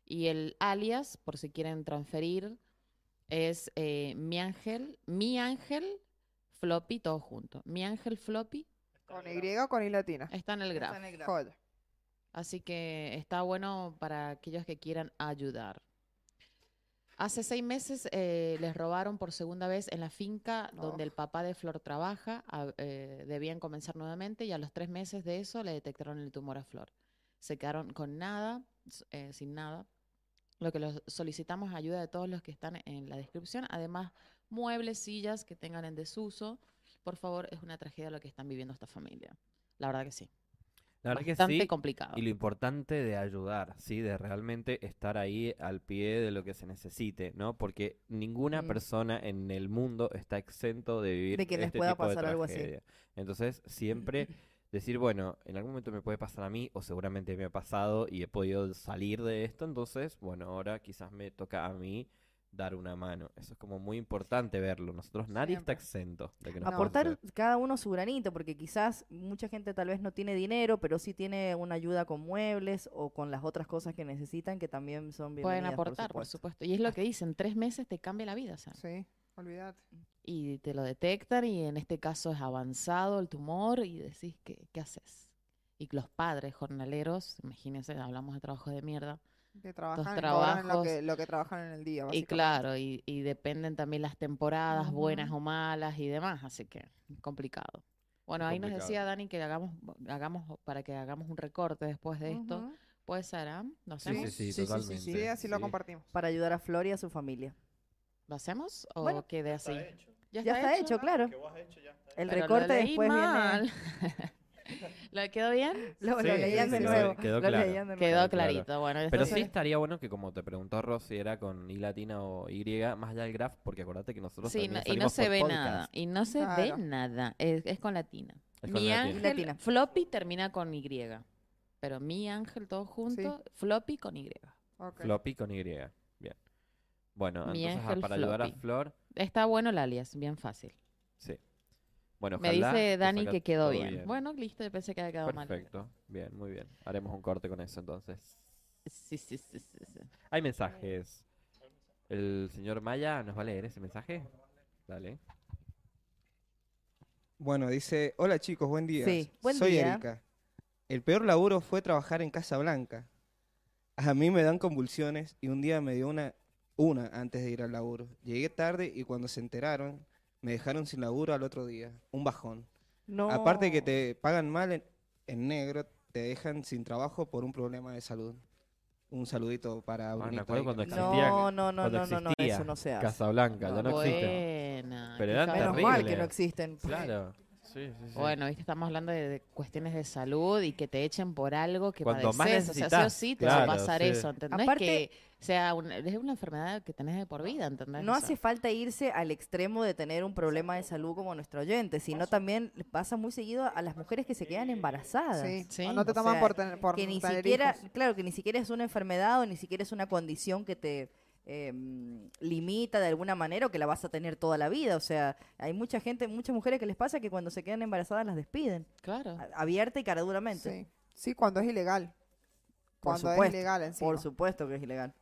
Y el alias, por si quieren transferir, es eh, mi ángel, mi ángel floppy, todo junto. Mi ángel floppy
Con Y o con I latina.
está en el graph.
Joder.
Así que está bueno para aquellos que quieran ayudar. Hace seis meses eh, les robaron por segunda vez en la finca donde
Oh.
el papá de Flor trabaja. a- eh, debían comenzar nuevamente y a los tres meses de eso le detectaron el tumor a Flor. Se quedaron con nada, s- eh, sin nada. Lo que los solicitamos ayuda de todos los que están en la descripción. Además, muebles, sillas que tengan en desuso. Por favor, es una tragedia lo que están viviendo esta familia. La verdad que sí.
La verdad que
Bastante
sí,
complicado.
y lo importante de ayudar, ¿sí? De realmente estar ahí al pie de lo que se necesite, ¿no? Porque ninguna
Mm.
persona en el mundo está exento de vivir
De que les
este
pueda
tipo de
pasar algo así.
tragedia. Entonces, siempre decir, bueno, en algún momento me puede pasar a mí o seguramente me ha pasado y he podido salir de esto, entonces, bueno, ahora quizás me toca a mí dar una mano. Eso es como muy importante verlo. Nosotros nadie está
Siempre.
exento de que nos pueda
Aportar
suceder.
cada uno su granito, porque quizás mucha gente tal vez no tiene dinero, pero sí tiene una ayuda con muebles o con las otras cosas que necesitan que también
Pueden
son bienvenidas, por Ah,
aportar, por
supuesto.
supuesto. Y es lo que dicen, tres meses te cambia la vida, o sea,
Sí, olvídate.
Y te lo detectan y en este caso es avanzado el tumor y decís, ¿qué, qué haces? Y los padres jornaleros, imagínense, hablamos de trabajos de mierda.
Que trabajan y cobran
trabajos.
lo que, lo que trabajan en el día,
Y
básicamente.
claro, y, y dependen también las temporadas, buenas o malas y demás, así que complicado. Bueno, ahí nos
complicado.
decía Dani que hagamos, hagamos para que hagamos un recorte después de esto.
Ujú.
Puede ser, ¿ah? ¿Lo
Sí, sí,
hacemos?
sí,
Sí, sí, sí,
totalmente.
Sí, así lo
Sí.
compartimos.
Para ayudar a Flor y a su familia.
¿Lo hacemos o
Bueno,
quede así?
Está hecho.
¿Ya
Ya está hecho, claro.
Que vos has hecho ya está hecho.
El
Pero lo
recorte
leí
Ah,
después
mal.
viene.
¿Lo quedó bien?
Lo- lo
Sí,
leían
sí,
de
sí,
nuevo.
Quedó,
lo
claro.
leían de nuevo.
Quedó clarito, bueno,
Pero
entonces-
sí estaría bueno que, como te preguntó Ross, si era con I latina o Y, más allá del graph, porque acordate que nosotros
Sí,
también
no- y no
salimos
se
por
ve
podcast.
nada. Y no se
Claro.
ve nada. Es, es con latina.
Es con
mi
latina.
ángel,
Latina.
floppy termina con Y. Pero mi ángel todo junto, floppy con Y.
Ok.
Floppy con Y. Bien. Bueno,
Mi
entonces ah,
ángel
para ayudar a
floppy.
Flor,
Está bueno el alias, bien fácil.
sí. Bueno,
Me
ojalá
dice
te
Dani
salga
que
todo
quedó bien. Bueno, listo, pensé que había quedado mal.
Perfecto. Bien, muy bien. Haremos un corte con eso entonces.
Sí, sí, sí, sí, sí.
Hay mensajes. El señor Maya nos va a leer ese mensaje. Dale.
Bueno, dice, hola chicos, buen día.
Sí, buen
Soy
día.
Erika. El peor laburo fue trabajar en Casa Blanca. A mí me dan convulsiones y un día me dio una, una antes de ir al laburo. Llegué tarde y cuando se enteraron, me dejaron sin laburo al otro día. Un bajón.
No.
Aparte de que te pagan mal en, en negro, te dejan sin trabajo por un problema de salud. Un saludito para
me
Brunito
acuerdo
Erika.
cuando existía.
No, no, no, no,
cuando
no, no,
existía
eso no se hace.
Casablanca, ya no existe.
Buena.
Pero
qué
eran
cabrón.
Menos
terrible.
mal que no existen. pues.
Claro. Sí, sí, sí.
Bueno, viste, estamos hablando de, de cuestiones de salud y que te echen por algo que
Cuanto más
padeces. O sea, sí o
necesitas,
sí te va a
claro,
pasar
sí.
eso. ¿entendés? No
Aparte-
es que sea una, es una enfermedad que tenés de por vida, ¿entendés?
No
O sea,
hace falta irse al extremo de tener un problema de salud como nuestro oyente, sino también le pasa muy seguido a las mujeres que se quedan embarazadas.
Sí.
Sí.
O no te
O
toman
sea,
por tener por
que ni
tener
siquiera,
hijos.
claro, que ni siquiera es una enfermedad o ni siquiera es una condición que te eh, limita de alguna manera o que la vas a tener toda la vida. O sea, hay mucha gente, muchas mujeres que les pasa que cuando se quedan embarazadas las despiden,
Claro.
a- abierta y caraduramente.
Sí. Sí, cuando es ilegal.
Por
Cuando es
supuesto,
ilegal encima.
Por supuesto que es ilegal.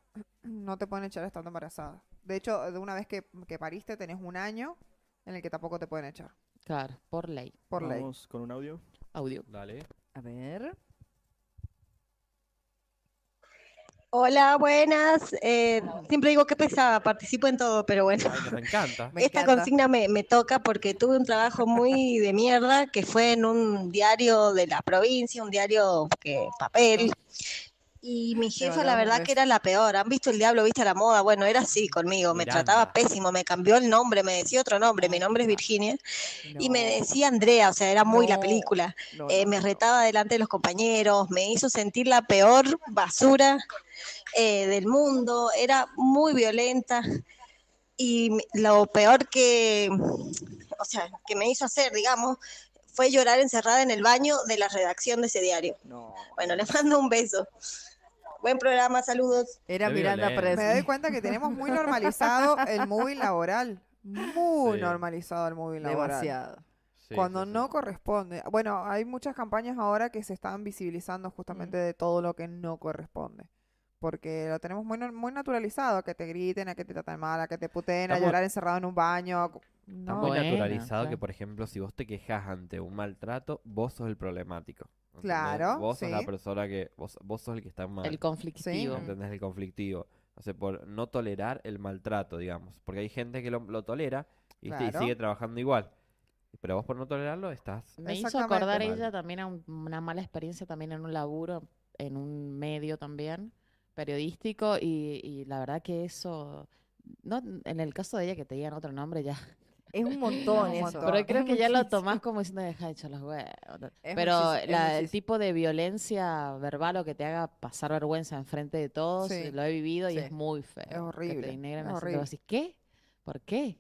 No te pueden echar estando embarazada. De hecho, de una vez que, que pariste, tenés un año en el que tampoco te pueden echar.
Claro, por ley.
Por ley.
Vamos con un audio.
Audio.
Dale.
A ver.
Hola, buenas. Eh, siempre digo que pesada, participo en todo, pero bueno.
Ay, nos encanta.
Me
Esta
encanta.
consigna me, me toca porque tuve un trabajo muy de mierda que fue en un diario de la provincia, un diario que papel. Y mi jefa, la
mandamos un
verdad
beso.
que era la peor. ¿Han visto el diablo, viste la moda? Bueno, era así conmigo. Me
Miranda.
trataba pésimo, me cambió el nombre, me decía otro nombre. Mi nombre es Virginia. Y me decía Andrea, o sea, era muy la
No.
película.
No,
Eh,
no,
me
no.
retaba delante de los compañeros, me hizo sentir la peor basura eh, del mundo, era muy violenta y m- lo peor que, o sea, que me hizo hacer, digamos, fue llorar encerrada en el baño de la redacción de ese diario.
No.
Bueno, les mando un beso. Buen programa, saludos.
Era
Qué
Miranda
violento.
Me doy
Presley.
cuenta que tenemos muy normalizado el móvil laboral. Muy
Sí.
normalizado el móvil laboral.
Demasiado.
Sí,
Cuando
sí, sí.
no corresponde. Bueno, hay muchas campañas ahora que se están visibilizando justamente
Mm.
de todo lo que no corresponde. Porque lo tenemos muy, nor- muy naturalizado, a que te griten, a que te tratan mal, a que te puteen, a
Estamos-
llorar encerrado en un baño. a cu-
Está
No,
muy
Bueno,
naturalizado que,
claro.
por ejemplo, si vos te quejas ante un maltrato, vos sos el problemático. ¿entendés?
Claro,
Vos sos la
sí.
persona que. Vos, vos sos el que está mal.
El conflictivo.
¿Entendés? El conflictivo. O sea, por no tolerar el maltrato, digamos. Porque hay gente que lo, lo tolera ¿viste? y
Claro.
sigue trabajando igual. Pero vos por no tolerarlo estás...
Me hizo
Exactamente.
acordar
Mal.
ella también a un- una mala experiencia también en un laburo, en un medio también periodístico y, y la verdad que eso, no, en el caso de ella que te digan otro nombre ya,
Es un montón
Un
eso.
montón.
pero
Es
creo que ya lo
muchísimo.
tomás como diciendo deja de echar los huevos.
Es
Pero
muchísimo, es
la- el
muchísimo.
tipo de violencia verbal o que te haga pasar vergüenza enfrente de todos,
Sí.
lo he vivido y
Sí.
es muy feo. que te
horrible,
denigren
es
así, que
horrible.
vos decís, ¿qué? ¿Por qué?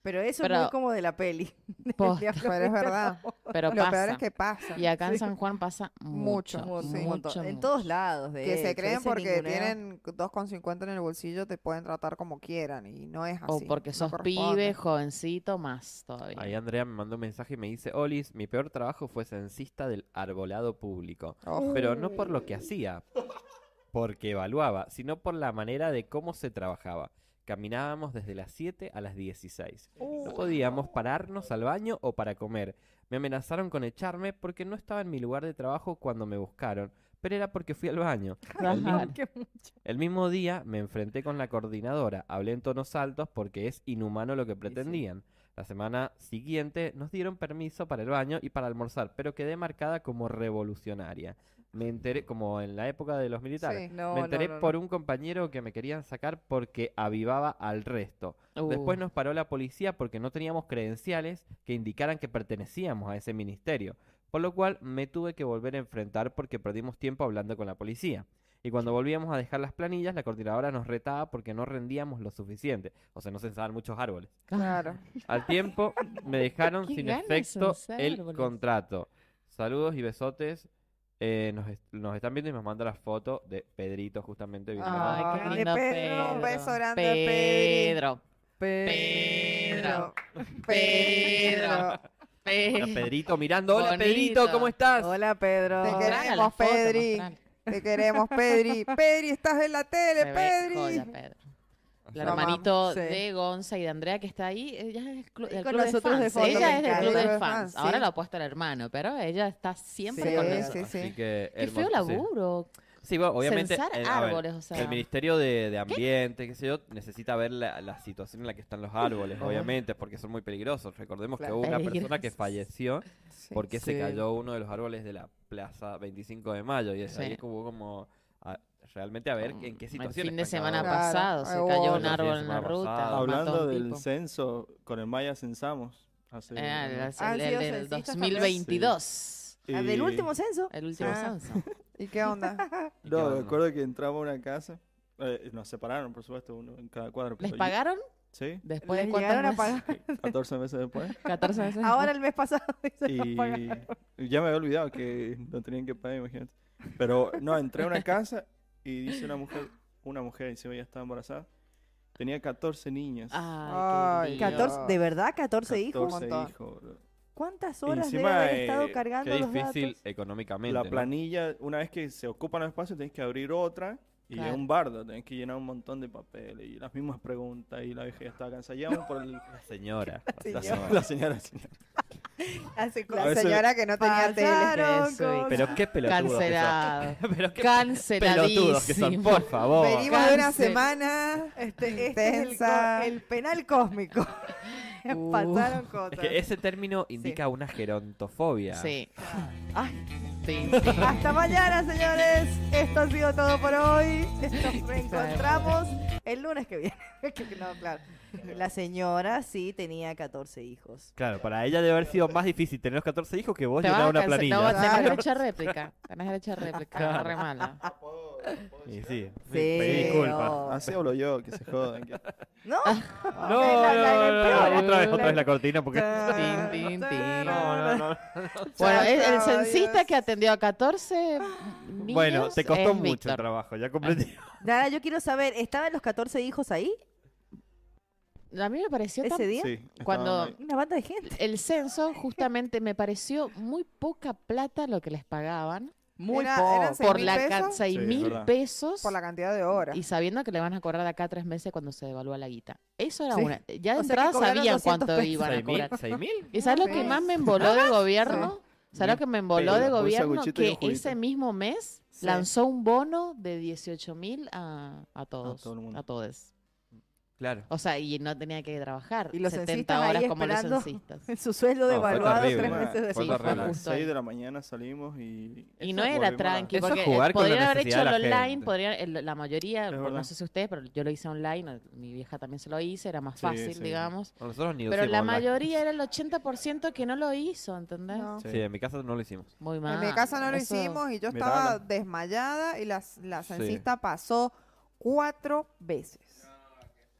Pero eso es
Pero-
muy como de la peli. El
Posta.
diablo
Pero es
viste la
verdad.
moda.
Pero
lo peor es
pasa.
que pasa.
Y acá en
Sí.
San Juan pasa mucho,
Mucho,
Un montón,
mucho,
un montón. En
mucho.
todos lados, de
Que se
hecho,
creen
ese
porque
ninguneo.
tienen 2,50 en el bolsillo, te pueden tratar como quieran. Y no es así.
O porque
no
sos
corresponde.
pibe, jovencito, más todavía.
Ahí Andrea me mandó un mensaje y me dice, Olis, mi peor trabajo fue censista del arbolado público.
Oh.
Pero no por lo que hacía, porque evaluaba, sino por la manera de cómo se trabajaba. Caminábamos desde las 7 a las 16. No podíamos pararnos al baño o para comer. Me amenazaron con echarme porque no estaba en mi lugar de trabajo cuando me buscaron, pero era porque fui al baño. El mismo,
Claro.
el mismo día me enfrenté con la coordinadora, hablé en tonos altos porque es inhumano lo que pretendían. La semana siguiente nos dieron permiso para el baño y para almorzar, pero quedé marcada como revolucionaria. Me enteré, como en la época de los militares,
Sí.
No,
me
no,
enteré
no, no.
por un compañero que me querían sacar porque avivaba al resto. Después
Uh,
nos paró la policía porque no teníamos credenciales que indicaran que pertenecíamos a ese ministerio. por lo cual me tuve que volver a enfrentar porque perdimos tiempo hablando con la policía. Y cuando volvíamos a dejar las planillas, la coordinadora nos retaba porque no rendíamos lo suficiente. O sea, no censaban muchos árboles.
Claro.
Al tiempo me dejaron
Qué
sin
ganas de
efecto
censar
el
árboles.
contrato. Saludos y besotes. Eh, nos, est- nos están viendo y nos manda la foto de Pedrito justamente. viendo la-
Ay, qué lindo Pedro.
Un beso grande,
Pedro.
Pedro.
Pedro.
Está Pedrito mirando. Hola Pedrito, ¿cómo estás?
Hola Pedro.
Te queremos, Pedri. Te queremos, Pedri. Pedri, estás en la tele,
Se ve
Pedri.
joya, Pedro. El
Lo amamos,
hermanito
sí.
de Gonza y de Andrea que está ahí, ella es del clu- del
con
club de
nosotros de
fans.
fondo, me
Ella es del
encanta.
club
Club
de
de
fans.
fans,
Ahora
sí.
lo ha puesto el hermano, pero ella está siempre
Sí,
con
sí,
nosotros.
Así que,
Qué feo
hermoso, sí.
laburo.
Sí, bueno, obviamente.
Censar
el, a ver,
árboles, o sea.
El Ministerio de, de Ambiente, qué sé yo, necesita ver la, la situación en la que están los árboles,
Ajá.
obviamente, porque son muy peligrosos. Recordemos que
Claro.
hubo una persona
Peligrosos.
que falleció porque se
Sí.
cayó uno de los árboles de la Plaza 25 de Mayo y desde
Sí. Mm,
ahí que hubo como. a- realmente a ver en qué
El
situación.
fin de semana pasado se cayó un árbol en la ruta. mató a
Hablando
un
del
tipo.
censo, con el Maya censamos. Hace,
Eh, el-
¿no?
el- Han el sido del censistas también. 2022.
Sí.
Ah, ¿Del
Y-
último censo?
El último
Ah.
censo.
¿Y qué onda?
No,
onda?
me acuerdo que entramos a una casa. eh, nos separaron, por supuesto, uno en cada cuadro.
¿Les pagaron?
Sí.
Después de
Les
cuántos
llegaron a
meses?
pagar.
14 meses después.
14 meses.
Ahora el mes pasado y se lo
Y
pagaron.
ya me había olvidado que no tenían que pagar, imagínate. Pero no, entré a una casa y dice una mujer, una mujer, encima ya estaba embarazada, tenía 14 niñas.
Ay,
Ay,
14, ¿De verdad 14, hijos?
14 hijos, bro.
¿Cuántas
Y
horas
encima,
debe haber
eh,
estado
qué
cargando
Qué
los
difícil
datos?
económicamente.
La
¿no?
planilla, una vez que se ocupan los espacios, tenés que abrir otra y
Claro.
es un bardo, tenés que llenar un montón de papeles y las mismas preguntas y la vieja ya estaba cansada. Llevamos por el-
La señora.
La,
señora.
la señora, señora.
Hace
A
La
veces-
señora que no tenía
Pasaron
tele.
Pero qué pelotudos que
Cancelado.
son. Pero qué pelotudos que son,
Canceladísimo.
por favor.
Venimos de una
Cáncer.
semana
Este, este es el co-
intensa.
el, penal cósmico. Pasaron
Uh.
cosas.
Es que ese término indica una gerontofobia.
Sí.
Ay.
Sí,
Hasta mañana, señores. Esto ha sido todo por hoy. Nos reencontramos el lunes que viene. Que no, claro. La señora sí tenía 14 hijos.
Claro, para ella debe haber sido más difícil tener los 14 hijos que vos
Te van
llenar
a
una
cancelar-
planilla.
No, tenés
Claro.
derecho a réplica. Tenés derecho a réplica.
Claro.
Re mala.
Y sí,
Sí,
pedí disculpas.
no.
Así hablo yo, que se jodan. que-
No,
No,
La- la- la
no, no,
empeora.
no, otra vez, otra vez la cortina porque...
Tin, tin, tin.
No, no, no.
Bueno,
Chao,
el, el
chao,
censista
adiós.
que atendió a 14 niños
Bueno, te costó
Eh, es
mucho
Víctor.
el trabajo, ya comprendí.
Nada, yo quiero saber, ¿estaban los 14 hijos ahí
A mí me pareció tan-
ese día?
Sí, estaban
Cuando-
ahí.
Una banda de gente.
el censo justamente me pareció muy poca plata lo que les pagaban
Muy
Era-
poco.
eran seis
por
mil
la
pesos.
ca- seis
Sí, es
mil
verdad.
pesos
Por la cantidad de horas.
y sabiendo que le van a cobrar de acá a tres meses cuando se devalúa la guita. Eso era
Sí.
una. eh, Ya de
O sea que
entrada
cobraron
sabían
200
cuánto
pesos.
iban a
¿Seis mil?
cobrar.
¿Seis mil?
¿Y sabes lo que
Sí.
más me emboló del gobierno? ¿Sabes lo
Ni
que me emboló
pedo,
del
un
gobierno?
sanguchito y un
Que
juguito.
ese mismo mes
Sí.
lanzó un bono de 18 mil a, a todos.
todo el mundo.
A todos.
Claro.
O sea, y no tenía que trabajar
Y los
70
censistas
horas
ahí
como los
esperando
censistas.
su sueldo
No, fue
devaluado
terrible.
tres meses
Fue
Sí,
después.
fue
terrible.
A las
justo ahí.
6 de la mañana salimos y...
Y
eso,
no era
volvimos a la-
tranqui,
Eso es
porque
jugar
eh,
con la
podrían haber hecho
necesidad de
el
la
online,
gente.
podrían, el- la mayoría,
Es
bueno, no
verdad.
sé si ustedes, pero yo lo hice online, mi vieja también se lo hice, era más
Sí,
fácil,
sí.
digamos.
No, Nosotros ni
Pero
hicimos
la
online.
mayoría era el 80% que no lo hizo, ¿entendés?
No.
Sí.
Sí, en mi casa no lo hicimos.
Muy mal.
En mi casa no lo
eso-
hicimos y yo
Me
estaba
daban-
desmayada y la, la
Sí.
censista pasó cuatro veces.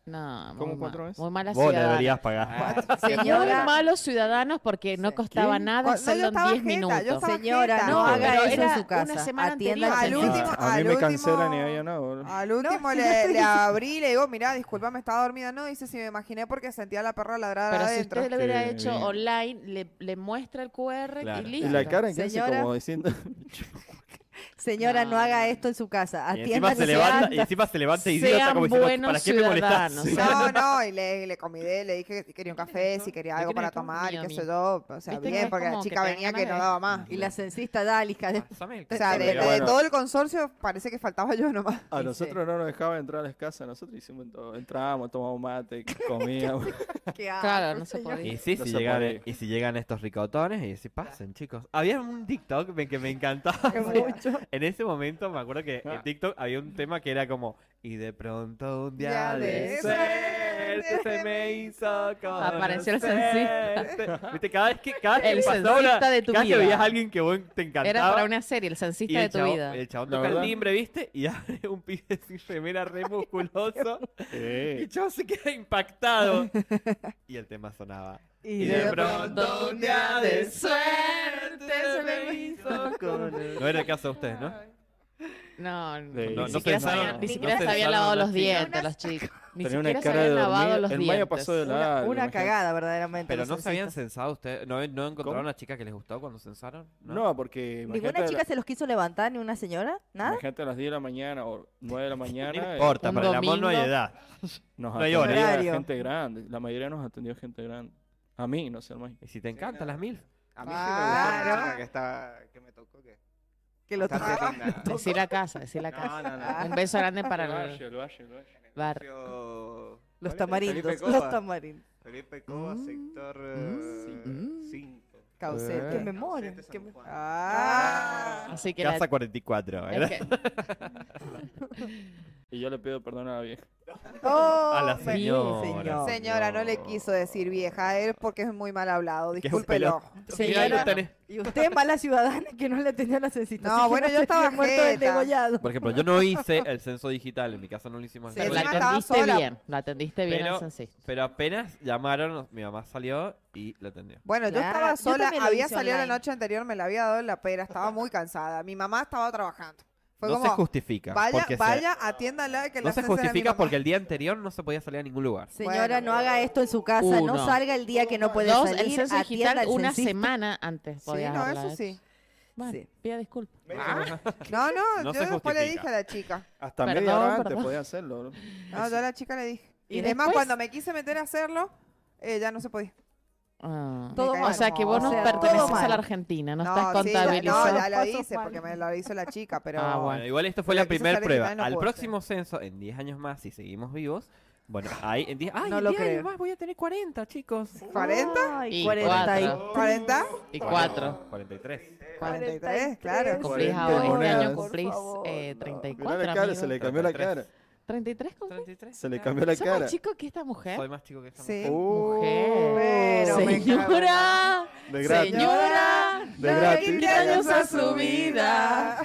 No,
¿Cómo
muy,
cuatro
mal,
veces?
muy mala
Vos le
ciudadana.
deberías pagar.
Ah,
Muy
Señora,
malos ciudadanos porque no
Sí.
costaba
¿Qué?
nada
Cu- no, yo
hacerlo en
estaba
10
jeta, yo
minutos.
estaba-
señora,
Jeta,
no
no,
haga
pero
eso en
era
su
una
casa.
semana anterior.
Atienda al
Al
Ah,
último.
último-
a mí
al
me
último- Ah,
cancelan y a ella no, boludo.
Al último
No, yo
le,
estoy
le
diciendo-
abrí y le digo, mirá, disculpame, estaba dormida. No, dice, si me imaginé porque sentía la perra ladrada
Pero si
adentro.
usted lo hubiera
Qué
hecho
bien.
online, le, le muestra el QR
Claro.
y
Y
Y
listo.
la cara que hace
Señora.
como diciendo...
Señora, no.
No, no.
haga esto en su casa.
Y encima,
Atienda
se levanta, y encima se levanta y idiota
Sean
como diciendo,
buenos
¿para qué me molestás?
ciudadanos, sean
No, no, y le, le comidé, le dije que si quería un café, si quería algo para tomar y
mío,
qué sé
mío.
yo. O sea,
Viste que
bien,
es
porque la
como que
chica
te dan
venía
ganas
que no
de-
daba más.
Y la censista, dale, hija
Ah,
de...
Pásame el
O sea,
café.
de,
Pero
de
bueno.
todo el consorcio parece que faltaba yo nomás.
A
Ah,
Sí,
nosotros no nos dejaban entrar a las casas, nosotros hicimos todo. Entrábamos, tomábamos mate, comíamos.
Qué
Claro,
asco,
no se
señora.
podía.
Y sí,
No
si
se
llegan, e-
puede.
y si llegan estos ricotones y si pasen, chicos. Había un TikTok me- que me encantaba
Que
mucho. En ese momento me acuerdo que
Ah.
en TikTok había un tema que era como y de pronto un día
Ya
de
de
ser veces se me hizo
Apareció el censista.
conocerte. Viste, cada vez que,
Ah,
cada vez que
El
pasaba una-
censista de tu
cada vez que
vida.
veías a alguien que vos te encantaba.
Era para una serie, el censista
y
de
el
tu
chabón-
vida.
El chabón
La
toca el
verdad.
timbre, ¿viste? Y abre un pibe sin remera re musculoso. y el chabón se queda impactado. y el tema sonaba.
Y
de pronto un día de
suerte
se me hizo
No era el caso de ustedes, ¿no?
No,
Sí.
no,
No-
ni
no
siquiera, se
pensaron-
habían, ni
no
siquiera se
pensaron
habían lavado
las
los
chicas.
dientes los chicos. Ni
Tenía una
siquiera se
cara de
habían lavado
dormida.
los
El
dientes.
Maya pasó de
Una,
largo.
una
imagínate.
cagada, verdaderamente.
Pero
los
no se habían
censistas.
censado ustedes. ¿No, no encontraron
¿Cómo?
a chica que les gustaba cuando censaron?
No, porque imagínate
¿Ninguna
a
chica
la-
se los quiso levantar, ni una señora? ¿Nada?
imagínate a las 10 de la mañana o 9 de la
No
mañana. eh,
importa,
Un
para el amor no hay
domingo.
edad. No
Nos
hay
atendía
horario.
gente grande. La mayoría nos atendió gente grande. A mí, no sé, al Maya.
Y si te encantan las mil.
A mí sí me gustó una
Claro.
chica que, estaba, que me tocó. Que
Que lo
bastante
tocaba.
linda.
Decir la casa, decir la casa.
No, no, no.
Un beso grande
El
para
valle,
el
el valle, el valle.
bar.
Yo- ¿cuál
Los
era?
tamarindos.
Felipe Cova.
Los tamarindos.
Felipe Cova,
Mm.
sector
Mm.
5.
Caucete.
Eh.
Que me more.
Caucete, San
que me-
Juan.
Ah.
Así que la,
Casa 44,
es
¿verdad?
que-
Y yo le pido perdón a la vieja.
A la
Oh, me-
señora.
señor.
Señora, no le quiso decir vieja a él porque es muy mal hablado,
Que es un
discúlpelo.
pelo- Mira, ahí lo
Señora,
tenés.
Y usted, mala ciudadana, que no le atendían la censista.
No,
así que
bueno, yo
se
estaba
tiene muerto de
jeta.
degollado.
Por ejemplo, yo no hice el censo digital. En mi casa no lo hicimos.
Sí,
el
la
encima
censo.
estaba
atendiste
sola.
bien, la atendiste bien al
Pero-
censista.
Pero apenas llamaron, mi mamá salió y la atendió.
Bueno, yo
Claro,
estaba
yo
sola,
también lo
había
hice
salido la
online.
noche anterior, me la había dado en la pera, estaba muy cansada. Mi mamá estaba trabajando. Fue
no se
como,
justifica.
vaya,
porque se-
vaya, atiéndala que
no
la
se
censora es mi
justifica
mamá.
porque el día anterior no se podía salir a ningún lugar.
Señora,
Bueno.
no haga esto en su casa. No
Uno.
salga el día que no puede
Dos,
salir.
el censo
atienda
digital
al
una
censista.
semana antes
Sí,
podías
no,
haberla
eso
¿eh?
hecho.
sí.
Bueno,
Sí.
pida disculpas.
No, no,
No
yo
se
después le
justifica.
dije a la chica.
Hasta
Perdón,
media hora antes
perdón.
podía hacerlo. ¿no?
No, yo a la chica le dije.
¿Y
Y además,
después?
cuando me quise meter a hacerlo, eh, ya no se podía.
Ah.
Todo
Me
o
mal.
sea que vos no
O sea, todo
perteneces a
mal.
la Argentina, no,
sí,
estás
ya-
contabilizado.
No, ya lo
Pasos
hice
mal.
porque me lo hizo la chica, pero...
Ah,
Bueno, igual esto fue
Pero
la
quise
primera
salir
prueba.
y no
Al
pude.
próximo censo, en 10 años más, si seguimos vivos, bueno, hay en 10 ¡Ay,
No
en
lo
10 años
creo.
más voy a tener 40, chicos!
¿40?
Ay,
Y
40 y
cuatro.
40,
Y cuatro.
43.
43, claro.
Cumplís
40
ahora, este
monedas.
año cumplís eh,
Mirá
34,
la cara,
amigo.
se le cambió la
33.
cara.
33 cumplís.
Se le cambió la
¿Sos más
cara.
chico que esta mujer?
Soy más chico que esta
Sí.
mujer.
Mujer.
Pero me
Señora.
De gratis.
Señora.
De
no
gratis.
le quite años a su vida.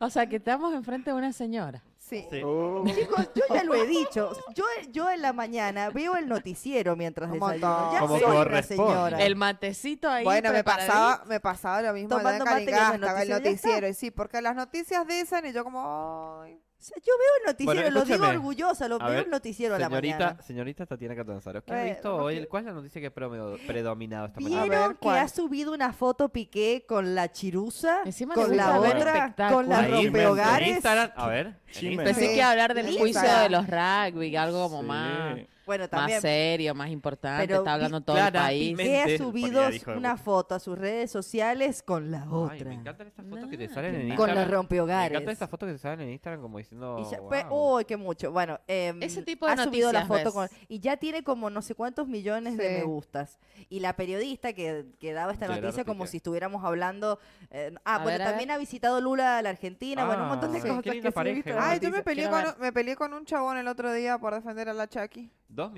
O sea que estamos enfrente de una señora.
Sí.
Sí.
Oh.
Chicos, yo ya lo he dicho. Yo, yo en la mañana veo el noticiero mientras
Un montón.
desayuno. Ya
Como
soy una
corresponde.
señora.
El matecito ahí
Bueno, me
preparadito.
pasaba, me pasaba lo mismo allá en
Tomando mate con el
Caringá, estaba el
noticiero, ya está.
noticiero, y sí, porque las noticias dicen, y yo como, ay,
O sea, yo veo el noticiero,
Bueno,
lo digo
escúchame.
orgullosa, lo
A
veo
ver,
el noticiero a la
Señorita,
mañana.
señorita Tatiana Catanzaro, ¿qué
A
ha
ver,
visto
no
hoy?
quiero-
¿Cuál es la noticia que ha promedo- predominado esta mañana?
A
¿Vieron
ver,
que
¿cuál?
ha subido una foto Piqué con la chirusa?
Encima le
con la
gusta ver
otra, con la
espectáculos.
Ahí, en
rompehogares.
Instagram, a ver. en
Chisme.
Instagram.
Pensé
Sí.
que hablar del
Sí,
juicio
para-
de los rugby, algo como
Sí.
más,
Bueno,
más
también
serio, más importante.
Pero
está hablando
vi-
todo
Clara,
el país.
pime-
Piqué ha
Mente, porque
subido
ya dijo-
una foto a sus redes sociales con la
Ay, me
otra.
encantan estas fotos que te
Ah.
Nah,
salen en
qué
Con
Instagram.
los
Me
rompehogares.
encantan estas fotos que te salen en Instagram como diciendo.
Y ya,
"Wow".
pues, uy, qué mucho. Bueno, em,
Ese tipo de
ha subido la
noticias
foto con,
ves.
y ya tiene como no sé cuántos millones de
Sí.
me gustas. Y la periodista que, que daba esta
Gerard
noticia como
Piqué.
si estuviéramos hablando. eh, ah,
A
bueno,
ver, a
también ha visitado Lula a la Argentina, bueno, un montón de
Ah,
cosas.
qué
que
linda
se
pareja,
viste.
igual.
ay, yo me peleé,
quiero
con,
ver.
me peleé con un chabón el otro día por defender a la Chucky.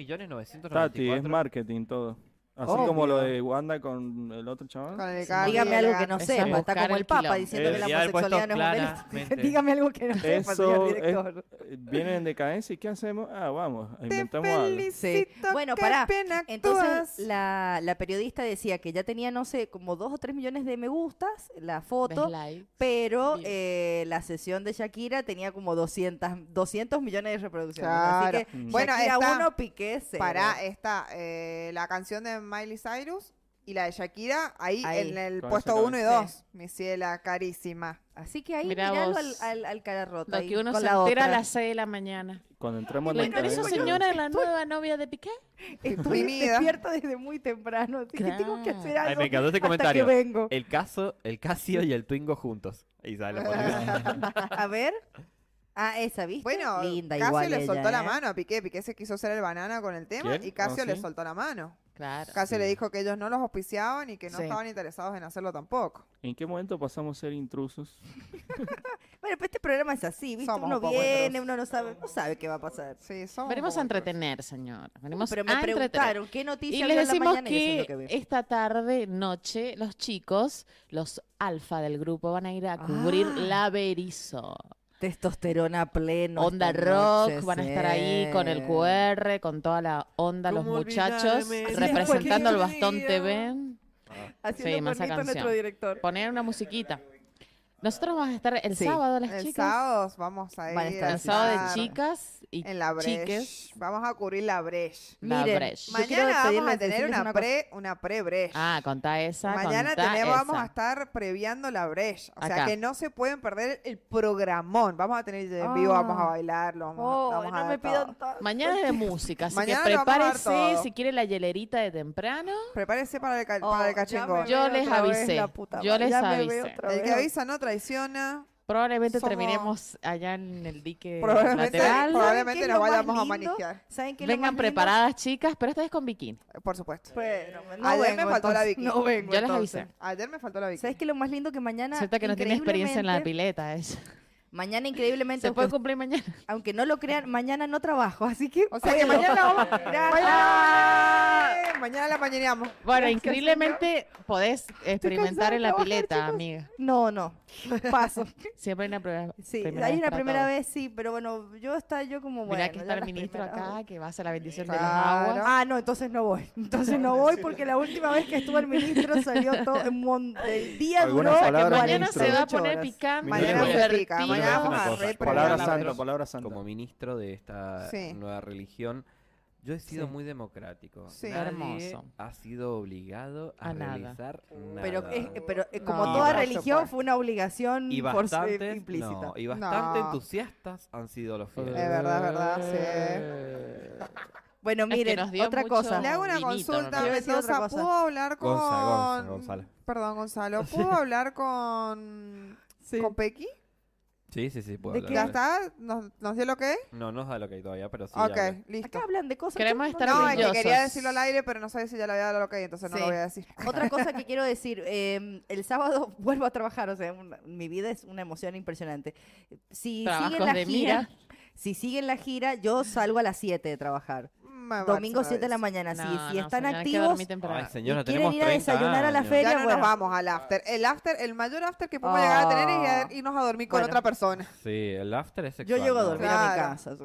2.994.000.
Tati, es marketing todo. Así como lo de Wanda con el otro
Con
chaval.
el
Ah,
Cardi,
Dígame
el
algo que
gato.
no
Es
sepa, está
buscar
como
el
el Papa
quilombo.
diciendo que la
Debería Ah, eh, haber puesto
homosexualidad no es un delito.
claramente.
Dígame algo que no sepa, señor
Eso es-
director.
Vienen en decadencia y ¿qué hacemos? Ah, vamos,
Te
inventamos algo.
Sí.
felicito,
Bueno,
qué
pará.
bien actúas.
Entonces la, la periodista decía que ya tenía, no sé, como dos o tres millones de me gustas la foto,
Ves live.
pero
Bien.
eh, la sesión de Shakira tenía como 200, 200 millones de reproducciones. Así que
Mm.
Bueno,
Shakira
está-
uno, Piqué cero.
Pará, está eh, la canción de Miley Cyrus y la de Shakira ahí,
Ahí.
en el
Con
puesto
esa
1 y
cabeza.
2. Mi ciela carísima.
Así que ahí
Mirá
miralo al,
vos.
al, al cara rota.
Lo
ahí,
que uno
con
se
la
entera a
otra.
las 6 de la mañana.
Cuando entramos en
¿Le interesa,
decadencia-
señora, la nueva novia de Piqué?
Estoy
Deprimida.
despierta desde muy temprano, así que
Ah.
tengo que hacer
Ay,
algo
me encantó este
hasta que
comentario.
vengo.
El caso, el Casio y el Twingo juntos. Y sale la foto.
A ver. Ah, esa, ¿viste?
Bueno,
Linda
Casio
igual
le
ella,
soltó la
¿eh?
mano a Piqué. Piqué se quiso hacer el banana con el tema
¿Quién?
y Casio
Ah,
le
sí.
soltó la mano.
Claro.
Casio le dijo que ellos no los auspiciaban y que no
Sí.
estaban interesados en hacerlo tampoco.
¿En qué momento pasamos a ser intrusos?
Bueno,
¿eh?
pero este programa es así, ¿viste?
Somos
uno
un poco
viene,
intrusos.
uno no sabe, no sabe qué va a pasar.
Sí, somos
Venimos a entretener, señor. Venimos
Uh, pero me
a entretener.
preguntaron, ¿qué noticia
Y
había
les
en la
decimos
mañana? Y eso es
que,
lo que vi.
esta tarde, noche, los chicos, los alfa del grupo, van a ir a cubrir
Ah.
la Berizo.
Testosterona a pleno.
Onda
esta
rock,
noche,
van a estar ahí con el
sí.
QR, con toda la onda, los
¿Cómo
muchachos,
olvidarme de
representando el
aquel
bastón
día?
TV.
Ah. Haciendo
Sí, más esa
cuernito a nuestro
canción.
director.
Poner una musiquita. Nosotros vamos a estar el
Sí.
sábado, las
El
chicas.
sábado vamos a ir.
Van a estar
a
El sábado
estar
de chicas y
En la breche.
chiques.
Vamos a cubrir la breche.
La
Miren,
breche.
yo quiero
Mañana vamos
pedirles-
a tener
decirles
una,
una cosa.
pre, una pre-breche.
Ah, contá esa.
Mañana
contá
tenemos- vamos
esa.
a estar previando la brecha. O
Acá.
sea que no se pueden perder el programón. Vamos a tener de en vivo,
Ah.
vamos a bailarlo. Vamos, a-
Oh,
vamos a
no
dar
me pidan
todo.
tanto.
Mañana es de música, así
Mañana
que
lo vamos a dar
prepárese
todo.
si quiere la hielerita de temprano.
Prepárese para el, ca-
Oh,
para el
ya me
cachingo.
Yo
veo
les
otra vez
avisé,
la puta
yo
madre,
les
ya me veo
avisé.
otra
El que
vez.
avisa no traiciona.
Probablemente
Somos-
terminemos allá en el dique
Probablemente,
lateral.
¿Saben qué
probablemente
es
nos
lo más
vayamos a
lindo?
manejar.
¿Saben qué es lo
Vengan
más lindo?
preparadas, chicas, pero esta vez con bikini.
Eh, Por supuesto.
Pero, no
Ayer me
vengo,
faltó la
entonces,
bikini.
No vengo,
Yo les
entonces.
avisé.
Ayer me faltó la bikini.
¿Sabes qué es lo más lindo que mañana?
Cierta que no tiene experiencia en la
increíblemente-
pileta. Es.
Mañana, increíblemente,
Se puede
aunque,
cumplir mañana.
aunque no lo crean, mañana no trabajo, así que.
O sea que mañana vamos. Mañana, mañana la mañaneamos.
Bueno,
Gracias,
increíblemente podés experimentar
cansada
en la
de trabajar,
pileta,
chicos.
amiga.
No, no, paso.
Siempre hay una prueba.
Sí,
primera
hay
vez
una
para
primera
todo.
vez, sí, pero bueno, yo está yo como bueno.
Mirá que
ya
está el
las
ministro
primeras
acá,
veces.
que va a hacer la bendición de
Claro.
los aguas.
Ah, no, entonces no voy. Entonces no voy porque la última vez que estuvo el ministro salió todo en mon- el día
Algunas
duró
palabras,
Mañana se va a
48
poner
horas.
picante.
Mañana se
divertido.
pica,
Yo les voy
mañana
decir
vamos
una
a
cosa,
re-
Palabra
como-
santa, palabra santa.
Como ministro de esta
Sí.
nueva religión, yo he sido
Sí.
muy democrático.
Sí.
Nadie
Hermoso.
ha sido obligado a,
A nada.
realizar nada.
Pero, es- pero eh, como
No,
toda
por
religión
supuesto.
fue una obligación
y
por ser
bastantes,
implícita.
no, y bastante
No.
entusiastas han sido los
Es
fieles.
verdad, es verdad, sí.
Bueno,
que
miren,
nos dio
otra
mucho-
cosa.
Le hago una
Vinito,
consulta,
no, no.
Quiero decir otra
Mendoza.
cosa.
¿Pudo hablar con.
Gonza, Gonza, Gonzalo.
Perdón, Gonzalo. ¿Pudo hablar con.
Sí.
con Pequi?
Sí, sí, sí, puedo
¿De
hablar.
qué?
¿Ya está? ¿Nos, nos dio lo que es?
No, no os da lo que hay todavía, pero sí.
ok,
hablo.
listo.
Acá hablan de cosas. yo
Queremos
no-
estar
No, es que
orgullosos.
quería decirlo al aire, pero no sabía si ya le había dado lo que hay, entonces no
Sí.
lo voy a decir.
Otra cosa que quiero decir, eh, el sábado vuelvo a trabajar, o sea, una- mi vida es una emoción impresionante. Si
Trabajos
siguen la
de
gira,
mira.
si siguen la gira, yo salgo a las 7 de trabajar.
Me parece
Domingo 7 de la
maravilloso.
mañana, si,
No,
si
no,
están
señora, hay que
activos,
dormir
Ay,
temprano.
señora,
y quieren
tenemos
ir a
30
desayunar a la
años. Ah.
feria,
Ya no
bueno.
nos vamos al after. El after, el mayor after que podemos llegar a tener es ir a- irnos a dormir con
Bueno.
otra persona.
Sí, el after es
yo
sexual.
llego a
¿no?
dormir a
Claro.
mi casa,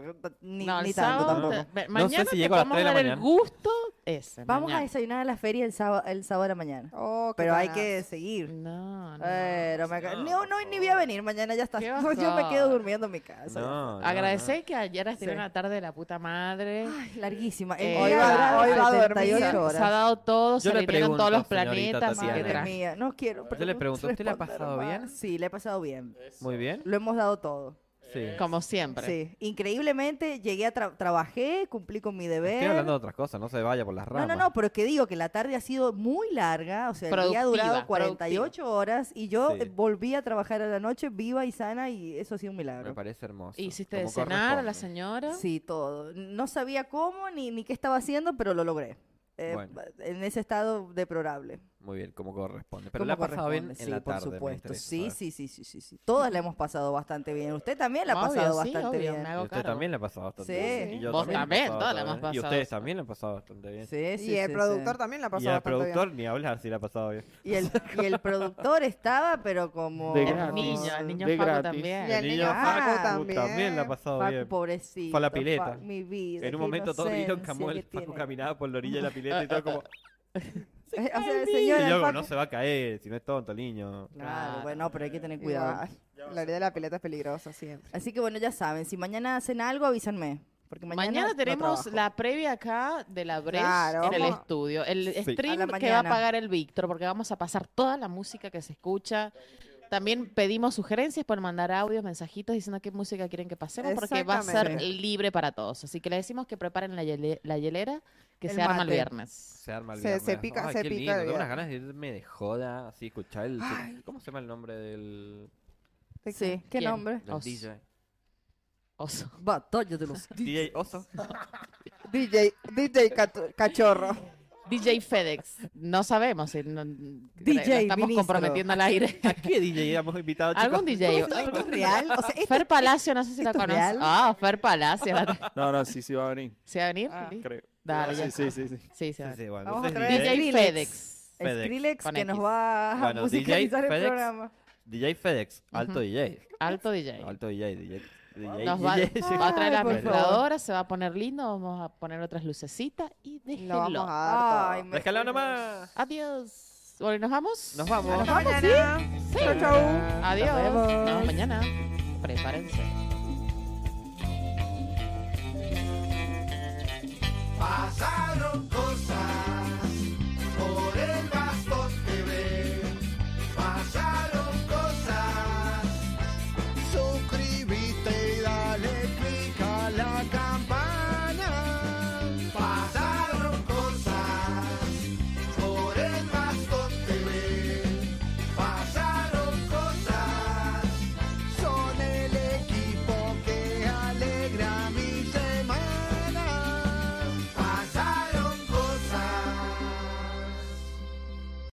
ni,
No, el
ni tanto
sábado
tampoco.
te-
No
ve-
sé
mañana
si
te
llego a las
podemos
tres de la
dar
mañana.
el gusto ese.
Vamos a
mañana.
desayunar a la feria el sábado, el sábado de la mañana,
Oh, qué
pero hay
ganas.
que seguir.
No, no.
Pero me ca-
no,
no,
por
no, ni
favor.
voy a venir, mañana ya está.
Qué
Yo me
bajón.
quedo durmiendo en mi casa.
No, no,
Agradecer que ayer has
Sí.
una tarde de la puta madre.
Ay, larguísima.
Eh,
hoy
hoy va-
va,
hoy
va a dormir.
Se ha dado todo,
Yo
se
le
alinearon todos
pregunto,
los
señorita
planetas.
Tatiana.
madre.
Madre mía, no quiero.
Yo le pregunto, ¿usted le ha
responder
pasado
más.
bien?
Sí, le ha pasado bien.
no. Muy bien.
Lo hemos dado todo.
Sí.
Como siempre.
Sí. Increíblemente llegué a tra- trabajé, cumplí con mi deber.
Estoy hablando de otras cosas, no se vaya por las
Eh, no,
ramas.
no, no, pero es que digo que la tarde ha sido muy larga, o sea, el día ha durado
Productiva,
48 horas y yo
Sí.
eh, volví a trabajar a la noche viva y sana y eso ha sido un
Me
milagro.
parece hermoso.
Hiciste
como
de cenar a la
corresponde.
señora.
Sí, todo. No sabía cómo ni, ni qué estaba haciendo, pero lo logré. Eh,
Bueno.
En ese estado deplorable.
Muy bien, como corresponde. Pero
¿Cómo
la ha pasado bien en
corresponde?
la
Sí, por
tarde. me
supuesto.
interesa
Sí,
saber.
sí, sí, sí, sí, sí. Todas la hemos pasado bastante bien. Usted también la ha
Obvio,
pasado
sí,
bastante
obvio,
bien.
me
Y
hago
usted
cargo.
también la ha pasado bastante bien.
Sí.
Y yo
Vos también,
la he
todas la
pasado
hemos
bien. Y
pasado.
ustedes también la han pasado bastante bien.
Sí, sí,
y el
sí,
productor
sí.
también la
Y
pasó
al
bastante
productor ni hablar si la ha pasado bien.
Y el, y el productor estaba, pero como... Ah,
De
El
gratis.
niño, el niño
De
Facu
gratis.
bien.
también.
Y el niño
niño
Facu
Facu
Uh,
también.
la ha pasado
Facu,
bien.
pobrecito.
Fue a la pileta.
Facu, mi vida.
En un
qué
momento todos vieron
inocencia que
Camuel, Paco
tiene.
caminaba por la orilla de la pileta y todo como...
Eh, o sea, el
Y
señor...
yo
el
como, no
Facu-
se va a caer, si no es tonto el niño.
Claro, bueno, pero hay que tener cuidado.
Cuidado. La orilla de la pileta es peligrosa siempre.
Así que bueno, ya saben, si mañana hacen algo, avísenme. Porque mañana,
Mañana,
no
tenemos
trabajo.
la previa acá de la Breche
Claro,
en el
vamos-
estudio. El
Sí.
A la
stream que va a
mañana.
pagar el Víctor, porque vamos a pasar toda la música que se escucha. También pedimos sugerencias por mandar audios, mensajitos diciendo qué música quieren que pasemos, porque va a ser
Exactamente.
libre para todos. Así que le decimos que preparen la, hiele- la hielera, que
El
se arma el
mate.
viernes.
Se arma el
Se-
viernes.
se pica-
Ay,
se
qué
pica
lindo.
el
Tengo unas ganas
viernes.
de irme de joda, así, escuchar el...
Ay.
¿Cómo se llama el nombre del,
Sí, ¿qué
¿Quién?
nombre?
del
Oso.
DJ?
Oso.
Batalla de los
DJ Oso.
DJ, DJ Cacho- Cachorro.
DJ FedEx. No sabemos. eh, no-
DJ
no estamos
ministro.
comprometiendo al aire.
¿A qué DJ éramos invitados? chicos?
Algún DJ.
No, esto es real, o sea, esto-
Fer Palacio, no sé si la
¿esto es
conoces.
real?
Ah, Fer Palacio. la-
No, no, sí, sí va a venir.
¿Se va a venir?
Ah,
Creo.
Ah. Dale, ya
sí, sí, sí,
está.
sí.
Sí, se va a
Sí, sí,
venir.
bueno,
Vamos a
entonces
traer
DJ
DJ,
FedEx.
FedEx.
Skrillex
Con
que
X.
nos va a
Bueno, DJ
musicalizar el
FedEx.
programa.
DJ FedEx, alto
Ujú.
DJ.
Alto DJ.
Alto DJ, DJ. DJ,
Nos va, va a traer
Ay,
la
por
mezcladora, se va a poner lindo, vamos a poner otras lucecitas y
Lo vamos
déjenlo.
a dar
Ay,
todo.
me-
Déjalo nomás.
Adiós. Bueno, ¿y ¿Nos vamos?
Nos vamos.
Hasta mañana.
Sí.
Chau, chau.
Adiós.
Nos
Nos
vemos.
vemos mañana. Prepárense.
Pasaron